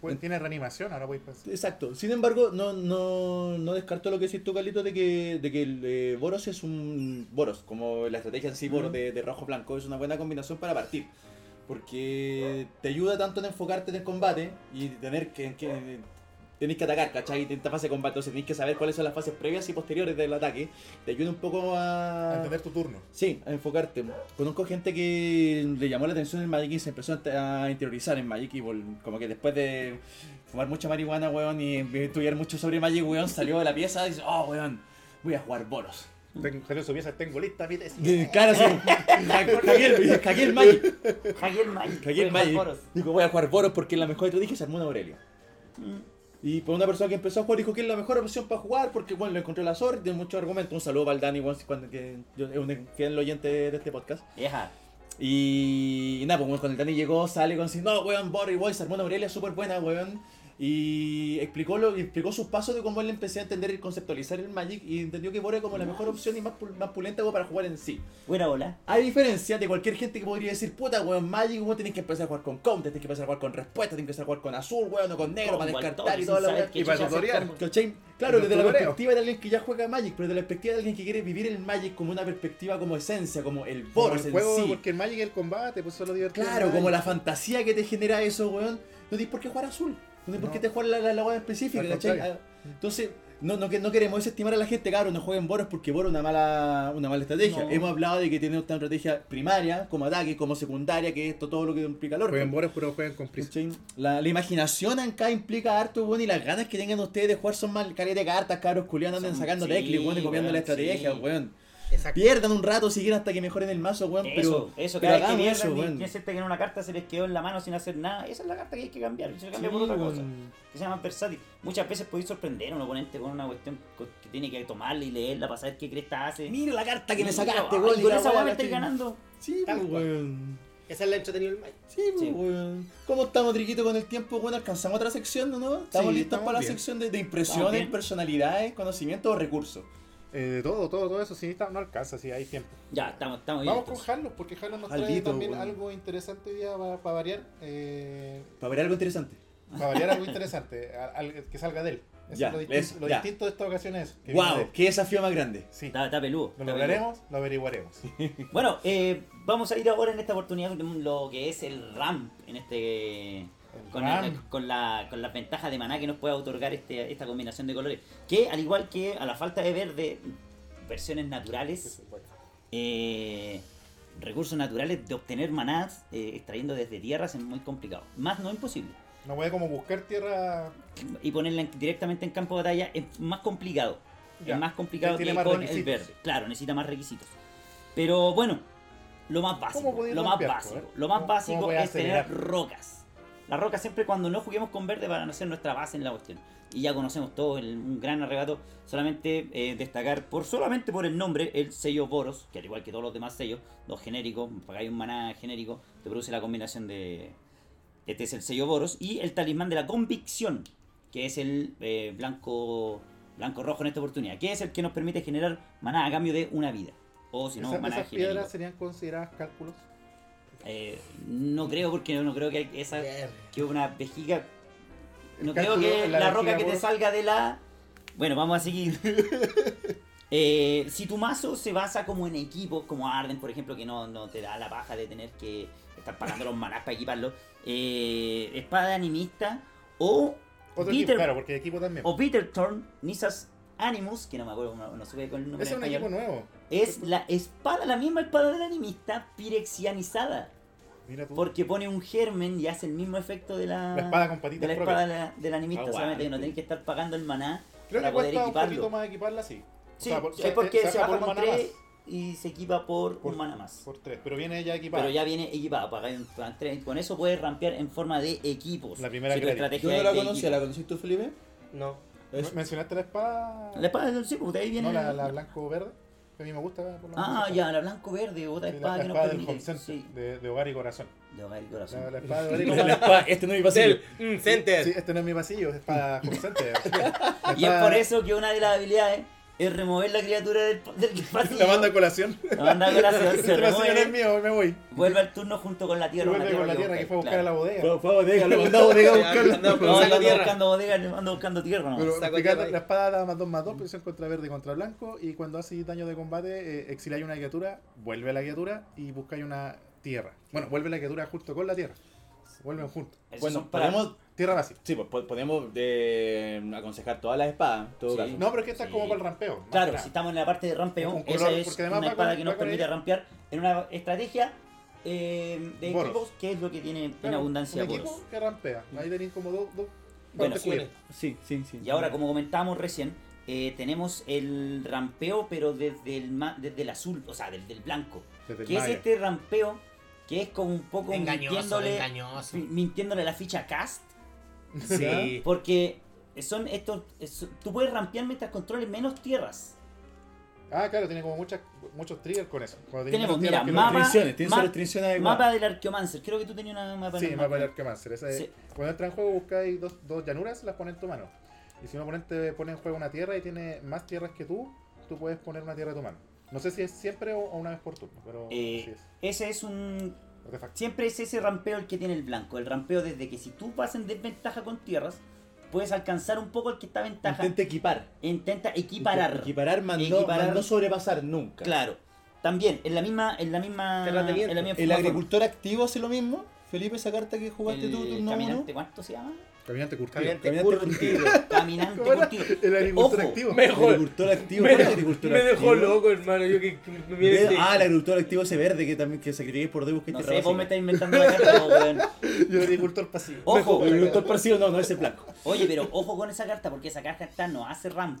Speaker 2: Puede- tiene reanimación, ahora podéis pensar.
Speaker 3: Exacto. Sin embargo, no, no, no descarto lo que decís tú, Calito, de que, de que el eh, Boros es un. Boros, como la estrategia en sí, Boros de, de rojo blanco, es una buena combinación para partir. Porque te ayuda tanto en enfocarte en el combate y tener que. que Tenéis que atacar, ¿cachai? Tienes fase de combate, entonces tenéis que saber cuáles son las fases previas y posteriores del ataque. Te ayuda un poco
Speaker 2: A
Speaker 3: a.
Speaker 2: entender tu turno.
Speaker 3: Sí, a enfocarte. Conozco gente que le llamó la atención el Magic y se empezó a a interiorizar en Magic y vol- como que después de fumar mucha marihuana, weón, y estudiar mucho sobre Magic, weón, salió de la pieza y dice, oh, weón, voy a jugar bolos.
Speaker 2: Tengo, salió su pieza, tengo lista, mi tesis.
Speaker 3: Y Claro, sí. ca- Cagué el- cagué el Magic.
Speaker 4: Javier Magic.
Speaker 3: Cagué el Eh,
Speaker 4: Juega
Speaker 3: Magic.
Speaker 4: Boros.
Speaker 3: Digo, voy a jugar bolos porque es la mejor estrategia se armó una Aurelia. Y por una persona que empezó a jugar dijo que es la mejor opción para jugar porque, bueno, le encontró la suerte, tiene muchos argumentos. Un saludo para el Dani, weón, si cuando- que yo- es un fiel oyente de este podcast.
Speaker 4: Ejá.
Speaker 3: Y, y nada, pues weón, cuando el Dani llegó, sale con decir, no, weón, Borry Boy, se armó una Aurelia súper buena, weón. Y explicó, lo, explicó sus pasos de cómo él empecé a entender y conceptualizar el Magic y entendió que Borry era como la mejor opción y más, pul- más pulenta weón, para jugar en sí.
Speaker 4: Buena bola.
Speaker 3: A diferencia de cualquier gente que podría decir, puta, weón, Magic, weón, tenés que empezar a jugar con counter, tenés que empezar a jugar con respuesta, tenés que empezar a jugar con azul, weón, o con negro para
Speaker 4: Combo al
Speaker 3: descartar
Speaker 4: toque,
Speaker 3: y toda
Speaker 4: sin
Speaker 3: la
Speaker 4: saber
Speaker 3: weá.
Speaker 4: qué
Speaker 2: Y para
Speaker 4: chucha hacer
Speaker 2: tutorial.
Speaker 4: combo.
Speaker 3: ¿Cachai? Claro,
Speaker 2: Los
Speaker 3: desde la
Speaker 2: tutoreos.
Speaker 3: perspectiva de alguien que ya juega Magic, pero desde la perspectiva de alguien que quiere vivir el Magic como una perspectiva como esencia, como el
Speaker 2: Por
Speaker 3: Boros
Speaker 2: el
Speaker 3: en
Speaker 2: juego,
Speaker 3: sí.
Speaker 2: porque el Magic es el combate, pues eso es lo divertido.
Speaker 3: Claro, como la fantasía que te genera eso, weón. No tienes por qué jugar azul. No tienes por qué
Speaker 2: No.
Speaker 3: te jugar la, la, la weá específica,
Speaker 2: Al
Speaker 3: ¿cachai?
Speaker 2: contrario.
Speaker 3: Ah, Entonces, no, no, que- no queremos desestimar a la gente, cabrón, no jueguen Boros porque Boros es una mala, una mala estrategia.
Speaker 4: No.
Speaker 3: Hemos hablado de que tiene una estrategia primaria, como ataque, como secundaria, que esto todo lo que implica el
Speaker 2: Juegan Boros, pero juegan con Prince.
Speaker 3: ¿Cachai? La, la imaginación acá implica harto, weón, y las ganas que tengan ustedes de jugar son mal caleta de cartas, cabros culiados, andan
Speaker 4: Son-
Speaker 3: sacando
Speaker 4: sí,
Speaker 3: teclas, weón, y copiando
Speaker 4: weón,
Speaker 3: la estrategia,
Speaker 4: sí.
Speaker 3: weón.
Speaker 5: Exacto.
Speaker 3: Pierdan un rato si quieren hasta que mejoren el mazo, weón,
Speaker 4: Eso,
Speaker 3: pero, pero
Speaker 4: eso, cada vez que
Speaker 3: hagamos
Speaker 4: pierdan
Speaker 3: eso,
Speaker 4: y
Speaker 3: weón.
Speaker 4: piensen que en una carta se les quedó en la mano sin hacer nada, esa es la carta que hay que cambiar, se
Speaker 3: Sí,
Speaker 4: cambia
Speaker 3: pues,
Speaker 4: por otra
Speaker 3: weón.
Speaker 4: cosa, que se llama versátil. Muchas veces podéis sorprender a un oponente con una cuestión co- que tiene que tomarla y leerla para saber qué cresta hace.
Speaker 3: Mira la carta que me
Speaker 4: Mira,
Speaker 3: sacaste,
Speaker 4: ay,
Speaker 3: weón. y
Speaker 4: Con
Speaker 3: la
Speaker 4: esa
Speaker 3: weá
Speaker 4: weá
Speaker 3: la
Speaker 4: me estoy
Speaker 3: estoy-
Speaker 4: ganando.
Speaker 3: Sí,
Speaker 5: Tal
Speaker 3: pues,
Speaker 5: cual.
Speaker 3: weón.
Speaker 5: Esa es la entretenida del Magic.
Speaker 3: Sí, pues,
Speaker 4: Sí.
Speaker 3: weón. ¿Cómo estamos, Triquito, con el tiempo? Bueno, alcanzamos otra sección, ¿no? ¿Estamos
Speaker 2: Sí,
Speaker 3: listos
Speaker 2: estamos
Speaker 3: para
Speaker 2: bien.
Speaker 3: la sección de, de
Speaker 4: Estamos
Speaker 3: impresiones,
Speaker 4: bien.
Speaker 3: personalidades, conocimientos o recursos.
Speaker 2: Eh, de todo, todo, todo eso, si necesita- no alcanza, si hay tiempo.
Speaker 4: Ya, estamos, estamos bien.
Speaker 2: Vamos con
Speaker 4: entonces.
Speaker 2: Harlow, porque Harlow nos trae
Speaker 3: Jaldito,
Speaker 2: también
Speaker 3: weón.
Speaker 2: algo interesante hoy día para, variar. eh,
Speaker 3: Para ver algo interesante.
Speaker 2: para variar algo interesante, a- al- que salga de él. Eso
Speaker 3: Ya,
Speaker 2: es lo, distin-
Speaker 3: eso,
Speaker 2: lo
Speaker 3: ya.
Speaker 2: distinto de esta ocasión es. que viene
Speaker 3: ¡Wow!
Speaker 2: de-
Speaker 3: ¡Qué desafío más grande!
Speaker 2: Sí,
Speaker 4: Está, está peludo.
Speaker 2: lo
Speaker 4: está
Speaker 2: lograremos, lo averiguaremos.
Speaker 4: peludo. Bueno, eh, vamos a ir ahora en esta oportunidad con lo que es el ramp en este. Con,
Speaker 2: RAM.
Speaker 4: el- con la, con las ventajas de maná que nos puede otorgar este, esta combinación de colores. Que al igual que a la falta de verde, versiones naturales, eh, recursos naturales de obtener manás eh, extrayendo desde tierras es muy complicado. Más no imposible.
Speaker 2: No puede como buscar tierra.
Speaker 4: y ponerla en- directamente en campo de batalla es más complicado.
Speaker 2: Ya,
Speaker 4: Es más complicado
Speaker 2: tiene
Speaker 4: que
Speaker 2: más
Speaker 4: con el
Speaker 2: requisitos.
Speaker 4: verde. Claro, necesita más requisitos. Pero bueno, lo más básico.
Speaker 2: podéis
Speaker 4: Lo más
Speaker 2: romper,
Speaker 4: básico,
Speaker 2: joder?
Speaker 4: lo más
Speaker 2: ¿Cómo- cómo
Speaker 4: básico
Speaker 2: podéis
Speaker 4: es tener
Speaker 2: acelerar?
Speaker 4: rocas. Las rocas siempre cuando no juguemos con verde van a ser nuestra base en la cuestión. Y ya conocemos todo el- un gran arrebato. Solamente eh, destacar por solamente por el nombre, el sello Boros, que al igual que todos los demás sellos, dos genéricos, pagáis un maná genérico, te produce la combinación de, este es el sello Boros. Y el talismán de la convicción, que es el eh, blanco blanco rojo en esta oportunidad, que es el que nos permite generar maná a cambio de una vida. O si no,
Speaker 2: Esa-
Speaker 4: maná
Speaker 2: esas piedras
Speaker 4: genérico.
Speaker 2: serían consideradas cálculos.
Speaker 4: Eh, no creo, porque no creo que hay- esa
Speaker 5: Ver.
Speaker 4: que una vejiga. No
Speaker 2: El
Speaker 4: creo
Speaker 2: cálculo
Speaker 4: que
Speaker 2: en
Speaker 4: la,
Speaker 2: la
Speaker 4: roca
Speaker 2: vejiga
Speaker 4: que te
Speaker 2: Boros.
Speaker 4: salga de la. Bueno, vamos a seguir. Eh, si tu mazo se basa como en equipos, como Arden, por ejemplo, que no, no te da la baja de tener que estar pagando los manás para equiparlo, eh, espada animista o
Speaker 2: Otro
Speaker 4: Peter, Oh,
Speaker 2: equipo, claro, porque equipo también.
Speaker 4: o Peter Thorn, Nisas Animus, que no me acuerdo, no, no supe con el nombre
Speaker 2: Ese es
Speaker 4: en
Speaker 2: un
Speaker 4: español,
Speaker 2: equipo nuevo.
Speaker 4: es la espada, la misma espada del animista, pirexianizada.
Speaker 2: Mira tú.
Speaker 4: Porque pone un germen y hace el mismo efecto de la,
Speaker 2: La espada con
Speaker 4: Ah, de
Speaker 2: patitas
Speaker 4: la
Speaker 2: propias.
Speaker 4: espada de la- del animista,
Speaker 3: Aguante.
Speaker 4: solamente que no tenés que estar pagando el maná
Speaker 2: Ah, Creo
Speaker 4: para
Speaker 2: que
Speaker 4: poder
Speaker 2: cuesta un
Speaker 4: equiparlo.
Speaker 2: poquito más equiparla, sí. O
Speaker 4: Sí,
Speaker 2: sea, por-
Speaker 4: es porque
Speaker 2: o
Speaker 4: se
Speaker 2: sea,
Speaker 4: baja
Speaker 2: por
Speaker 4: con
Speaker 2: maná
Speaker 4: 3
Speaker 2: más.
Speaker 4: y se equipa por,
Speaker 2: Por-
Speaker 4: un maná más.
Speaker 2: Por tres, pero viene ya equipada.
Speaker 4: Pero ya viene equipado, pagáis un plan 3. Con eso puedes rampear en forma de equipos.
Speaker 2: La primera
Speaker 4: si tu
Speaker 2: que era.
Speaker 4: estrategia
Speaker 6: Yo no
Speaker 4: es
Speaker 6: la
Speaker 4: de
Speaker 6: conocía,
Speaker 4: equipo.
Speaker 6: ¿la conociste tú, Felipe?
Speaker 5: No.
Speaker 6: Es-
Speaker 2: ¿Mencionaste la espada?
Speaker 4: La espada del sí, pues, de ahí viene.
Speaker 2: No, la,
Speaker 4: el-
Speaker 2: la blanco-verde. Que a mí me gusta. por lo
Speaker 4: Ah,
Speaker 2: menos.
Speaker 4: ya, la blanco-verde, otra
Speaker 2: Sí, La,
Speaker 4: espada
Speaker 2: la
Speaker 4: que nos
Speaker 2: espada del
Speaker 4: permite.
Speaker 2: home center,
Speaker 4: Sí,
Speaker 2: de, de hogar y corazón.
Speaker 4: de hogar y corazón.
Speaker 2: La, la espada de hogar y
Speaker 3: O sea, la
Speaker 2: corazón.
Speaker 3: espada- este no es mi pasillo.
Speaker 5: Mm, Center.
Speaker 2: Sí, este no es mi pasillo, es espada home center. La
Speaker 4: Y es
Speaker 2: espada-
Speaker 4: por eso que una de las habilidades es remover la criatura del, pa- del pasillo.
Speaker 2: La manda a colación.
Speaker 4: La banda de colación se
Speaker 2: Este pasillo no es
Speaker 4: remueve,
Speaker 2: mío, me voy.
Speaker 4: vuelve al turno junto con la
Speaker 2: Y
Speaker 4: tierra. una
Speaker 2: vuelve con la tierra que fue a buscar a la bodega.
Speaker 3: Fue, fue a bodega, lo mandó a bodega a
Speaker 5: Andaba-
Speaker 3: buscarlo.
Speaker 5: andaba
Speaker 4: No, yo
Speaker 5: saco
Speaker 4: ando
Speaker 5: tierra.
Speaker 4: buscando bodega, yo ando buscando tierra. nomás.
Speaker 2: Pero
Speaker 5: Saco
Speaker 2: fíjate,
Speaker 5: tierra ahí.
Speaker 2: la espada da más 2 más 2, presión contra verde y contra blanco. Y cuando hace daño de combate, eh, exiláis una criatura, vuelve a la criatura y buscáis una tierra. Bueno, vuelve la criatura junto con la tierra. Vuelven juntos.
Speaker 4: Esos
Speaker 3: Bueno,
Speaker 4: son para-
Speaker 3: podemos,
Speaker 2: Tierra básica.
Speaker 3: sí, pues, po- podemos eh, aconsejar todas las espadas. en todo
Speaker 4: Sí.
Speaker 3: caso.
Speaker 2: No, pero es que esta es
Speaker 4: Sí.
Speaker 2: como para el rampeo. más que
Speaker 4: Claro,
Speaker 2: nada.
Speaker 4: si estamos en la parte de
Speaker 2: Un
Speaker 4: rampeo,
Speaker 2: color,
Speaker 4: esa es
Speaker 2: porque además
Speaker 4: una
Speaker 2: va
Speaker 4: espada
Speaker 2: con-
Speaker 4: que nos
Speaker 2: va con
Speaker 4: permite
Speaker 2: el-
Speaker 4: rampear en una estrategia eh, de
Speaker 2: Boros.
Speaker 4: equipos, que es lo que tiene en
Speaker 2: Claro,
Speaker 4: abundancia
Speaker 2: Un equipo
Speaker 4: Boros.
Speaker 2: que rampea. Ahí tenéis como dos. dos
Speaker 4: Bueno,
Speaker 2: partes cubiertas.
Speaker 3: Sí, sí, sí.
Speaker 4: Y ahora, como comentábamos recién, eh, tenemos el rampeo, pero desde el, ma- desde el azul, o sea, desde el blanco.
Speaker 2: Desde el
Speaker 4: que es
Speaker 2: Maya.
Speaker 4: este rampeo que es como un poco
Speaker 5: Engañoso,
Speaker 4: mintiéndole,
Speaker 5: engañoso.
Speaker 4: mi- mintiéndole la ficha cast.
Speaker 5: Sí.
Speaker 4: Porque son estos. es- tú puedes rampear mientras controles menos tierras.
Speaker 2: Ah, claro, tiene como muchas, muchos triggers con eso. Cuando tenéis
Speaker 4: Tenemos,
Speaker 2: menos tierras
Speaker 4: mira,
Speaker 2: que los-
Speaker 4: mapa-
Speaker 3: Restricciones, tienes
Speaker 4: ma-
Speaker 3: restricciones adecuadas.
Speaker 4: Mapa del Arqueomancer. Creo que tú tenías una mapa en
Speaker 2: Sí,
Speaker 4: el
Speaker 2: mapa del
Speaker 4: mapa.
Speaker 2: Arquemancer. Esa es-
Speaker 4: Sí.
Speaker 2: Cuando entra en juego buscáis dos, dos llanuras, las pones en tu mano. Y si un oponente pone en juego una tierra y tiene más tierras que tú, tú puedes poner una tierra de tu mano. No sé si es siempre o, o una vez por turno, pero
Speaker 4: Eh,
Speaker 2: sí es.
Speaker 4: ese es un.
Speaker 2: Artefacto.
Speaker 4: Siempre es ese rampeo el que tiene el blanco. El rampeo desde que si tú vas en desventaja con tierras, puedes alcanzar un poco el que está en ventaja.
Speaker 3: Intenta equipar.
Speaker 4: Intenta equiparar.
Speaker 3: Equiparar, más no-
Speaker 4: Equiparar.
Speaker 3: más no sobrepasar nunca.
Speaker 4: Claro. También, en la misma. En la misma.
Speaker 5: Tierras de viento.
Speaker 4: en la misma
Speaker 6: ¿El
Speaker 4: forma-
Speaker 6: agricultor activo hace lo mismo? Felipe, esa carta que jugaste
Speaker 4: el
Speaker 6: tú, turno uno.
Speaker 4: caminante, ¿cuánto se llama?
Speaker 2: Caminante curtido.
Speaker 5: Caminante
Speaker 6: Caminante
Speaker 5: curtido.
Speaker 4: Caminante
Speaker 2: ¿Cómo era?
Speaker 4: curtido.
Speaker 2: El agricultor
Speaker 4: Ojo,
Speaker 2: activo.
Speaker 5: me-
Speaker 3: El agricultor activo.
Speaker 5: Me,
Speaker 3: ¿cuál es el
Speaker 5: dejó-
Speaker 3: agricultor
Speaker 5: me dejó
Speaker 3: activo?
Speaker 5: loco, hermano. Yo que, que me
Speaker 3: Ve-
Speaker 5: viene este-
Speaker 3: Ah, el agricultor activo ese verde que también que sacrificáis por dos busqué
Speaker 4: No
Speaker 3: tierra
Speaker 4: sé,
Speaker 3: básica.
Speaker 4: vos me estás inventando la carta, weón.
Speaker 2: Y el agricultor pasivo.
Speaker 4: Ojo,
Speaker 3: El agricultor parecido no, no es el blanco.
Speaker 4: Oye, pero ojo con esa carta porque esa carta no hace ramp.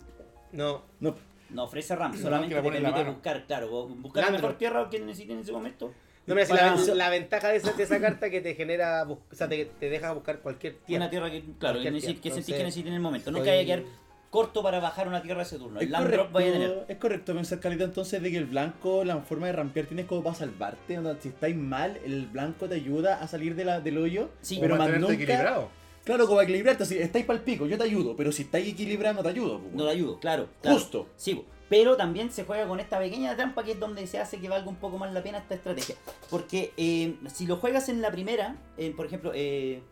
Speaker 5: No.
Speaker 3: No,
Speaker 4: No ofrece ramp,
Speaker 2: No,
Speaker 4: solamente
Speaker 2: que la
Speaker 4: te
Speaker 2: pone en la
Speaker 4: permite
Speaker 2: mano.
Speaker 4: buscar, claro, vos buscar la
Speaker 5: Landro.
Speaker 4: mejor tierra que necesites en ese momento.
Speaker 5: No, mira, si
Speaker 4: Para-
Speaker 5: la, ven- la ventaja de esa, de esa carta que te genera, bus- o sea, te, te deja buscar cualquier tierra.
Speaker 4: Una tierra que, claro, que,
Speaker 5: Cualquier
Speaker 4: necesites,
Speaker 5: tierra.
Speaker 4: que sentís que
Speaker 5: Entonces,
Speaker 4: necesites en el momento. No que
Speaker 5: soy-
Speaker 4: haya que quedar corto para bajar una tierra ese turno. El land drop vaya a tener.
Speaker 3: es correcto pensar, Calita, entonces, de que el blanco, la forma de rampear tienes como para salvarte. onda, si estáis mal, el blanco te ayuda a salir de la, del hoyo.
Speaker 4: Sí.
Speaker 2: O
Speaker 3: pero más
Speaker 2: mantenerte
Speaker 3: nunca.
Speaker 2: equilibrado.
Speaker 3: Claro, como equilibrarte, si estáis pal pico, yo te ayudo, pero si estáis equilibrando, te ayudo. po,
Speaker 4: No
Speaker 3: weón.
Speaker 4: te ayudo, claro. claro.
Speaker 3: Justo.
Speaker 4: Sí, po. pero también se juega con esta pequeña trampa que es donde se hace que valga un poco más la pena esta estrategia. Porque eh, si lo juegas en la primera, eh, por ejemplo, eh,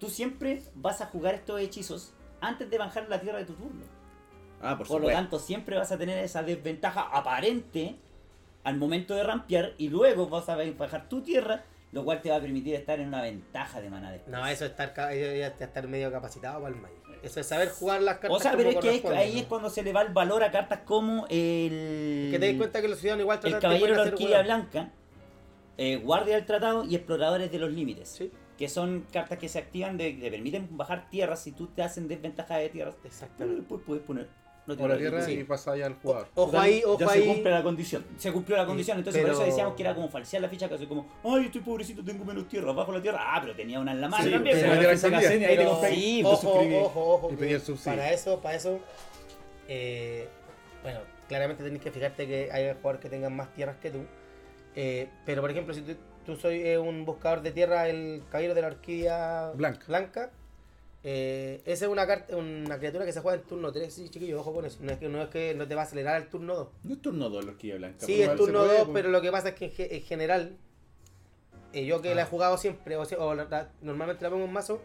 Speaker 4: tú siempre vas a jugar estos hechizos antes de bajar la tierra de tu turno.
Speaker 3: Ah, por
Speaker 4: Por lo
Speaker 3: supuesto.
Speaker 4: tanto, siempre vas a tener esa desventaja aparente al momento de rampear y luego vas a bajar tu tierra, lo cual te va a permitir estar en una ventaja de maná después.
Speaker 5: No, eso es estar, ca- eh, ya está- estar medio capacitado para el mayo. Eso es saber jugar las cartas.
Speaker 4: O sea,
Speaker 5: como
Speaker 4: pero es que es-
Speaker 5: corresponde,
Speaker 4: ahí
Speaker 5: ¿no?
Speaker 4: es cuando se le va el valor a cartas como el...
Speaker 5: Que te des cuenta que los ciudadanos igual
Speaker 4: El
Speaker 5: tratan
Speaker 4: caballero de la
Speaker 5: hacer
Speaker 4: horquilla
Speaker 5: hueá.
Speaker 4: blanca, eh, guardia del tratado y exploradores de los límites.
Speaker 5: Sí,
Speaker 4: Que son cartas que se activan, de- te permiten bajar tierras si tú te hacen desventaja de tierras. Pero
Speaker 5: exactamente.
Speaker 4: después puedes poner. No
Speaker 2: Por la tierra
Speaker 4: preocupes. Sí.
Speaker 2: y pasáis al jugador.
Speaker 5: Ojo ahí, ojo
Speaker 3: ya se
Speaker 5: ahí.
Speaker 3: cumple la condición.
Speaker 4: Se cumplió la condición,
Speaker 5: Sí,
Speaker 4: entonces
Speaker 5: pero-
Speaker 4: por eso decíamos que era como falsear la ficha, que soy como, ay, estoy pobrecito, tengo menos tierra, bajo la tierra. Ah, pero tenía una en la mano
Speaker 3: Sí,
Speaker 4: también.
Speaker 3: se
Speaker 2: pero-
Speaker 3: la
Speaker 4: weón.
Speaker 3: tierra
Speaker 2: pero-
Speaker 3: en Sagaceña, ahí te
Speaker 5: Pero-
Speaker 3: compras-
Speaker 4: sí,
Speaker 3: te
Speaker 5: ojo,
Speaker 3: suscribís.
Speaker 5: ojo, ojo.
Speaker 2: Y
Speaker 5: que
Speaker 2: pedí el subsidio.
Speaker 5: Para eso, para eso. eh, bueno, claramente tenés que fijarte que hay jugadores que tengan más tierras que tú. Eh, pero por ejemplo, si tú, tú soy eh, un buscador de tierra, el caballero de la orquídea
Speaker 2: Blanca.
Speaker 5: eh, esa es una, carta, una criatura que se juega en turno 3, sí, chiquillo, ojo con eso. No es que no, es que no te va a acelerar el turno 2.
Speaker 3: No es turno 2 la horquilla blanca.
Speaker 5: Sí,
Speaker 2: igual
Speaker 5: es
Speaker 2: se
Speaker 5: turno
Speaker 2: puede,
Speaker 5: 2,
Speaker 2: pues.
Speaker 5: pero lo que pasa es que en, ge- en general, eh, yo que la he jugado siempre, o, sea, o la- la- normalmente la pongo en mazo,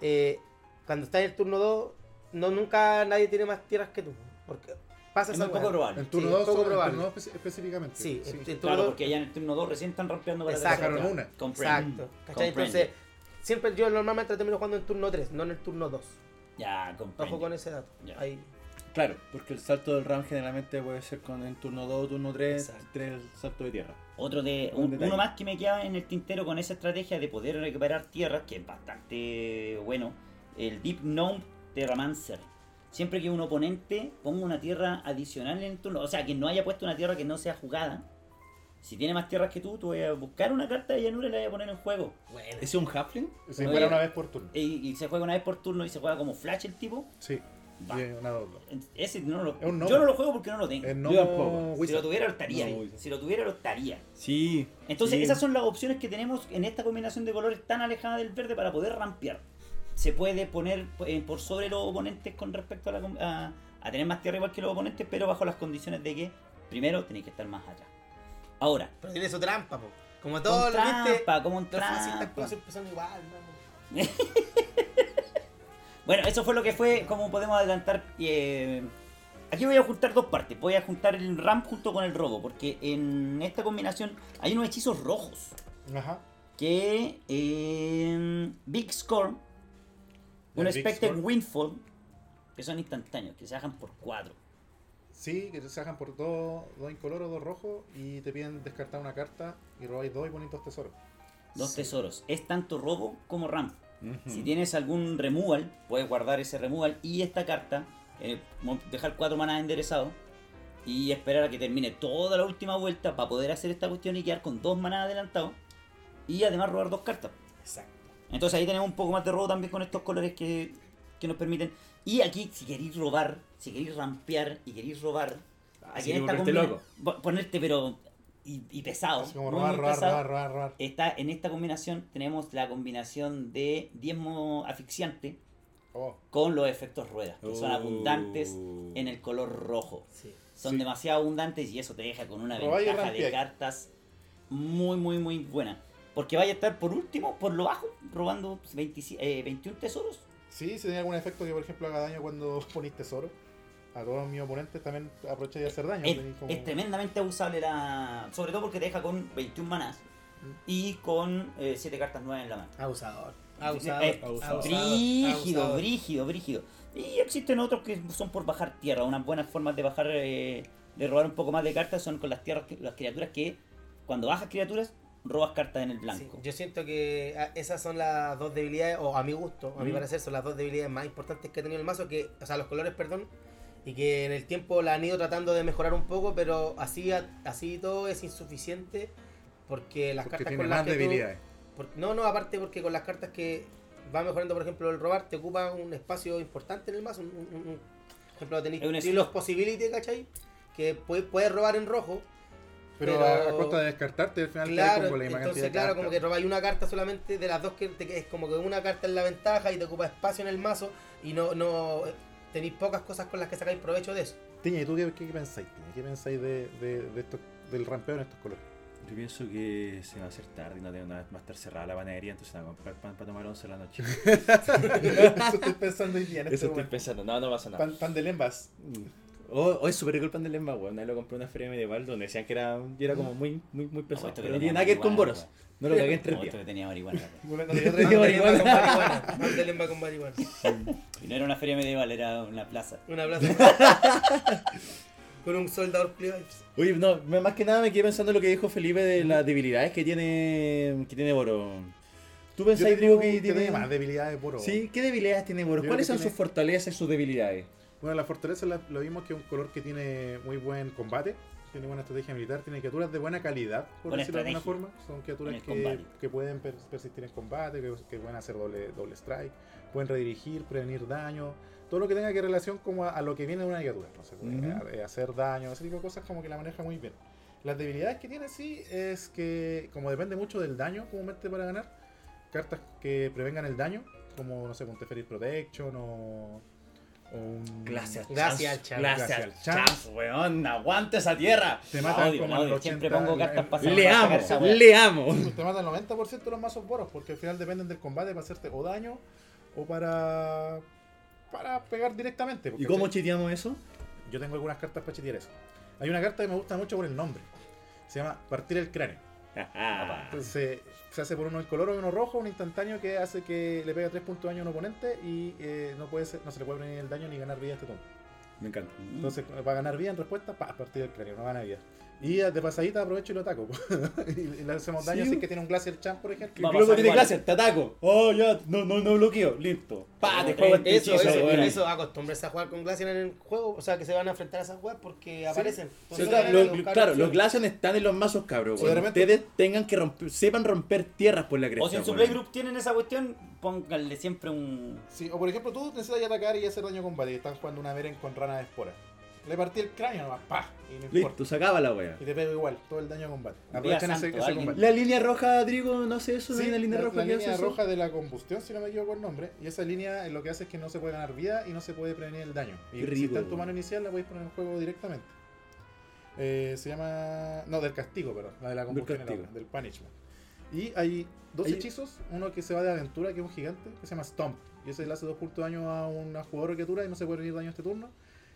Speaker 5: eh, cuando está en el turno 2, no, nunca nadie tiene más tierras que tú. Porque pasa
Speaker 4: Es
Speaker 5: pues, esa
Speaker 4: muy poco
Speaker 5: weá.
Speaker 4: probable.
Speaker 2: En turno
Speaker 5: Sí,
Speaker 2: 2
Speaker 5: poco
Speaker 2: en
Speaker 5: probable.
Speaker 2: turno 2 espe- específicamente.
Speaker 5: Sí, en- en turno
Speaker 4: Claro,
Speaker 5: 2.
Speaker 4: porque ya en el turno 2 recién están rampeando para
Speaker 5: Exacto.
Speaker 4: atrás.
Speaker 2: Sacaron una.
Speaker 4: Comprendo.
Speaker 5: Exacto. ¿Cachai?
Speaker 4: Comprendo.
Speaker 5: Entonces, siempre yo normalmente la termino jugando en turno 3, no en el turno 2.
Speaker 4: Ya, comprendo.
Speaker 5: Ojo con ese dato.
Speaker 4: Ya.
Speaker 5: Ahí.
Speaker 6: Claro, porque el salto del RAM generalmente puede ser con el turno 2, turno 3,
Speaker 5: Exacto.
Speaker 6: 3 salto de tierra.
Speaker 4: Otro de,
Speaker 6: Un
Speaker 4: un-
Speaker 6: detalle.
Speaker 4: uno más que me queda en el tintero con esa estrategia de poder recuperar tierras, que es bastante bueno, el Deep Gnome Terramancer. Siempre que un oponente ponga una tierra adicional en el turno, o sea, que no haya puesto una tierra que no sea jugada, si tiene más tierras que tú, tú vas a buscar una carta de llanura y la vas a poner en juego.
Speaker 5: Bueno.
Speaker 6: ¿Ese es un halfling?
Speaker 2: Se
Speaker 4: Oye.
Speaker 2: dispara una vez por turno.
Speaker 4: Y, y se juega una vez por turno y se juega como flash el tipo.
Speaker 2: Sí.
Speaker 4: Va.
Speaker 2: Y una doble.
Speaker 4: Ese no lo,
Speaker 2: Es un
Speaker 4: yo
Speaker 2: gnomo.
Speaker 4: no lo juego porque no lo tengo.
Speaker 2: Es
Speaker 6: Yo tampoco.
Speaker 2: no
Speaker 4: si lo
Speaker 2: Wizard.
Speaker 4: tuviera, lo estaría.
Speaker 6: No, Wizard.
Speaker 4: si lo tuviera, lo estaría.
Speaker 6: Sí.
Speaker 4: Entonces,
Speaker 6: sí.
Speaker 4: esas son las opciones que tenemos en esta combinación de colores tan alejada del verde para poder rampear. Se puede poner eh, por sobre los oponentes con respecto a, la com- a- a tener más tierra igual que los oponentes, pero bajo las condiciones de que primero tenéis que estar más atrás. Ahora,
Speaker 5: Pero tiene su trampa, po. Como todo
Speaker 4: con
Speaker 5: lo viste.
Speaker 4: trampa, como un
Speaker 5: Los fascistas
Speaker 4: trampa.
Speaker 5: pues, siempre son igual, ¿no?
Speaker 4: Bueno, eso fue lo que fue, como podemos adelantar. eh, aquí voy a juntar dos partes. Voy a juntar el ramp junto con el robo, porque en esta combinación hay unos hechizos rojos.
Speaker 2: Ajá.
Speaker 4: que em, Big Score,
Speaker 2: El
Speaker 4: un
Speaker 2: Big
Speaker 4: Expected
Speaker 2: Score.
Speaker 4: Windfall, que son instantáneos, que se bajan por 4.
Speaker 2: Sí, que te sacan por dos, dos incoloros, dos rojos y te piden descartar una carta y robáis dos y ponéis dos tesoros.
Speaker 4: Dos tesoros. Es tanto robo como ramp.
Speaker 2: Hmm.
Speaker 4: Si tienes algún removal, puedes guardar ese removal y esta carta, eh, mo- dejar cuatro manas enderezados y esperar a que termine toda la última vuelta para poder hacer esta cuestión y quedar con dos manas adelantados y además robar dos cartas.
Speaker 5: Exacto.
Speaker 4: Entonces ahí tenemos un poco más de robo también con estos colores que, que nos permiten. Y aquí, si queréis robar, si queréis rampear y queréis robar, aquí
Speaker 2: Ah,
Speaker 3: sí, volverte
Speaker 4: combina-
Speaker 3: loco.
Speaker 4: po- Ponerte, pero. Y, y pesado.
Speaker 2: Así como
Speaker 4: muy,
Speaker 2: robar,
Speaker 4: muy
Speaker 2: robar,
Speaker 4: pesado.
Speaker 2: robar, robar, robar.
Speaker 4: Está, en esta combinación tenemos la combinación de diezmo asfixiante
Speaker 2: Oh,
Speaker 4: con los efectos ruedas, que son
Speaker 3: Oh.
Speaker 4: abundantes en el color rojo.
Speaker 5: Sí.
Speaker 4: Son
Speaker 2: Sí.
Speaker 4: demasiado abundantes y eso te deja con una
Speaker 2: Robáis y
Speaker 4: ventaja de
Speaker 2: rampeáis.
Speaker 4: cartas muy, muy, muy buena. Porque vaya a estar por último, por lo bajo, robando 25 eh, 21 tesoros.
Speaker 2: Sí, si tiene algún efecto que, por ejemplo, haga daño cuando ponéis tesoro. A todos mis oponentes también aprovecháis de hacer daño.
Speaker 4: Es, este
Speaker 2: tenéis como-
Speaker 4: es tremendamente abusable la... Sobre todo porque te deja con 21 manás y con 7 cartas nuevas en la mano.
Speaker 5: Abusador.
Speaker 4: Eh,
Speaker 5: Abusador. abusador,
Speaker 4: Brígido,
Speaker 5: abusador.
Speaker 4: brígido, brígido. Y existen otros que son por bajar tierra. Unas buenas formas de bajar, eh, de robar un poco más de cartas son con las tierras, que- las criaturas que cuando bajas criaturas, robas cartas en el
Speaker 5: Sí,
Speaker 4: blanco.
Speaker 5: yo siento que ah, esas son las dos debilidades, o a mi gusto, a mi
Speaker 4: Mm.
Speaker 5: parecer, son las dos debilidades más importantes que ha tenido el mazo, que, o sea, los colores, perdón, y que en el tiempo la han ido tratando de mejorar un poco, pero así, a- así y todo es insuficiente porque las
Speaker 2: porque
Speaker 5: cartas
Speaker 2: tiene
Speaker 5: con las
Speaker 2: más
Speaker 5: que tú-
Speaker 2: debilidades.
Speaker 5: por- no, no, aparte porque con las cartas que va mejorando, por ejemplo, el robar, te ocupa un espacio importante en el mazo. Un, un- un- por ejemplo,
Speaker 4: Es un
Speaker 5: tenéis
Speaker 4: slot.
Speaker 5: los possibility, ¿cachai? Que puede- puedes robar en rojo,
Speaker 2: Pero,
Speaker 5: Pero-
Speaker 2: a, a costa de descartarte, al final te quedas
Speaker 5: Claro,
Speaker 2: con la misma cantidad
Speaker 5: entonces
Speaker 2: de
Speaker 5: claro, como que
Speaker 2: cartas.
Speaker 5: robáis una carta solamente de las dos que te- que es como que una carta es la ventaja y te ocupa espacio en el mazo y no, no eh, tenéis pocas cosas con las que sacáis provecho de eso.
Speaker 2: Tiña, ¿y tú qué, qué pensáis, Tiña? ¿Qué pensáis de, de, de estos- del rampeo en estos colores?
Speaker 3: Yo pienso que se va a hacer tarde y no tengo nada, va a estar cerrada la panadería, entonces van a comprar pan para tomar once en la noche.
Speaker 2: Eso estoy pensando hoy día en
Speaker 7: Eso
Speaker 2: este
Speaker 7: estoy
Speaker 2: momento.
Speaker 7: pensando, no, no pasa nada.
Speaker 2: Pan, pan de lembas.
Speaker 3: Mm.
Speaker 7: Oh, oh, es súper rico el pan de lema, weón. Ahí lo compré en una feria medieval donde decían que era, y era como muy, muy, muy pesado.
Speaker 4: esto que
Speaker 7: pero no
Speaker 4: tenía
Speaker 7: tiene nada que ver con
Speaker 4: marihuana,
Speaker 7: boros. No lo cagué en tres
Speaker 4: Como esto
Speaker 7: días.
Speaker 4: que tenía marihuana.
Speaker 5: Mandelemba con marihuana. Mandelemba con marihuana.
Speaker 4: Y no era una feria medieval, era una plaza.
Speaker 5: Una plaza. con un soldador pliego.
Speaker 7: Oye, no, me- más que nada me quedé pensando en lo que dijo Felipe de las debilidades que tiene, que tiene Boros. ¿Tú
Speaker 2: Yo
Speaker 7: pensáis,
Speaker 2: tengo
Speaker 7: Drigo, que
Speaker 2: que
Speaker 7: tiene...
Speaker 2: tiene más debilidades por oro.
Speaker 7: Sí, ¿qué debilidades tiene Boros?
Speaker 2: Yo
Speaker 7: ¿Cuáles
Speaker 2: creo
Speaker 7: son
Speaker 2: que
Speaker 7: sus
Speaker 2: tiene-
Speaker 7: fortalezas y sus debilidades?
Speaker 2: Bueno, la fortaleza la- lo vimos que es un color que tiene muy buen combate, tiene buena estrategia militar, tiene criaturas de buena calidad, por
Speaker 4: Buena
Speaker 2: decirlo de alguna
Speaker 4: estrategia
Speaker 2: forma. Son criaturas
Speaker 4: en el
Speaker 2: que,
Speaker 4: combate.
Speaker 2: que pueden per- persistir en combate, que, que pueden hacer doble, doble strike, pueden redirigir, prevenir daño, todo lo que tenga que relación como a, a lo que viene de una criatura. No sé, puede
Speaker 7: Ujú.
Speaker 2: a- eh, hacer daño, ese tipo de cosas como que la maneja muy bien. Las debilidades que tiene sí es que como depende mucho del daño comúnmente para ganar, cartas que prevengan el daño, como no sé, un Teferi Protection o, o un
Speaker 7: Gracias,
Speaker 5: Gracias, Chance.
Speaker 7: Gracias,
Speaker 2: Gracias,
Speaker 7: Chance, weón. Aguante esa tierra. Ah,
Speaker 2: Te
Speaker 4: La
Speaker 2: matan
Speaker 4: odio,
Speaker 2: Ah, como
Speaker 4: la
Speaker 2: en eh, el
Speaker 4: odio. Siempre
Speaker 2: 80,
Speaker 4: pongo
Speaker 2: en-
Speaker 4: cartas
Speaker 2: en-
Speaker 4: pasadas.
Speaker 7: Le
Speaker 4: Vamos a
Speaker 7: amo,
Speaker 4: sacar esa weá.
Speaker 7: le amo.
Speaker 2: Pues, Te matan el 90% de los mazos boros, porque al final dependen del combate para hacerte o daño o para para pegar directamente.
Speaker 3: ¿Y
Speaker 2: porque,
Speaker 3: cómo
Speaker 2: ¿cachai?
Speaker 3: chiteamos eso?
Speaker 2: Yo tengo algunas cartas para chitear eso. Hay una carta que me gusta mucho por el nombre. Se llama Partir el cráneo.
Speaker 3: Ah.
Speaker 2: Entonces se hace por uno en color o uno rojo, un instantáneo que hace que le pega 3 puntos de daño a un oponente y eh, no, puede ser- no se le puede venir el daño ni ganar vida a este tomo.
Speaker 3: Me encanta.
Speaker 2: Entonces, para ganar vida en respuesta, pa, partido del cráneo, no gana vida. Y eh, de pasadita aprovecho y lo ataco. y y le hacemos daño,
Speaker 3: Sí.
Speaker 2: así que tiene un Glacier Champ, por ejemplo.
Speaker 4: Va a
Speaker 3: Luego
Speaker 4: pasar
Speaker 3: tiene
Speaker 4: igual.
Speaker 3: clase, te ataco. Oh, ya, no, no, no bloqueo. Listo. Pa, te
Speaker 4: Eh,
Speaker 3: juego este
Speaker 5: Eso,
Speaker 3: hechizo,
Speaker 5: eso,
Speaker 3: weón.
Speaker 5: eso, acostúmbrense a jugar con Glacier en el juego, o sea que se van a enfrentar a esas weas porque aparecen.
Speaker 3: O
Speaker 5: Por
Speaker 3: sea,
Speaker 5: eso
Speaker 3: claro,
Speaker 5: van a
Speaker 3: los-
Speaker 5: buscar
Speaker 3: claro, los
Speaker 5: opciones.
Speaker 3: Glacian están en los mazos cabros.
Speaker 2: Sí, de
Speaker 3: weón.
Speaker 2: repente-
Speaker 3: Ustedes tengan que romper, sepan romper tierras por la cresta.
Speaker 4: O si en su
Speaker 3: weón.
Speaker 4: playgroup tienen esa cuestión, pónganle siempre un.
Speaker 2: Sí, o por ejemplo, tú necesitas atacar y hacer daño a combate. Y están jugando una Meren con rana de espora. Le partí el cráneo nomás, pa, y no importa.
Speaker 3: Listo, se acaba la wea.
Speaker 2: Y te pego igual, todo el daño a combate.
Speaker 4: Día
Speaker 2: Aprovechan ese,
Speaker 4: santo,
Speaker 2: ese
Speaker 4: alguien-
Speaker 2: combate.
Speaker 3: La línea roja, Drigo, no sé eso, no
Speaker 2: Sí,
Speaker 3: Pues hay una línea
Speaker 2: la-
Speaker 3: roja
Speaker 2: la
Speaker 3: que
Speaker 2: línea
Speaker 3: hace eso?
Speaker 2: roja de la combustión, si no me equivoco el nombre. Y esa línea eh, lo que hace es que no se puede ganar vida y no se puede prevenir el daño. Y
Speaker 3: Qué
Speaker 2: si
Speaker 3: rico,
Speaker 2: está en tu
Speaker 3: weón.
Speaker 2: mano inicial, la podéis poner en juego directamente. Eh, se llama. No, del castigo, perdón. La de la combustión, era
Speaker 3: castigo.
Speaker 2: otra, del punishment. Y hay dos
Speaker 3: Hay-
Speaker 2: hechizos. Uno que se va de aventura, que es un gigante, que se llama Stomp. Y ese le hace dos puntos de daño a una jugadora o criatura y no se puede venir daño este turno.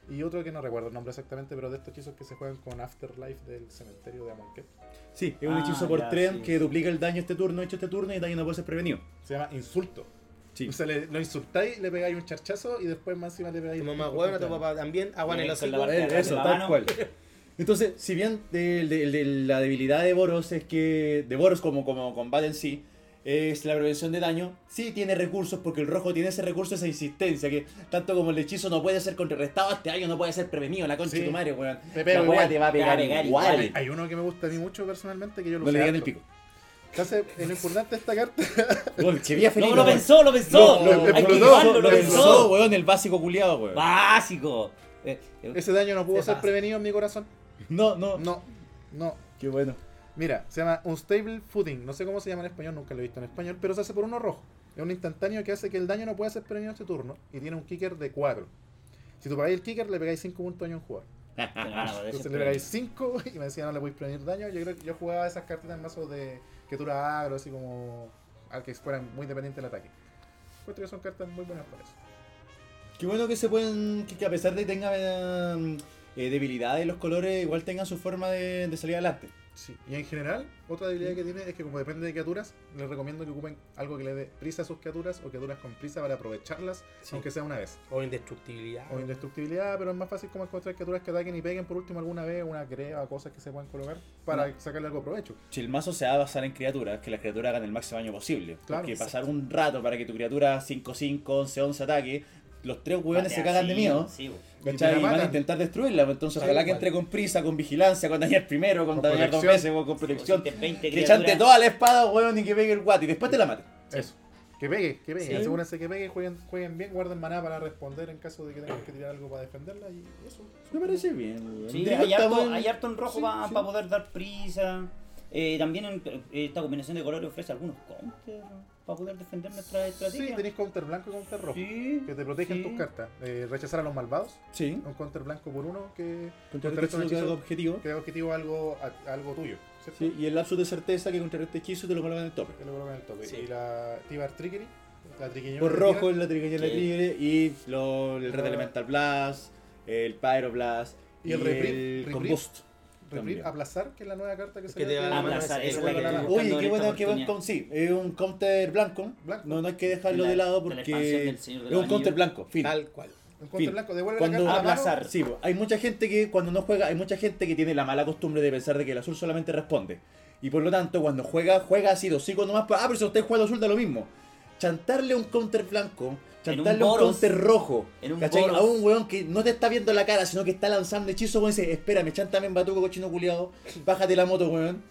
Speaker 2: Y otro que no recuerdo el nombre exactamente, pero de estos hechizos que se juegan con Afterlife del cementerio de Amonkhet.
Speaker 3: Sí, es un
Speaker 4: Ah,
Speaker 3: hechizo por
Speaker 4: ya,
Speaker 3: tren
Speaker 4: sí.
Speaker 3: que duplica el daño este turno, hecho este turno y el daño no puede ser prevenido.
Speaker 2: Se llama Insulto.
Speaker 3: Sí.
Speaker 2: O sea, le- lo insultáis, le pegáis un charchazo y después más encima le pegáis.
Speaker 5: Tu mamá huevona, tu papá también, aguan el
Speaker 4: Con la
Speaker 5: hocico.
Speaker 4: barba.
Speaker 3: Eh, Eso,
Speaker 4: La
Speaker 3: tal
Speaker 4: mano.
Speaker 3: cual. Entonces, si bien de, de- de la debilidad de Boros es que. de Boros como, como combate en sí, es la prevención de daño, sí tiene recursos, porque el rojo tiene ese recurso, esa insistencia, que tanto como el hechizo no puede ser contrarrestado, este daño no puede ser prevenido, la concha
Speaker 2: Sí.
Speaker 3: de tu madre, weón.
Speaker 2: Me pego
Speaker 3: la weá
Speaker 2: igual.
Speaker 3: te va a
Speaker 4: Te va
Speaker 3: pegar,
Speaker 4: a pegar
Speaker 3: igual.
Speaker 4: igual.
Speaker 2: Hay uno que me gusta a mí mucho personalmente que yo lo
Speaker 3: No le digan el
Speaker 2: harto.
Speaker 3: pico.
Speaker 2: Entonces, lo importante de esta carta.
Speaker 3: Weón, que vía feliz,
Speaker 4: No, lo
Speaker 3: weón.
Speaker 4: pensó, lo
Speaker 2: No,
Speaker 4: pensó.
Speaker 2: lo- lo
Speaker 4: Hay que
Speaker 2: pensó,
Speaker 4: jugarlo, lo
Speaker 3: lo pensó,
Speaker 4: pensó.
Speaker 3: weón, el básico culiado, weón.
Speaker 4: Básico. Eh, eh,
Speaker 2: Ese daño no pudo
Speaker 5: Se
Speaker 2: ser
Speaker 5: pasa.
Speaker 2: prevenido en mi corazón.
Speaker 3: No, no.
Speaker 2: No, no.
Speaker 3: Qué bueno.
Speaker 2: Mira, se llama Unstable Footing. No sé cómo se llama en español, nunca lo he visto en español, pero se hace por uno rojo. Es un instantáneo que hace que el daño no pueda ser prevenido este turno y tiene un kicker de 4. Si tú pagáis el kicker, le pegáis 5 puntos de daño a un jugador.
Speaker 4: te lo van a
Speaker 2: Entonces
Speaker 4: poder
Speaker 2: le
Speaker 4: pues, siempre.
Speaker 2: pegáis 5 y me decía no le podéis prevenir daño. Yo creo que yo jugaba esas cartitas en mazos de criatura agro, así como al que fueran muy dependientes del ataque. Puesto que son cartas muy buenas para eso.
Speaker 3: Qué bueno que se pueden, que, que a pesar de que tengan eh, eh, debilidades los colores, igual tengan su forma de, de salir adelante.
Speaker 2: Sí. Y en general, otra debilidad que tiene es que como depende de criaturas, les recomiendo que ocupen algo que le dé prisa a sus criaturas o criaturas con prisa para aprovecharlas, aunque sea una vez.
Speaker 5: O indestructibilidad.
Speaker 2: O indestructibilidad, pero es más fácil como encontrar criaturas que ataquen y peguen por último alguna vez una creva, cosas que se puedan colocar para sacarle algo de provecho.
Speaker 3: Si el mazo se va a basar en criaturas, que las criaturas hagan el máximo daño posible.
Speaker 2: Claro.
Speaker 3: Porque pasar un rato para que tu criatura 5-5, 11-11 ataque, los tres hueones se
Speaker 4: Patea,
Speaker 3: cagan
Speaker 4: sí,
Speaker 3: de miedo.
Speaker 4: Sí, pues, bo.
Speaker 3: ¿Cachai?
Speaker 2: Y te la
Speaker 3: Y van a
Speaker 2: matan.
Speaker 3: intentar destruirla, pues, entonces
Speaker 2: Sí,
Speaker 3: ojalá que
Speaker 2: igual.
Speaker 3: entre con prisa, con vigilancia, con dañar primero, con,
Speaker 2: Con
Speaker 3: dañar dos
Speaker 2: protección.
Speaker 3: veces, con, con protección.
Speaker 4: 20
Speaker 3: Que echante
Speaker 4: pues, criaturas.
Speaker 3: toda la espada, hueón, y que pegue el guate, y después te la mate.
Speaker 2: Eso. Que pegue, que pegue.
Speaker 4: Sí.
Speaker 2: Asegúrense que pegue, jueguen, jueguen bien, guarden maná para responder en caso de que tengan que tirar algo para defenderla y eso.
Speaker 3: Me parece bien, weón.
Speaker 4: Sí,
Speaker 3: Digo,
Speaker 4: hay
Speaker 3: estamos
Speaker 4: harto,
Speaker 3: en-
Speaker 4: hay harto en rojo
Speaker 3: Sí,
Speaker 4: para
Speaker 3: sí.
Speaker 4: poder dar prisa. Eh, también en- eh, esta combinación de colores ofrece algunos counters para poder defender nuestra
Speaker 2: Sí,
Speaker 4: estrategia.
Speaker 2: tenéis counter blanco y counter rojo.
Speaker 4: Sí,
Speaker 2: Que te protegen
Speaker 4: sí.
Speaker 2: tus cartas. Eh, rechazar a los malvados.
Speaker 3: Sí.
Speaker 2: Un counter blanco por uno que
Speaker 3: Contrarresta
Speaker 2: un
Speaker 3: hechizo
Speaker 2: hechizo
Speaker 3: algo objetivo.
Speaker 2: que haga objetivo algo, a- algo tuyo. ¿cierto?
Speaker 3: Sí, y el lapso de certeza que contrarresta hechizo te lo colocan en el tope.
Speaker 2: Que lo colocan en el tope.
Speaker 4: Sí.
Speaker 2: Y la Tibar Trickery. La triquiñuela
Speaker 3: Por
Speaker 2: que
Speaker 3: rojo
Speaker 2: tira,
Speaker 3: el la trigger
Speaker 4: Sí.
Speaker 3: y lo- el Red
Speaker 2: Ah.
Speaker 3: Elemental Blast, el Pyro Blast
Speaker 2: Y el Reprieve,
Speaker 3: el
Speaker 2: Reprieve.
Speaker 3: Combust.
Speaker 2: Reprir,
Speaker 3: también.
Speaker 2: aplazar, que es la nueva carta que
Speaker 5: Es
Speaker 2: se
Speaker 5: que te da la mano
Speaker 4: Aplazar, esa
Speaker 5: esa,
Speaker 4: es
Speaker 5: que
Speaker 4: la que
Speaker 5: te da la
Speaker 4: estoy
Speaker 5: mano.
Speaker 3: Oye, qué
Speaker 4: buscando Ah, en
Speaker 3: bueno
Speaker 4: esta
Speaker 3: que buen
Speaker 4: oportunidad.
Speaker 3: counter. Sí, es un counter blanco.
Speaker 2: Blanco.
Speaker 3: No, no hay que dejarlo
Speaker 4: De
Speaker 3: de,
Speaker 4: la-
Speaker 3: lado
Speaker 4: de la expansión
Speaker 3: porque
Speaker 4: del
Speaker 3: es
Speaker 4: Señor de
Speaker 3: un
Speaker 4: los
Speaker 3: counter
Speaker 4: Anillos. Ah,
Speaker 3: blanco. Fin.
Speaker 5: Tal cual.
Speaker 2: Un counter
Speaker 3: Fin.
Speaker 2: blanco, devuelve
Speaker 3: Cuando-
Speaker 2: la carta. a la mano.
Speaker 4: Aplazar.
Speaker 3: Sí, po. hay mucha gente que cuando no juega, hay mucha gente que tiene la mala costumbre de pensar de que el azul solamente responde. Y por lo tanto, cuando juega, juega así, dos hocico nomás. pa- Ah, pero si usted juega el azul, da lo mismo. Chantarle un counter blanco,
Speaker 4: En un
Speaker 3: chantarle un,
Speaker 4: Boros.
Speaker 3: counter rojo.
Speaker 4: En un
Speaker 3: ¿cachai?
Speaker 4: Boros.
Speaker 3: A un weón que no te está viendo la cara, sino que está lanzando hechizos, weón. Dice, espérame, chantame en batuco, cochino culiado. Bájate la moto, weón.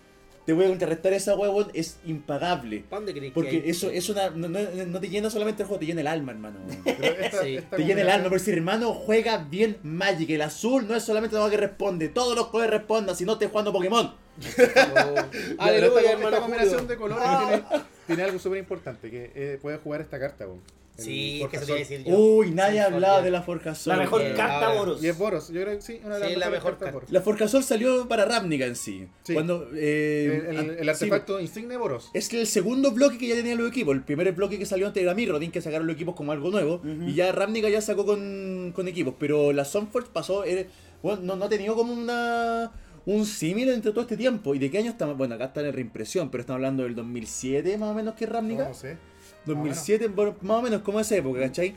Speaker 3: Te voy a contrarrestar esa weón, weón. Es impagable.
Speaker 5: ¿Para dónde crees que
Speaker 3: Porque
Speaker 5: hay?
Speaker 3: eso es una. No, no- no te llena solamente el juego, te llena el alma, hermano. weón.
Speaker 2: Pero esta-
Speaker 5: Sí.
Speaker 2: esta
Speaker 3: Te llena el
Speaker 2: combinación-
Speaker 3: alma, pero si hermano juega bien Magic, el azul no es solamente lo que responde, todos los colores respondan, si no te jugando Pokémon.
Speaker 5: Oh.
Speaker 2: Ya, pero
Speaker 5: Aleluya,
Speaker 2: esta, Ah.
Speaker 5: hermano
Speaker 2: esta combinación
Speaker 5: Julio.
Speaker 2: de colores tiene, tiene algo súper importante, que eh, puedes jugar esta carta. weón. El
Speaker 5: Sí, que
Speaker 2: Forjazón.
Speaker 5: eso te iba a decir yo.
Speaker 3: Uy, nadie ha
Speaker 5: Sol,
Speaker 3: hablado
Speaker 5: bien.
Speaker 3: de la Forcasol.
Speaker 4: La mejor
Speaker 5: Eh,
Speaker 4: carta,
Speaker 5: ahora,
Speaker 4: Boros.
Speaker 2: Y es Boros, yo creo que sí, una de las
Speaker 5: Sí, la
Speaker 2: mejores
Speaker 5: mejor
Speaker 2: cartas de
Speaker 5: carta.
Speaker 2: Boros.
Speaker 3: La Forcasol salió para Ravnica en sí.
Speaker 2: Sí.
Speaker 3: Cuando, eh,
Speaker 2: El, el-
Speaker 3: an-
Speaker 2: el
Speaker 3: sí,
Speaker 2: artefacto insignia de Boros.
Speaker 3: es que el segundo bloque que ya tenían los equipos, el primer bloque que salió antes era Mirrodin, que sacaron los equipos como algo nuevo,
Speaker 4: Ujú.
Speaker 3: y ya Ravnica ya sacó con, con equipos, pero la Sunforge pasó, era- bueno, no, no ha tenido como una... Un símil entre todo este tiempo. ¿Y de qué año estamos? Bueno, acá está en reimpresión, pero estamos hablando del 2007 más o menos que
Speaker 2: No,
Speaker 3: Ravnica.
Speaker 2: no sé.
Speaker 3: 2007, bueno, más o menos como esa época, ¿cachai?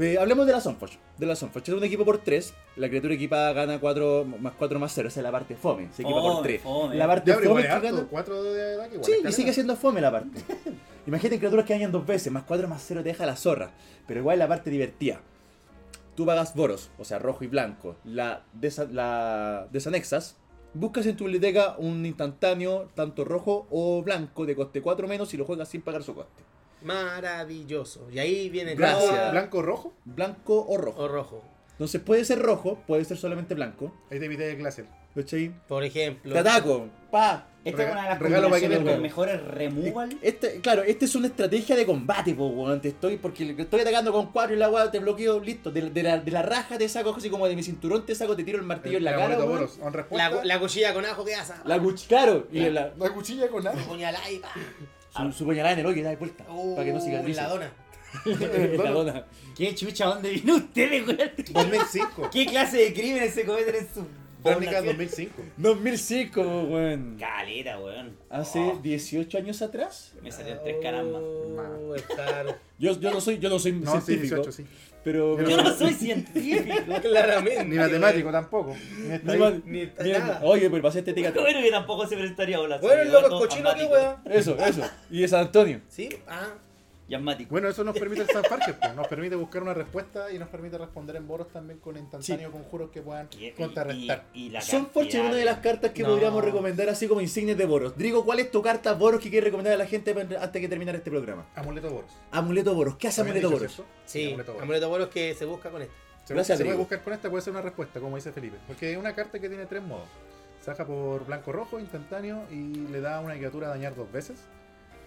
Speaker 3: Eh, hablemos de la Sunforge. De la Sunforge. Es un equipo por 3. La criatura equipada gana 4 más 4 más 0. Esa es la parte fome. Se equipa
Speaker 4: Fome,
Speaker 3: por 3.
Speaker 4: fome.
Speaker 3: La parte
Speaker 2: Ya, pero
Speaker 3: fome
Speaker 2: igual
Speaker 3: que
Speaker 2: es harto,
Speaker 3: gana.
Speaker 2: 4 de edad que igual.
Speaker 3: Sí,
Speaker 2: es
Speaker 3: y
Speaker 2: caleta.
Speaker 3: sigue siendo fome la parte. Imagínate criaturas que dañan dos veces. Más 4 más 0 te deja la zorra. Pero igual es la parte divertida. Tú pagas boros, o sea, rojo y blanco. La, desa- la desanexas. Buscas en tu biblioteca un instantáneo, tanto rojo o blanco, de coste 4 menos y lo juegas sin pagar su coste.
Speaker 5: Maravilloso. Y ahí viene
Speaker 3: Gracias.
Speaker 5: todo a-
Speaker 2: Blanco rojo,
Speaker 3: Blanco o rojo.
Speaker 5: o rojo.
Speaker 3: Entonces puede ser rojo, puede ser solamente blanco.
Speaker 2: ahí te evité el glacier.
Speaker 3: ¿Cachai?
Speaker 5: Por ejemplo.
Speaker 3: Te ataco, pa.
Speaker 4: Esta es una de las
Speaker 2: Regalo para
Speaker 4: combinaciones
Speaker 2: quien
Speaker 4: con
Speaker 2: es
Speaker 4: mejores removal.
Speaker 3: Este, claro, esta es una estrategia de combate, po, weón. Te estoy, porque le- estoy atacando con cuatro y la weá te bloqueo, listo. De, de la, de la raja te saco, así como de mi cinturón te saco, te tiro el martillo en la cara,
Speaker 2: moneda
Speaker 3: weón.
Speaker 2: Boros. En respuesta,
Speaker 5: La, la cuchilla con ajo que asa.
Speaker 3: La cuch, claro. Y la,
Speaker 2: la cuchilla con nada.
Speaker 5: puñalada y pa.
Speaker 3: su, su puñalada en el hoyo y da de vuelta.
Speaker 5: Uh,
Speaker 3: para que no cicatrice.
Speaker 5: La dona.
Speaker 3: La dona.
Speaker 4: ¿Qué chucha? ¿Dónde vino ustedes, weón?
Speaker 2: 2005.
Speaker 4: ¿Qué clase de crímenes se cometen en su
Speaker 2: Ravnica
Speaker 4: población?
Speaker 2: 2005.
Speaker 3: 2005, weón.
Speaker 4: Caleta, weón.
Speaker 3: Hace
Speaker 4: Oh,
Speaker 3: 18 años atrás.
Speaker 4: me salieron tres carambas.
Speaker 5: Oh, estar-
Speaker 3: Yo, yo no soy, yo no soy
Speaker 2: No, sí,
Speaker 3: científico.
Speaker 2: 18, sí.
Speaker 3: Pero,
Speaker 4: Yo no soy científico.
Speaker 5: Claramente.
Speaker 2: Ni matemático tampoco. Ni
Speaker 3: Ni
Speaker 2: estadístico.
Speaker 3: mal-
Speaker 5: ni-
Speaker 3: ni-
Speaker 5: nada.
Speaker 3: Oye, pero pasé estética.
Speaker 4: Bueno, "Este que tampoco se presentaría a bolas.
Speaker 5: Bueno, el
Speaker 4: soy
Speaker 5: loco es
Speaker 4: gato,
Speaker 5: cochino, qué
Speaker 4: asmático.
Speaker 5: weón.
Speaker 3: Eso, eso. Y de San Antonio.
Speaker 5: Sí, ah.
Speaker 4: Y asmático.
Speaker 2: Bueno, eso nos permite el San Parker, pues. nos permite buscar una respuesta y nos permite responder en boros también con instantáneos conjuros que puedan
Speaker 4: Y- y-
Speaker 2: contrarrestar.
Speaker 4: Y, y la
Speaker 3: Son Forche
Speaker 4: cantidad
Speaker 3: una de las cartas que
Speaker 5: No.
Speaker 3: podríamos recomendar así como insignias de Boros. Drigo, ¿cuál es tu carta Boros que quieres recomendar a la gente para- antes que terminar este programa?
Speaker 2: Amuleto Boros.
Speaker 3: Amuleto Boros. ¿Qué hace
Speaker 2: ¿También
Speaker 3: Amuleto
Speaker 2: dicho
Speaker 3: Boros?
Speaker 2: eso?
Speaker 5: Sí,
Speaker 2: Amuleto Boros.
Speaker 5: amuleto bueno es que se busca con esto.
Speaker 2: Se,
Speaker 3: Gracias,
Speaker 2: se puede
Speaker 3: Rodrigo.
Speaker 2: buscar con esta, puede ser una respuesta, como dice Felipe. Porque es una carta que tiene tres modos. Saca por blanco-rojo, instantáneo, y le da a una criatura a dañar dos veces.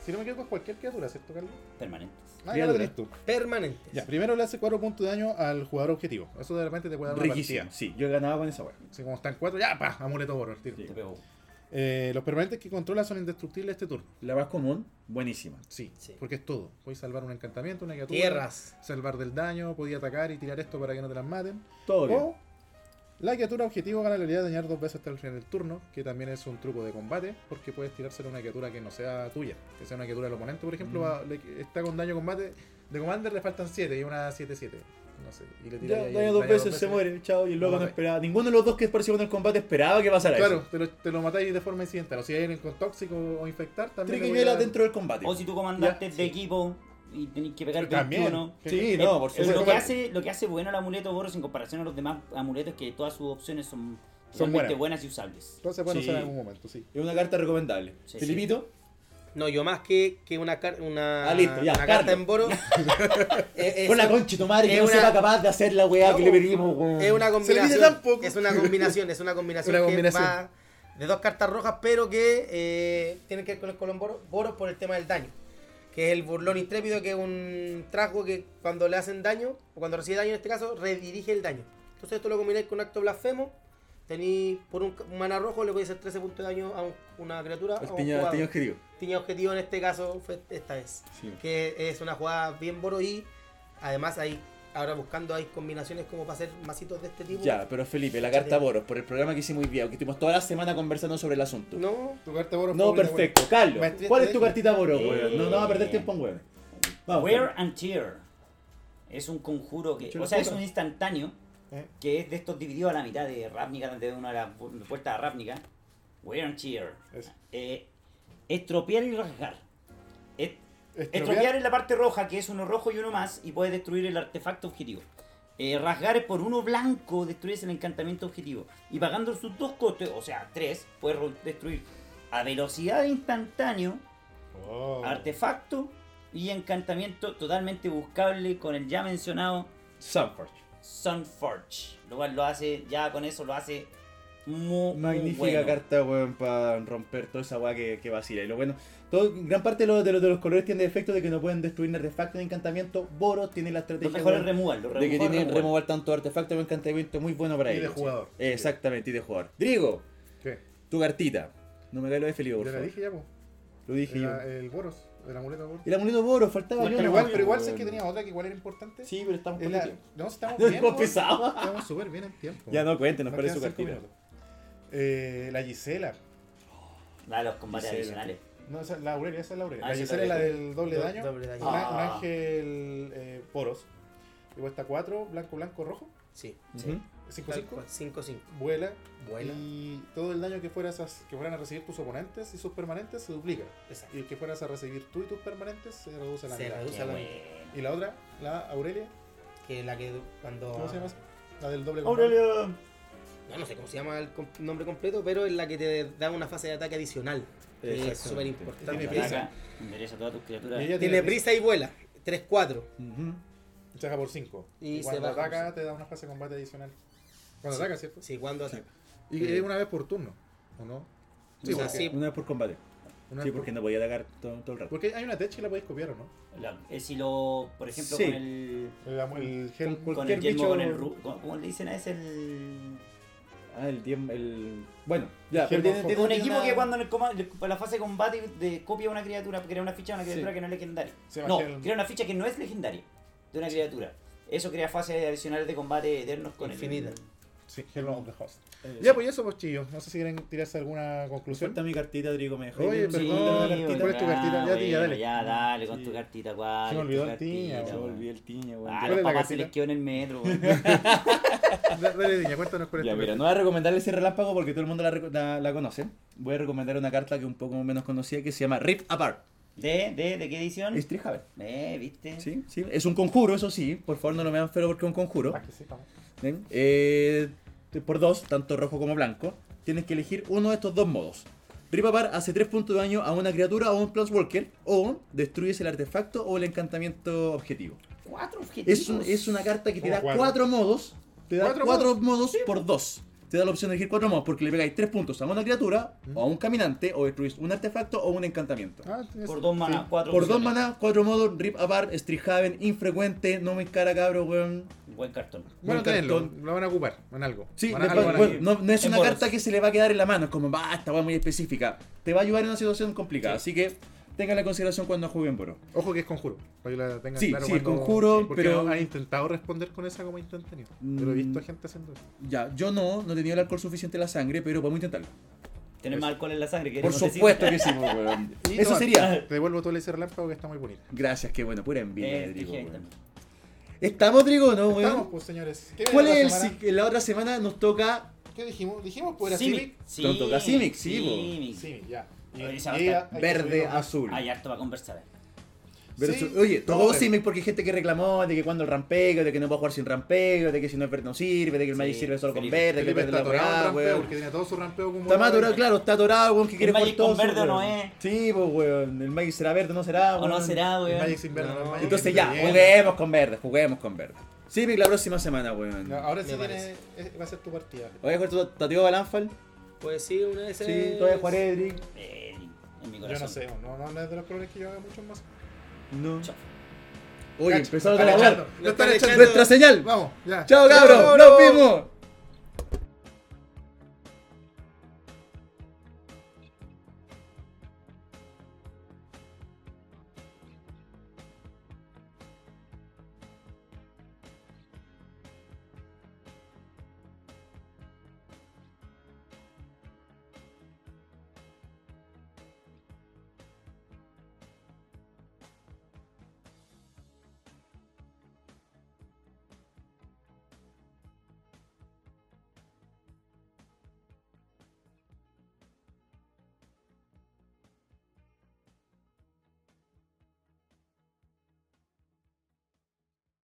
Speaker 2: Si no me equivoco, es cualquier criatura, ¿cierto, Carlos?
Speaker 4: Permanentes.
Speaker 2: Ah, ya
Speaker 3: Criatura.
Speaker 2: lo tenés tú.
Speaker 5: Permanente.
Speaker 2: Ya, primero le hace cuatro puntos de daño al jugador objetivo. Eso de repente te puede dar una
Speaker 3: Riquísimo.
Speaker 2: partida.
Speaker 3: Sí, yo ganaba con esa wea.
Speaker 2: Así como están cuatro, ya, pa, amuleto boros, tiro.
Speaker 4: Te pego.
Speaker 2: Eh, los permanentes que controla son indestructibles este turno.
Speaker 3: La más común, buenísima.
Speaker 2: Sí,
Speaker 5: Sí.
Speaker 2: porque es todo. Puedes salvar un encantamiento, una criatura.
Speaker 5: Tierras.
Speaker 2: Salvar del daño, podía atacar y tirar esto para que no te las maten.
Speaker 3: Todo bien.
Speaker 2: O la criatura objetivo gana la habilidad de dañar dos veces hasta el final del turno, que también es un truco de combate, porque puedes tirársela a una criatura que no sea tuya, que sea una criatura del oponente, por
Speaker 3: Mm.
Speaker 2: ejemplo, va- le- está con daño combate, de commander le faltan 7 y una 7-7. No sé, y le
Speaker 3: Ya,
Speaker 2: tiras
Speaker 3: daña dos veces, se muere, chao, y el loco
Speaker 2: No,
Speaker 3: no
Speaker 2: no.
Speaker 3: esperaba. Ninguno de los dos que participaron en el combate esperaba que pasara
Speaker 2: Claro,
Speaker 3: eso.
Speaker 2: te lo, te lo matáis de forma incidental. O si hay alguien con tóxico o infectar, también. le voy a
Speaker 3: Triquiñuela
Speaker 2: dar-
Speaker 3: dentro del combate.
Speaker 5: Oh,
Speaker 4: O si tú comandaste
Speaker 2: Ya,
Speaker 4: de equipo y tenés que pegar
Speaker 2: También.
Speaker 4: 21.
Speaker 3: Sí,
Speaker 4: Eh,
Speaker 3: no, por
Speaker 4: eh,
Speaker 3: supuesto.
Speaker 4: Lo que, hace, lo que hace bueno el amuleto Boros en comparación a los demás amuletos es que todas sus opciones son,
Speaker 2: Son
Speaker 4: realmente
Speaker 2: buenas.
Speaker 4: buenas y usables.
Speaker 2: Entonces, bueno,
Speaker 3: Sí.
Speaker 2: será en algún momento, sí.
Speaker 3: Es una carta recomendable.
Speaker 4: Sí,
Speaker 3: Felipito,
Speaker 5: No, yo más que, que una, car- una,
Speaker 3: Ah, listo, ya,
Speaker 5: una carta
Speaker 3: Carlos.
Speaker 5: en boro. es, es-
Speaker 3: Con la concha tu madre que
Speaker 5: es
Speaker 3: no
Speaker 5: una-
Speaker 3: sepa capaz de hacer la weá que le pedimos, weón.
Speaker 5: es una
Speaker 2: Se le
Speaker 5: combinación.
Speaker 2: pide tan poco.
Speaker 5: Es una combinación, es una combinación,
Speaker 2: Una
Speaker 5: que
Speaker 2: combinación.
Speaker 5: va de dos cartas rojas, pero que eh, tienen que ver con el colón boro, boro por el tema del daño. Que es el burlón intrépido, que es un trasgo que cuando le hacen daño, o cuando recibe daño en este caso, redirige el daño. Entonces esto lo combináis con un acto blasfemo. Tenéis por un, un mana rojo, le podéis hacer 13 puntos de daño a un- una criatura. o a
Speaker 3: El
Speaker 5: un
Speaker 3: tiño- el
Speaker 5: jugador.
Speaker 3: tiño objetivo.
Speaker 5: Tiña objetivo en este caso fue esta vez.
Speaker 3: Sí.
Speaker 5: Que es una jugada bien boro y además hay, ahora buscando hay combinaciones como para hacer masitos de este tipo.
Speaker 3: Ya, pero Felipe, la carta Boros, por el programa que hicimos hoy día, que estuvimos toda la semana conversando sobre el asunto.
Speaker 5: No,
Speaker 2: Tu carta boro
Speaker 3: No,
Speaker 2: favorita,
Speaker 3: perfecto. Carlos,
Speaker 2: Maestría
Speaker 3: ¿cuál es tu
Speaker 2: estratégica.
Speaker 3: cartita Boros,
Speaker 4: Sí.
Speaker 3: weón? No, no va a perder tiempo en weón. Vamos.
Speaker 4: Wear
Speaker 3: Carlos.
Speaker 4: and Tear. Es un conjuro que.
Speaker 3: Mucho
Speaker 4: O
Speaker 3: la
Speaker 4: sea, es
Speaker 3: puta.
Speaker 4: un instantáneo
Speaker 2: ¿Eh?
Speaker 4: que es de estos divididos a la mitad de Ravnica, de una de las pu- puertas de Ravnica. Wear and Tear.
Speaker 2: Eso.
Speaker 4: Eh, estropear y rasgar. Et-
Speaker 2: Estropear.
Speaker 4: estropear es la parte roja, que es uno rojo y uno más, y puede destruir el artefacto objetivo. Eh, rasgar es por uno blanco, destruyes el encantamiento objetivo. Y pagando sus dos costes, o sea, tres, puedes ro- destruir a velocidad de instantáneo
Speaker 2: Oh.
Speaker 4: artefacto y encantamiento totalmente buscable con el ya mencionado
Speaker 3: Sunforge.
Speaker 4: Sunforge. Lo cual lo hace, ya con eso lo hace muy
Speaker 3: Magnífica
Speaker 4: muy bueno.
Speaker 3: carta, weón, para romper toda esa weá que, que vacila. Y lo bueno, todo, gran parte de, lo- de, lo- de los colores tiene defecto de que no pueden destruir ni artefactos ni encantamientos. Boros tiene la
Speaker 4: Los
Speaker 3: estrategia
Speaker 4: mejores
Speaker 3: weón,
Speaker 4: removal, los
Speaker 3: de que
Speaker 4: mejores
Speaker 3: tiene
Speaker 4: removal.
Speaker 3: remover tanto artefactos como encantamientos muy bueno para
Speaker 2: Y de
Speaker 3: ellos.
Speaker 2: jugador.
Speaker 3: Exactamente, y de jugador. Drigo,
Speaker 2: ¿Qué?
Speaker 3: tu cartita. No me cae lo de Felipe, por
Speaker 2: Ya la
Speaker 3: favor.
Speaker 2: dije ya, po.
Speaker 3: Lo dije
Speaker 2: Era
Speaker 3: yo.
Speaker 2: el boros, el amuleto boros.
Speaker 3: El amuleto Boros, faltaba
Speaker 4: Falta
Speaker 3: yo.
Speaker 2: Pero
Speaker 4: el
Speaker 3: no,
Speaker 2: igual,
Speaker 3: weón.
Speaker 2: pero igual sé que tenía otra que igual era importante.
Speaker 3: Sí, pero estamos
Speaker 2: Es
Speaker 3: con
Speaker 2: la-
Speaker 3: tiempo.
Speaker 2: No, estamos
Speaker 3: No,
Speaker 2: bien.
Speaker 3: hemos
Speaker 2: weón.
Speaker 3: pesado.
Speaker 2: Estamos súper bien en tiempo.
Speaker 3: Ya no, cuéntenos, ¿cuál es
Speaker 2: quedan
Speaker 3: su
Speaker 2: cinco
Speaker 3: cartita?
Speaker 2: minutos. Eh, la Gisela.
Speaker 4: Ah, los combates
Speaker 3: Dice,
Speaker 4: adicionales.
Speaker 2: No, esa, la Aurelia, esa es la Aurelia.
Speaker 4: Ah,
Speaker 2: la
Speaker 4: sí,
Speaker 2: Gisela es
Speaker 4: la
Speaker 2: la
Speaker 4: Aurelia.
Speaker 2: del doble
Speaker 5: Do-
Speaker 2: daño.
Speaker 5: doble daño.
Speaker 2: Un a-
Speaker 4: Ah.
Speaker 2: Un ángel eh, poros. Y cuesta 4, blanco, blanco, rojo.
Speaker 5: sí.
Speaker 3: Ujú.
Speaker 2: 5, 5.
Speaker 5: 5-5.
Speaker 2: Vuela.
Speaker 5: Vuela.
Speaker 2: Y todo el daño que fueras a, que fueran a recibir tus oponentes y sus permanentes se duplica.
Speaker 5: Exacto.
Speaker 2: Y el que fueras a recibir tú y tus permanentes se reduce a la
Speaker 5: Se
Speaker 2: mitad.
Speaker 5: reduce
Speaker 4: Qué
Speaker 5: a la-
Speaker 4: bueno.
Speaker 2: Y la otra, la Aurelia.
Speaker 5: Que la que cuando.
Speaker 2: ¿Cómo se llama? esa? La del doble combate.
Speaker 4: Aurelio.
Speaker 5: No, no sé cómo se llama el com- nombre completo, pero es la que te da una fase de ataque adicional. que Es
Speaker 3: Exactamente.
Speaker 5: súper
Speaker 2: Tiene
Speaker 5: importante.
Speaker 2: prisa.
Speaker 4: Ataca, endereza a todas tus criaturas.
Speaker 2: Y ella
Speaker 5: Tiene prisa y vuela. 3-4.
Speaker 3: Ujú.
Speaker 2: Saca por 5.
Speaker 5: Y
Speaker 2: Y,
Speaker 5: se
Speaker 2: cuando
Speaker 5: baja.
Speaker 2: ataca, te da una fase de combate adicional. Cuando ataca, ¿cierto?
Speaker 5: Sí, cuando ataca.
Speaker 2: Y es una vez por turno, ¿o no?
Speaker 5: Sí, o sea,
Speaker 2: porque-
Speaker 5: sí.
Speaker 3: Una vez por combate.
Speaker 2: una
Speaker 3: Sí,
Speaker 2: vez por-
Speaker 3: porque no podía atacar todo, todo el rato.
Speaker 2: Porque hay una tech que la podéis copiar, ¿o no?
Speaker 4: La- eh, si lo, por ejemplo,
Speaker 3: Sí.
Speaker 4: con el.
Speaker 2: El, el
Speaker 3: Con-
Speaker 2: gel.
Speaker 4: Con
Speaker 3: Cualquier
Speaker 4: el yelmo,
Speaker 3: bicho-
Speaker 4: con el. ru- con- ¿Cómo le dicen a ese? El.
Speaker 3: Ah, el tiempo, el... Bueno,
Speaker 2: Germán
Speaker 3: ya, pero tiene,
Speaker 2: Fox.
Speaker 3: tiene-
Speaker 4: Un
Speaker 3: tiene
Speaker 4: equipo
Speaker 3: una-
Speaker 4: que cuando en el coma- en la fase de combate de- copia una criatura, crea una ficha de una
Speaker 3: Sí.
Speaker 4: criatura que no es legendaria.
Speaker 2: Se va
Speaker 4: no,
Speaker 2: a hacer el-
Speaker 4: crea una ficha que no es legendaria de una criatura. Eso crea fases adicionales de combate eternos con el-
Speaker 5: Infinita.
Speaker 2: Sí, Helm of the Host.
Speaker 3: Eh,
Speaker 2: Ya, pues eso, pues chillos. No sé si quieren tirarse alguna conclusión.
Speaker 3: Suelta mi cartita, Drigo, me dejó.
Speaker 2: Oye,
Speaker 3: Sí,
Speaker 2: perdón,
Speaker 4: Sí,
Speaker 3: la
Speaker 2: ¿cuál
Speaker 3: cartita.
Speaker 2: es tu cartita? Ya, tía, dale.
Speaker 4: Ya, dale, con
Speaker 3: Sí.
Speaker 4: tu cartita, cuál.
Speaker 2: Se me
Speaker 4: es tu
Speaker 2: olvidó el
Speaker 4: cartita,
Speaker 2: tiña,
Speaker 4: weón.
Speaker 3: Se me olvidó el tiño, weón.
Speaker 4: Ah,
Speaker 2: ¿Cuál
Speaker 4: los
Speaker 2: es la
Speaker 4: papás se les
Speaker 2: cartita?
Speaker 4: quedó en el metro, weón.
Speaker 2: Da- Dale, niña, cuéntanos cuál es
Speaker 3: Ya,
Speaker 2: tu
Speaker 3: mira, no voy a recomendarle ese relámpago porque todo el mundo la, reco- la- la conoce. Voy a recomendar una carta que es un poco menos conocida que se llama Rip Apart.
Speaker 4: ¿De, de, de qué edición?
Speaker 2: Este-
Speaker 3: Es Trihaver.
Speaker 4: Eh, ¿viste?
Speaker 3: Sí, sí. Es un conjuro, eso sí. Por favor, no lo me dan feo porque es un conjuro.
Speaker 2: Ah, que sí, vamos.
Speaker 3: ¿Ven? Eh, por dos, tanto rojo como blanco, tienes que elegir uno de estos dos modos. Ripapar hace 3 puntos de daño a una criatura o un plus walker, o destruyes el artefacto o el encantamiento objetivo.
Speaker 4: Cuatro objetivos.
Speaker 3: Es, un- es una carta que te
Speaker 2: ¿Cómo
Speaker 3: da
Speaker 2: cuatro?
Speaker 3: 4 modos, te da
Speaker 2: ¿Cuatro
Speaker 3: 4 modos por 2. Te da la opción de elegir 4 modos porque le pegáis 3 puntos a una criatura o a un caminante o destruís un artefacto o un encantamiento.
Speaker 2: Ah, tienes-
Speaker 4: Por dos maná,
Speaker 2: sí.
Speaker 4: cuatro.
Speaker 3: Por 2
Speaker 4: opciones.
Speaker 3: maná, 4 modos, Rip Apart, Street Haven, infrecuente, no me cara cabro, weón.
Speaker 4: Buen cartón.
Speaker 2: Bueno,
Speaker 3: Un
Speaker 2: tenerlo.
Speaker 3: cartón.
Speaker 2: Lo van a ocupar en algo.
Speaker 3: Sí,
Speaker 2: Van a-
Speaker 3: después,
Speaker 2: algo van a-
Speaker 3: bueno, no, no es
Speaker 4: en
Speaker 3: una
Speaker 4: bonos.
Speaker 3: carta que se le va a quedar en la mano, es como, va, esta va muy específica. Te va a ayudar en una situación complicada, así que tengan en consideración cuando jueguen Boro.
Speaker 2: Ojo que es conjuro. Para que la tengan
Speaker 3: Sí,
Speaker 2: claro
Speaker 3: sí, es
Speaker 2: cuando-
Speaker 3: conjuro,
Speaker 2: porque
Speaker 3: pero- Mm.
Speaker 2: no han intentado responder con esa como instantáneo. Pero he visto gente haciendo eso.
Speaker 3: Ya, yo no, no he tenido el alcohol suficiente en la sangre, pero podemos intentarlo.
Speaker 4: Tenés más alcohol en la sangre,
Speaker 3: Por
Speaker 4: queremos decir.
Speaker 3: supuesto que sí, pues, weón.
Speaker 2: Y
Speaker 3: Eso
Speaker 2: toma,
Speaker 3: sería.
Speaker 2: Te devuelvo todo ese relámpago que está muy bonito.
Speaker 3: Gracias, qué bueno, pura envidia,
Speaker 4: Eh,
Speaker 3: Drigo,
Speaker 4: dije,
Speaker 3: weón.
Speaker 4: también.
Speaker 3: ¿Estamos, Drigo, o no,
Speaker 2: Estamos,
Speaker 3: weón?
Speaker 2: pues, señores. ¿Qué
Speaker 3: ¿Cuál
Speaker 2: viene
Speaker 3: es
Speaker 2: la
Speaker 3: el
Speaker 2: semana?
Speaker 3: si- la otra semana? Nos toca.
Speaker 2: ¿Qué dijimos? ¿Dijimos que era
Speaker 4: Simic.
Speaker 2: Civic?
Speaker 4: Sí,
Speaker 3: Tonto, que Simic, sí,
Speaker 4: Simic.
Speaker 2: Sí, ya.
Speaker 4: Oye, esa
Speaker 2: ahí
Speaker 4: va a estar
Speaker 2: hay que
Speaker 3: Verde,
Speaker 2: subirlo.
Speaker 3: azul.
Speaker 2: Ah,
Speaker 4: Hay harto para conversar.
Speaker 3: Pero
Speaker 2: Sí,
Speaker 3: su- oye,
Speaker 2: no,
Speaker 3: todo
Speaker 2: eh.
Speaker 3: sí, porque hay gente que reclamó de que cuando el rampeo, de que no puedo jugar sin rampeo, de que si no es verde no sirve, de que el Magic
Speaker 4: Sí,
Speaker 3: sirve solo con
Speaker 4: Felipe.
Speaker 3: verde, que
Speaker 2: Felipe
Speaker 3: verde
Speaker 2: está
Speaker 3: la
Speaker 2: atorado en
Speaker 3: weá,
Speaker 2: rampeo
Speaker 3: weón.
Speaker 2: porque tiene todo su rampeo como.
Speaker 3: Está más atorado, claro, está atorado, weón, que quiere jugar
Speaker 4: Magic
Speaker 3: todo.
Speaker 4: con
Speaker 3: su-
Speaker 4: verde o no
Speaker 3: weón.
Speaker 4: es.
Speaker 3: Sí, pues, weón. El Magic será verde o no será,
Speaker 4: O
Speaker 3: weón.
Speaker 4: no será,
Speaker 2: El Magic
Speaker 4: weón.
Speaker 2: sin verde, no, el Magic
Speaker 3: Entonces
Speaker 2: sin
Speaker 3: ya,
Speaker 2: verde.
Speaker 3: juguemos con verde, juguemos con verde. Sí, Vic, la próxima semana, weón.
Speaker 2: No, Ahora sí
Speaker 5: Me
Speaker 2: tiene, es- va a ser tu partida.
Speaker 3: ¿Voy a jugar tu Tateo Balanfal?
Speaker 5: Pues sí, una de esas.
Speaker 3: Sí, todavía jugaré, Edric.
Speaker 4: Eh, En mi
Speaker 2: Yo
Speaker 4: corazón.
Speaker 2: no sé, no, no, no es de los colores que yo haga mucho más.
Speaker 3: No.
Speaker 4: Chao.
Speaker 3: Oye,
Speaker 2: Cacho,
Speaker 3: empezamos
Speaker 2: lo
Speaker 3: a
Speaker 2: están
Speaker 3: hablar.
Speaker 2: echando, lo están
Speaker 5: Lo están
Speaker 2: echando.
Speaker 3: Nuestra señal.
Speaker 2: Vamos, ya.
Speaker 3: Chao, cabros. Nos vimos.